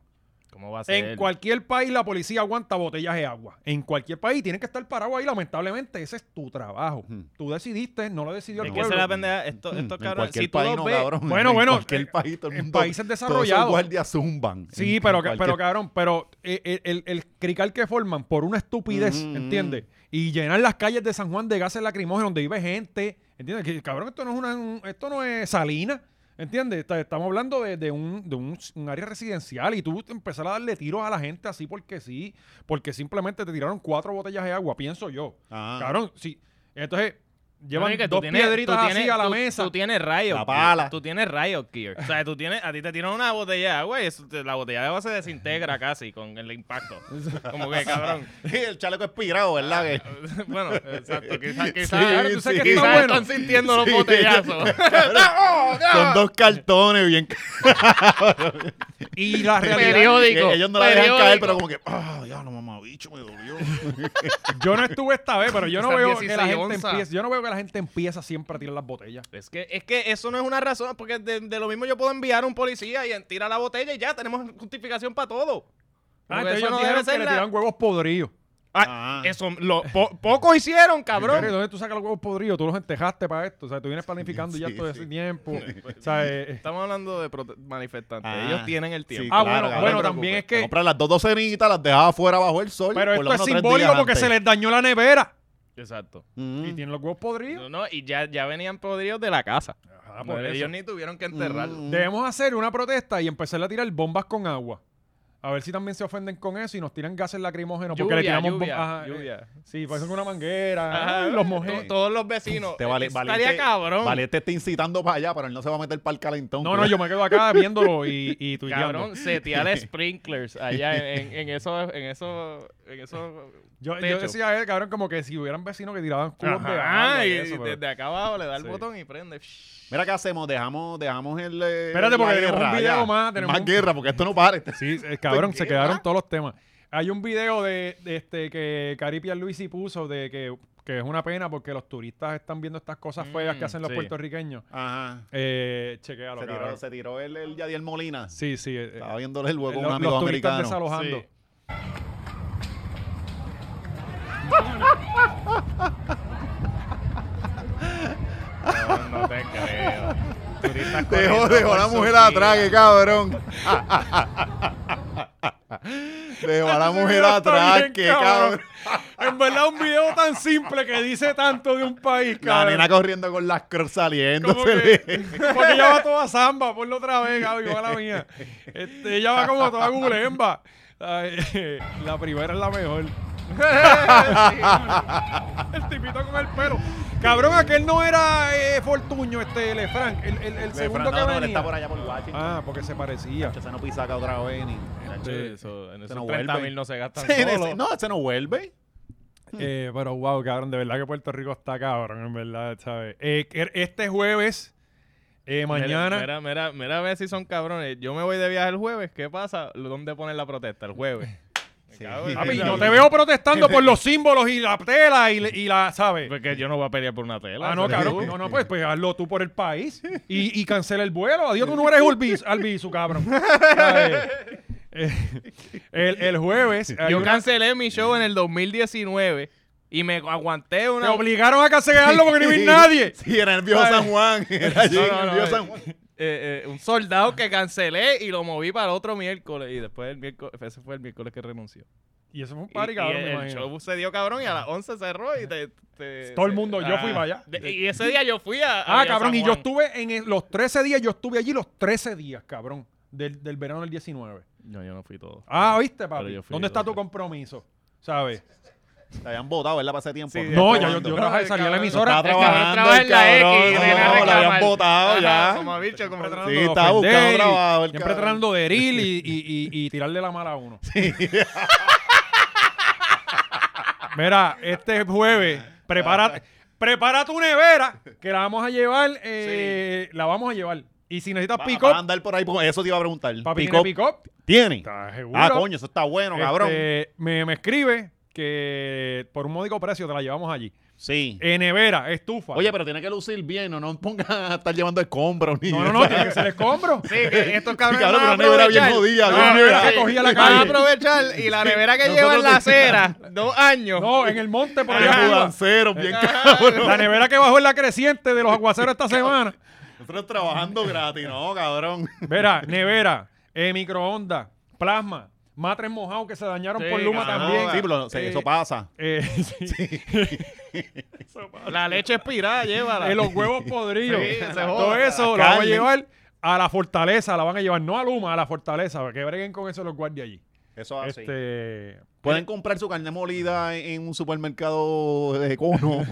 Speaker 3: ¿Cómo va a ser?
Speaker 1: en cualquier país la policía aguanta botellas de agua. En cualquier país tienen que estar parados ahí, lamentablemente. Ese es tu trabajo.
Speaker 2: Ujú.
Speaker 1: Tú decidiste, no lo decidió
Speaker 3: Es
Speaker 1: el
Speaker 3: que
Speaker 1: pueblo.
Speaker 3: esa es la pendeja. Esto,
Speaker 2: Mm, En
Speaker 3: esto cabrón.
Speaker 2: cualquier
Speaker 3: Si tú
Speaker 2: país
Speaker 3: los
Speaker 2: no,
Speaker 3: ves-
Speaker 2: cabrón.
Speaker 1: Bueno,
Speaker 2: en
Speaker 1: bueno,
Speaker 2: cualquier
Speaker 1: eh,
Speaker 2: país, todo el
Speaker 1: en
Speaker 2: mundo-
Speaker 1: países
Speaker 2: todos esos
Speaker 1: desarrollados.
Speaker 2: guardias zumban.
Speaker 1: Sí,
Speaker 2: En-
Speaker 1: pero,
Speaker 2: en
Speaker 1: ca-
Speaker 2: cualquier-
Speaker 1: pero cabrón, pero eh, eh, el, el crical que forman por una estupidez,
Speaker 2: Mm, mm,
Speaker 1: ¿entiendes? Y llenar las calles de San Juan de gases lacrimógenos donde vive gente, ¿entiendes? Que, cabrón, esto no es una, un- esto no es Salina, ¿entiendes? Está- Estamos hablando de, de un, de un, un área residencial y tú empezar a darle tiros a la gente así porque sí, porque simplemente te tiraron cuatro botellas de agua, pienso yo.
Speaker 2: Ah.
Speaker 1: Cabrón, sí. Entonces, llevan
Speaker 3: Bueno, y que tú
Speaker 1: dos
Speaker 3: tienes-
Speaker 1: piedritas
Speaker 3: tú
Speaker 1: así
Speaker 3: tienes-
Speaker 1: a la
Speaker 3: tú-
Speaker 1: mesa.
Speaker 3: Tú tienes Riot.
Speaker 2: La
Speaker 3: Gear.
Speaker 2: pala.
Speaker 3: Tú tienes Riot Gear. O sea, tú tienes, a ti te tiran una botella de agua y eso te- la botella de agua se desintegra casi con el impacto. Como que, cabrón.
Speaker 2: Sí, el chaleco expirado, ¿verdad? Que-
Speaker 3: bueno, exacto. Quizás
Speaker 1: claro, tú sabes que está
Speaker 3: quizás
Speaker 1: bueno.
Speaker 3: están ¡Ah, sintiendo los
Speaker 2: Sí.
Speaker 3: botellazos. oh,
Speaker 2: Con dos cartones bien
Speaker 1: Y la realidad...
Speaker 3: periódico.
Speaker 2: Que ellos no la dejan
Speaker 3: periódico.
Speaker 2: caer, pero como que, ah, ya no mamá, bicho, me dolió.
Speaker 1: Yo no estuve esta vez, pero yo no
Speaker 3: Esas
Speaker 1: veo que la
Speaker 3: 16
Speaker 1: gente
Speaker 3: onzas.
Speaker 1: empiece, yo no veo que la gente empieza siempre a tirar las botellas.
Speaker 3: Es que, es que eso no es una razón, porque de, de lo mismo yo puedo enviar a un policía y en- tira la botella y ya tenemos justificación para todo.
Speaker 1: Ah,
Speaker 3: Porque
Speaker 1: entonces
Speaker 3: eso
Speaker 1: ellos
Speaker 3: no
Speaker 1: dijeron
Speaker 3: debe
Speaker 1: que
Speaker 3: ser
Speaker 1: le
Speaker 3: la-
Speaker 1: tiran huevos podridos.
Speaker 3: Ah,
Speaker 2: Ah.
Speaker 3: Eso, lo, po- poco hicieron, cabrón.
Speaker 1: Pero, ¿Dónde tú sacas los huevos podridos? Tú los entejaste para esto. O sea, tú vienes planificando ya
Speaker 2: Sí,
Speaker 1: todo ese
Speaker 2: sí.
Speaker 1: tiempo. o sea, eh, eh.
Speaker 3: Estamos hablando de prote- manifestantes.
Speaker 2: Ah,
Speaker 3: Ellos tienen el tiempo.
Speaker 2: sí,
Speaker 1: Ah,
Speaker 2: Claro,
Speaker 1: bueno,
Speaker 2: cabrón,
Speaker 1: bueno
Speaker 2: no te
Speaker 1: también es que...
Speaker 2: Comprar las dos docenitas, las dejaba afuera bajo el sol.
Speaker 1: Pero
Speaker 2: por lo
Speaker 1: esto es
Speaker 2: menos tres días
Speaker 1: simbólico porque
Speaker 2: antes.
Speaker 1: se les dañó la nevera.
Speaker 3: Exacto.
Speaker 2: Mm.
Speaker 1: Y tienen los huevos podridos.
Speaker 3: No, no, y ya, ya venían podridos de la casa.
Speaker 1: Ajá,
Speaker 3: No,
Speaker 1: Ah, por eso.
Speaker 3: ellos ni Mm. tuvieron que enterrarlo.
Speaker 1: Debemos hacer una protesta y empezar a tirar bombas con agua. A ver si también se ofenden con eso y nos tiran gases lacrimógenos. porque le
Speaker 3: Lluvia,
Speaker 1: tiramos
Speaker 3: lluvia,
Speaker 1: bom- ajá, eh,
Speaker 3: lluvia.
Speaker 1: Sí, parece una manguera.
Speaker 3: Ajá,
Speaker 1: Ay, los
Speaker 3: to-
Speaker 1: mojé.
Speaker 3: Todos los vecinos.
Speaker 2: Te Este vale,
Speaker 3: Eh,
Speaker 2: Valiente-
Speaker 3: Estaría cabrón.
Speaker 2: Valiente está incitando para allá, pero él no se va a meter para el calentón.
Speaker 1: No, no, yo me quedo acá viéndolo y, y tuiteando.
Speaker 3: Cabrón, setear sprinklers allá en, en, en esos... En esos... En esos
Speaker 1: Yo, yo
Speaker 3: techos.
Speaker 1: decía, eh, cabrón, como que si hubieran vecinos que tiraban cubos de
Speaker 3: Ajá,
Speaker 1: agua y
Speaker 3: y
Speaker 1: eso, pero-
Speaker 3: desde acá abajo le da el
Speaker 1: Sí.
Speaker 3: botón y prende.
Speaker 2: Mira, ¿qué hacemos? Dejamos, dejamos el. eh,
Speaker 1: Espérate, porque
Speaker 2: la
Speaker 1: tenemos un
Speaker 2: guerra,
Speaker 1: video
Speaker 2: ya.
Speaker 1: más, tenemos un-
Speaker 2: Más guerra, porque esto no para. Este-
Speaker 1: Sí, eh, cabrón, se quedaron todos los temas. Hay un video de, de este que Caripia Luisi puso de que, que es una pena porque los turistas están viendo estas cosas feas que
Speaker 3: Mm,
Speaker 1: hacen los
Speaker 3: sí.
Speaker 1: puertorriqueños.
Speaker 2: Ajá.
Speaker 1: Eh, chequealo,
Speaker 2: Se
Speaker 1: cabrón.
Speaker 2: tiró, se tiró el, el Yadiel Molina.
Speaker 1: Sí, sí. eh,
Speaker 2: Estaba viéndole el juego
Speaker 1: eh,
Speaker 2: con
Speaker 1: los,
Speaker 2: un amigo
Speaker 1: los turistas
Speaker 2: americano.
Speaker 1: desalojando.
Speaker 2: Sí.
Speaker 3: No, no te creo. Turistas
Speaker 2: Dejó,
Speaker 3: corriendo
Speaker 2: dejó
Speaker 3: por
Speaker 2: a la
Speaker 3: sus
Speaker 2: mujer atrás,
Speaker 3: vidas.
Speaker 2: que cabrón. dejó a la
Speaker 1: Ese
Speaker 2: mujer
Speaker 1: video está
Speaker 2: atrás,
Speaker 1: bien,
Speaker 2: que cabrón.
Speaker 1: En verdad, un video tan simple que dice tanto de un país,
Speaker 2: La
Speaker 1: cabrón.
Speaker 2: nena corriendo con las cr- saliendo.
Speaker 1: Como
Speaker 2: se
Speaker 1: que,
Speaker 2: le-
Speaker 1: porque ella va toda zamba, ponlo otra vez, Gaby, la mía. Este, ella va como toda gulemba. Ay, La primera es la mejor. el tipito con el pelo. Cabrón, aquel no era eh, Fortuño, este Lefranc. El, el, el segundo que
Speaker 2: Fran, no, no, él
Speaker 1: venía.
Speaker 2: está por allá por Washington.
Speaker 1: Ah, porque se parecía.
Speaker 2: Ese no pisa acá otra vez. Ni...
Speaker 3: Nacho, eso- en
Speaker 2: Se
Speaker 3: esos
Speaker 2: nos
Speaker 3: 30
Speaker 2: vuelve.
Speaker 3: mil no se gastan
Speaker 2: Sí, en
Speaker 3: solo.
Speaker 2: ese- no, ese no vuelve.
Speaker 1: Eh, pero wow, cabrón, de verdad que Puerto Rico está cabrón, en verdad, ¿sabes? Eh, que este jueves, eh, mañana.
Speaker 3: Mira, mira, mira, mira a ver si son cabrones. Yo me voy de viaje el jueves. ¿Qué pasa? ¿Dónde ponen la protesta? El jueves. Me cago en la
Speaker 1: Papi,
Speaker 3: vida.
Speaker 1: no te veo protestando por los símbolos y la tela y, y la, ¿sabes?
Speaker 3: Porque yo Pues, no voy a pelear por una tela.
Speaker 1: Ah, no,
Speaker 3: ¿sabes
Speaker 1: cabrón.
Speaker 3: tú?
Speaker 1: No, no, pues, pues hazlo tú por el país y, y cancela el vuelo. Adiós, tú no eres Urbiz, Albizu, cabrón. ¿Sabes? Eh, el, el jueves. hay
Speaker 3: Yo
Speaker 1: una-
Speaker 3: cancelé mi show en el 2019 y me aguanté
Speaker 1: Te
Speaker 3: una...
Speaker 1: obligaron a cancelarlo porque no vi
Speaker 2: Sí,
Speaker 1: nadie.
Speaker 2: Sí, era el viejo San Juan. Era allí
Speaker 3: No,
Speaker 2: en
Speaker 3: no,
Speaker 2: el
Speaker 3: no,
Speaker 2: viejo
Speaker 3: eh,
Speaker 2: San Juan.
Speaker 3: eh, eh, un soldado que cancelé y lo moví para el otro miércoles. Y después el miércoles, ese fue el miércoles que renunció.
Speaker 1: Y eso fue un
Speaker 3: Y-
Speaker 1: party,
Speaker 3: y
Speaker 1: cabrón,
Speaker 3: el,
Speaker 1: me imagino.
Speaker 3: show se dio cabrón y a las 11 cerró y te... te-
Speaker 1: Todo el
Speaker 3: se-
Speaker 1: mundo, yo fui para allá.
Speaker 3: Ah, De- y ese día yo fui a... a
Speaker 1: Ah,
Speaker 3: Villa
Speaker 1: cabrón,
Speaker 3: San
Speaker 1: y yo
Speaker 3: Juan.
Speaker 1: estuve en el- los 13 días, yo estuve allí los 13 días, cabrón, del, del verano del 19.
Speaker 3: No, yo no fui todo.
Speaker 1: Ah, ¿viste, papi?
Speaker 3: Pero yo fui
Speaker 1: ¿Dónde está
Speaker 3: dos
Speaker 1: tu
Speaker 3: veces.
Speaker 1: compromiso? ¿Sabes?
Speaker 2: Te habían votado, ¿verdad? Para ese tiempo.
Speaker 3: Sí,
Speaker 1: No, ya yo,
Speaker 2: Trabajando.
Speaker 1: yo trabajé, salí a la
Speaker 3: Cabrón,
Speaker 1: emisora.
Speaker 2: estaba
Speaker 1: Estaba-
Speaker 2: trabajando,
Speaker 3: Trabaja en
Speaker 2: el
Speaker 3: la X y
Speaker 2: cabrón.
Speaker 3: viene a
Speaker 2: No, lo habían
Speaker 3: reclamar.
Speaker 2: votado
Speaker 3: Ajá,
Speaker 2: ya.
Speaker 3: Como bicho, como...
Speaker 1: Siempre
Speaker 2: Sí,
Speaker 1: tratando de
Speaker 2: estaba buscando
Speaker 1: ofender y-
Speaker 2: trabajo, el
Speaker 1: Siempre
Speaker 2: cabrón.
Speaker 1: tratando de herir y, y- y- y tirarle la mala a uno. Mira, este jueves, prepara, prepara tu nevera, que la vamos a llevar, eh, la vamos a llevar. Y si necesitas
Speaker 2: Va-
Speaker 1: pick
Speaker 2: va a
Speaker 1: up,
Speaker 2: andar por ahí, porque eso te iba a preguntar.
Speaker 1: papi
Speaker 2: Pick
Speaker 1: tiene
Speaker 2: up.
Speaker 1: pick up.
Speaker 2: ¿Tiene?
Speaker 1: ¿Estás seguro?
Speaker 2: Ah, coño, eso está bueno, cabrón.
Speaker 1: Este, me, me escribe que por un módico precio te la llevamos allí.
Speaker 2: Sí.
Speaker 1: Eh, nevera, estufa.
Speaker 2: Oye, pero tiene que lucir bien, no nos pongan a estar llevando escombros ni
Speaker 1: no, no, no, tiene que ser escombro.
Speaker 3: Sí, que estos
Speaker 2: Sí,
Speaker 3: cabrones
Speaker 2: cabrón,
Speaker 3: van a
Speaker 2: una nevera bien
Speaker 3: aprovechar.
Speaker 2: jodida,
Speaker 1: No,
Speaker 2: bien
Speaker 1: no,
Speaker 2: nevera.
Speaker 1: no, cogí a la
Speaker 3: Van a
Speaker 1: calle.
Speaker 3: aprovechar y la nevera que lleva en la
Speaker 2: Nosotros-
Speaker 3: acera, dos años.
Speaker 1: No, en el monte por allá
Speaker 2: Bien
Speaker 1: arriba.
Speaker 2: mudanceros, bien
Speaker 1: La
Speaker 2: cabrón.
Speaker 1: nevera que bajó en la creciente de los aguaceros esta semana.
Speaker 2: Nosotros trabajando gratis, no, cabrón.
Speaker 1: Verá, nevera, eh, microondas, plasma, matres mojados que se dañaron
Speaker 3: Sí,
Speaker 1: por Luma
Speaker 3: cabrón.
Speaker 1: también.
Speaker 2: Sí, pero sí,
Speaker 1: Eh,
Speaker 2: eso pasa.
Speaker 1: eh, sí.
Speaker 3: La leche expirada, llévala.
Speaker 1: Eh, los huevos podridos.
Speaker 3: Sí, se joda.
Speaker 1: Todo eso lo
Speaker 2: La
Speaker 1: vamos a
Speaker 2: carne.
Speaker 1: llevar a la fortaleza, la van a llevar, no a Luma, a la fortaleza, que breguen con eso los guardias allí. eh,
Speaker 2: Eso
Speaker 3: Ah,
Speaker 2: así.
Speaker 1: Este,
Speaker 2: Pueden comprar su carne molida en, en un supermercado de Econo.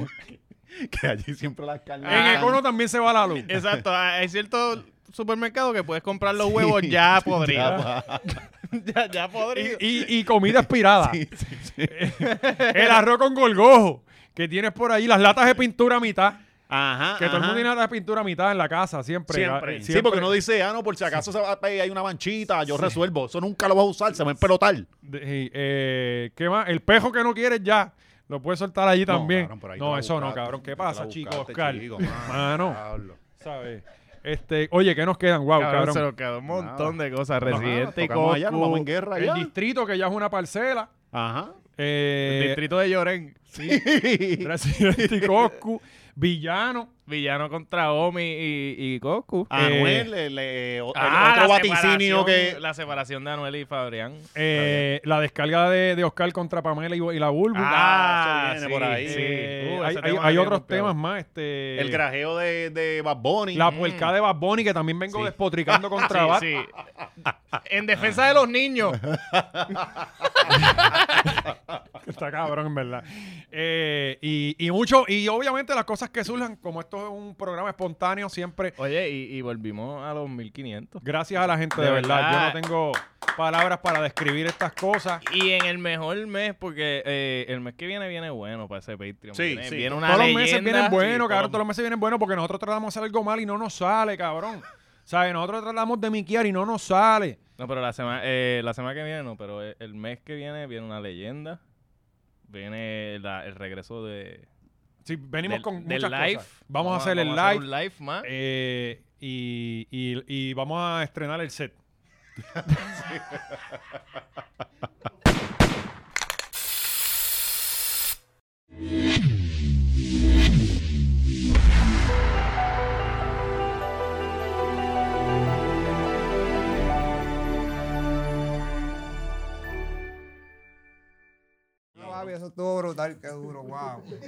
Speaker 2: que allí siempre las carnes.
Speaker 1: en
Speaker 3: Ah.
Speaker 2: están-
Speaker 1: Econo también se va la luz.
Speaker 3: Exacto, ah, hay ciertos supermercados que puedes comprar los
Speaker 2: pues
Speaker 3: huevos ya podridos.
Speaker 2: Ya, pa.
Speaker 3: Ya, ya podridos.
Speaker 1: Y, y comida expirada.
Speaker 2: Sí, sí, sí.
Speaker 1: El arroz con gorgojo que tienes por ahí, las latas de pintura a mitad.
Speaker 2: Ajá.
Speaker 1: Que todo el
Speaker 2: ajá.
Speaker 1: mundo tiene latas de pintura a mitad en la casa, siempre.
Speaker 2: Siempre.
Speaker 1: Eh,
Speaker 2: Sí, porque uno dice, ah, no, por si acaso se va a pedir, hay una manchita, yo resuelvo. Eso nunca lo vas a usar, se va a empelotar.
Speaker 1: De- sí, eh, ¿Qué más? El pejo que no quieres ya. Lo puedes soltar allí
Speaker 2: No,
Speaker 1: también.
Speaker 2: cabrón, pero ahí te
Speaker 1: no,
Speaker 2: la
Speaker 1: eso no,
Speaker 2: buscaste,
Speaker 1: cabrón.
Speaker 2: te
Speaker 1: ¿Qué
Speaker 2: la
Speaker 1: pasa,
Speaker 2: buscaste,
Speaker 1: chico, Oscar?
Speaker 2: chico,
Speaker 1: Mano,
Speaker 2: Pablo.
Speaker 1: ¿sabes? Este, oye, ¿qué nos quedan? Wow, cabrón.
Speaker 3: se nos quedó un montón de cosas.
Speaker 2: Ajá,
Speaker 3: Residente y
Speaker 2: tocamos allá, nos vamos en
Speaker 3: Coscu.
Speaker 2: guerra
Speaker 1: El
Speaker 2: allá.
Speaker 1: distrito, que ya es una parcela.
Speaker 2: Ajá.
Speaker 1: Eh,
Speaker 3: Distrito de Lloren.
Speaker 1: Residente y Coscu. Villano.
Speaker 3: Villano contra Omi y, y Goku.
Speaker 2: Anuel, le- le- o- Ah, el
Speaker 3: Eh, Ah,
Speaker 2: otro
Speaker 3: la
Speaker 2: vaticinio
Speaker 3: separación-
Speaker 2: que.
Speaker 3: La separación de Anuel y Fabrián.
Speaker 1: Eh, la descarga de, de Oscar contra Pamela y, y la Bulbu.
Speaker 2: Ah, eso viene por ahí.
Speaker 1: Eh,
Speaker 3: Uh,
Speaker 1: hay
Speaker 3: ese
Speaker 1: hay-
Speaker 3: tema
Speaker 1: hay
Speaker 3: bien
Speaker 1: otros
Speaker 3: complicado.
Speaker 1: temas más. Este,
Speaker 2: El grajeo de, de Bad Bunny.
Speaker 1: La puerca de Bad Bunny, que también vengo despotricando contra Bad.
Speaker 3: Sí, sí. Ah, En defensa de los niños.
Speaker 1: Está cabrón, en verdad. Eh, y, y mucho, y obviamente las cosas que surjan, como esto es un programa espontáneo, siempre
Speaker 3: Oye, y, y volvimos a los 1500.
Speaker 1: gracias a la gente, de,
Speaker 3: De
Speaker 1: verdad.
Speaker 3: verdad.
Speaker 1: Yo no tengo palabras para describir estas cosas.
Speaker 3: Y en el mejor mes, porque eh, el mes que viene viene bueno para ese Patreon.
Speaker 2: Sí,
Speaker 3: viene,
Speaker 2: sí.
Speaker 3: viene una
Speaker 1: Todos los
Speaker 3: leyenda.
Speaker 1: meses vienen buenos,
Speaker 3: Sí,
Speaker 1: cabrón.
Speaker 3: todos
Speaker 1: Todos los meses vienen buenos porque nosotros tratamos de hacer algo mal y no nos sale, cabrón. ¿Sabes? Nosotros tratamos de miquear y no nos sale.
Speaker 3: los- No, pero la semana, eh, la semana que viene no, pero eh, el mes que viene viene una leyenda. Viene la- el regreso de,
Speaker 1: Si venimos
Speaker 3: del,
Speaker 1: con
Speaker 3: del
Speaker 1: muchas
Speaker 3: live.
Speaker 1: cosas. Vamos, a hacer el
Speaker 3: vamos
Speaker 1: live.
Speaker 3: un live más.
Speaker 1: eh, y, y- y vamos a estrenar el set.
Speaker 11: Guau, eso estuvo brutal, qué duro, wow.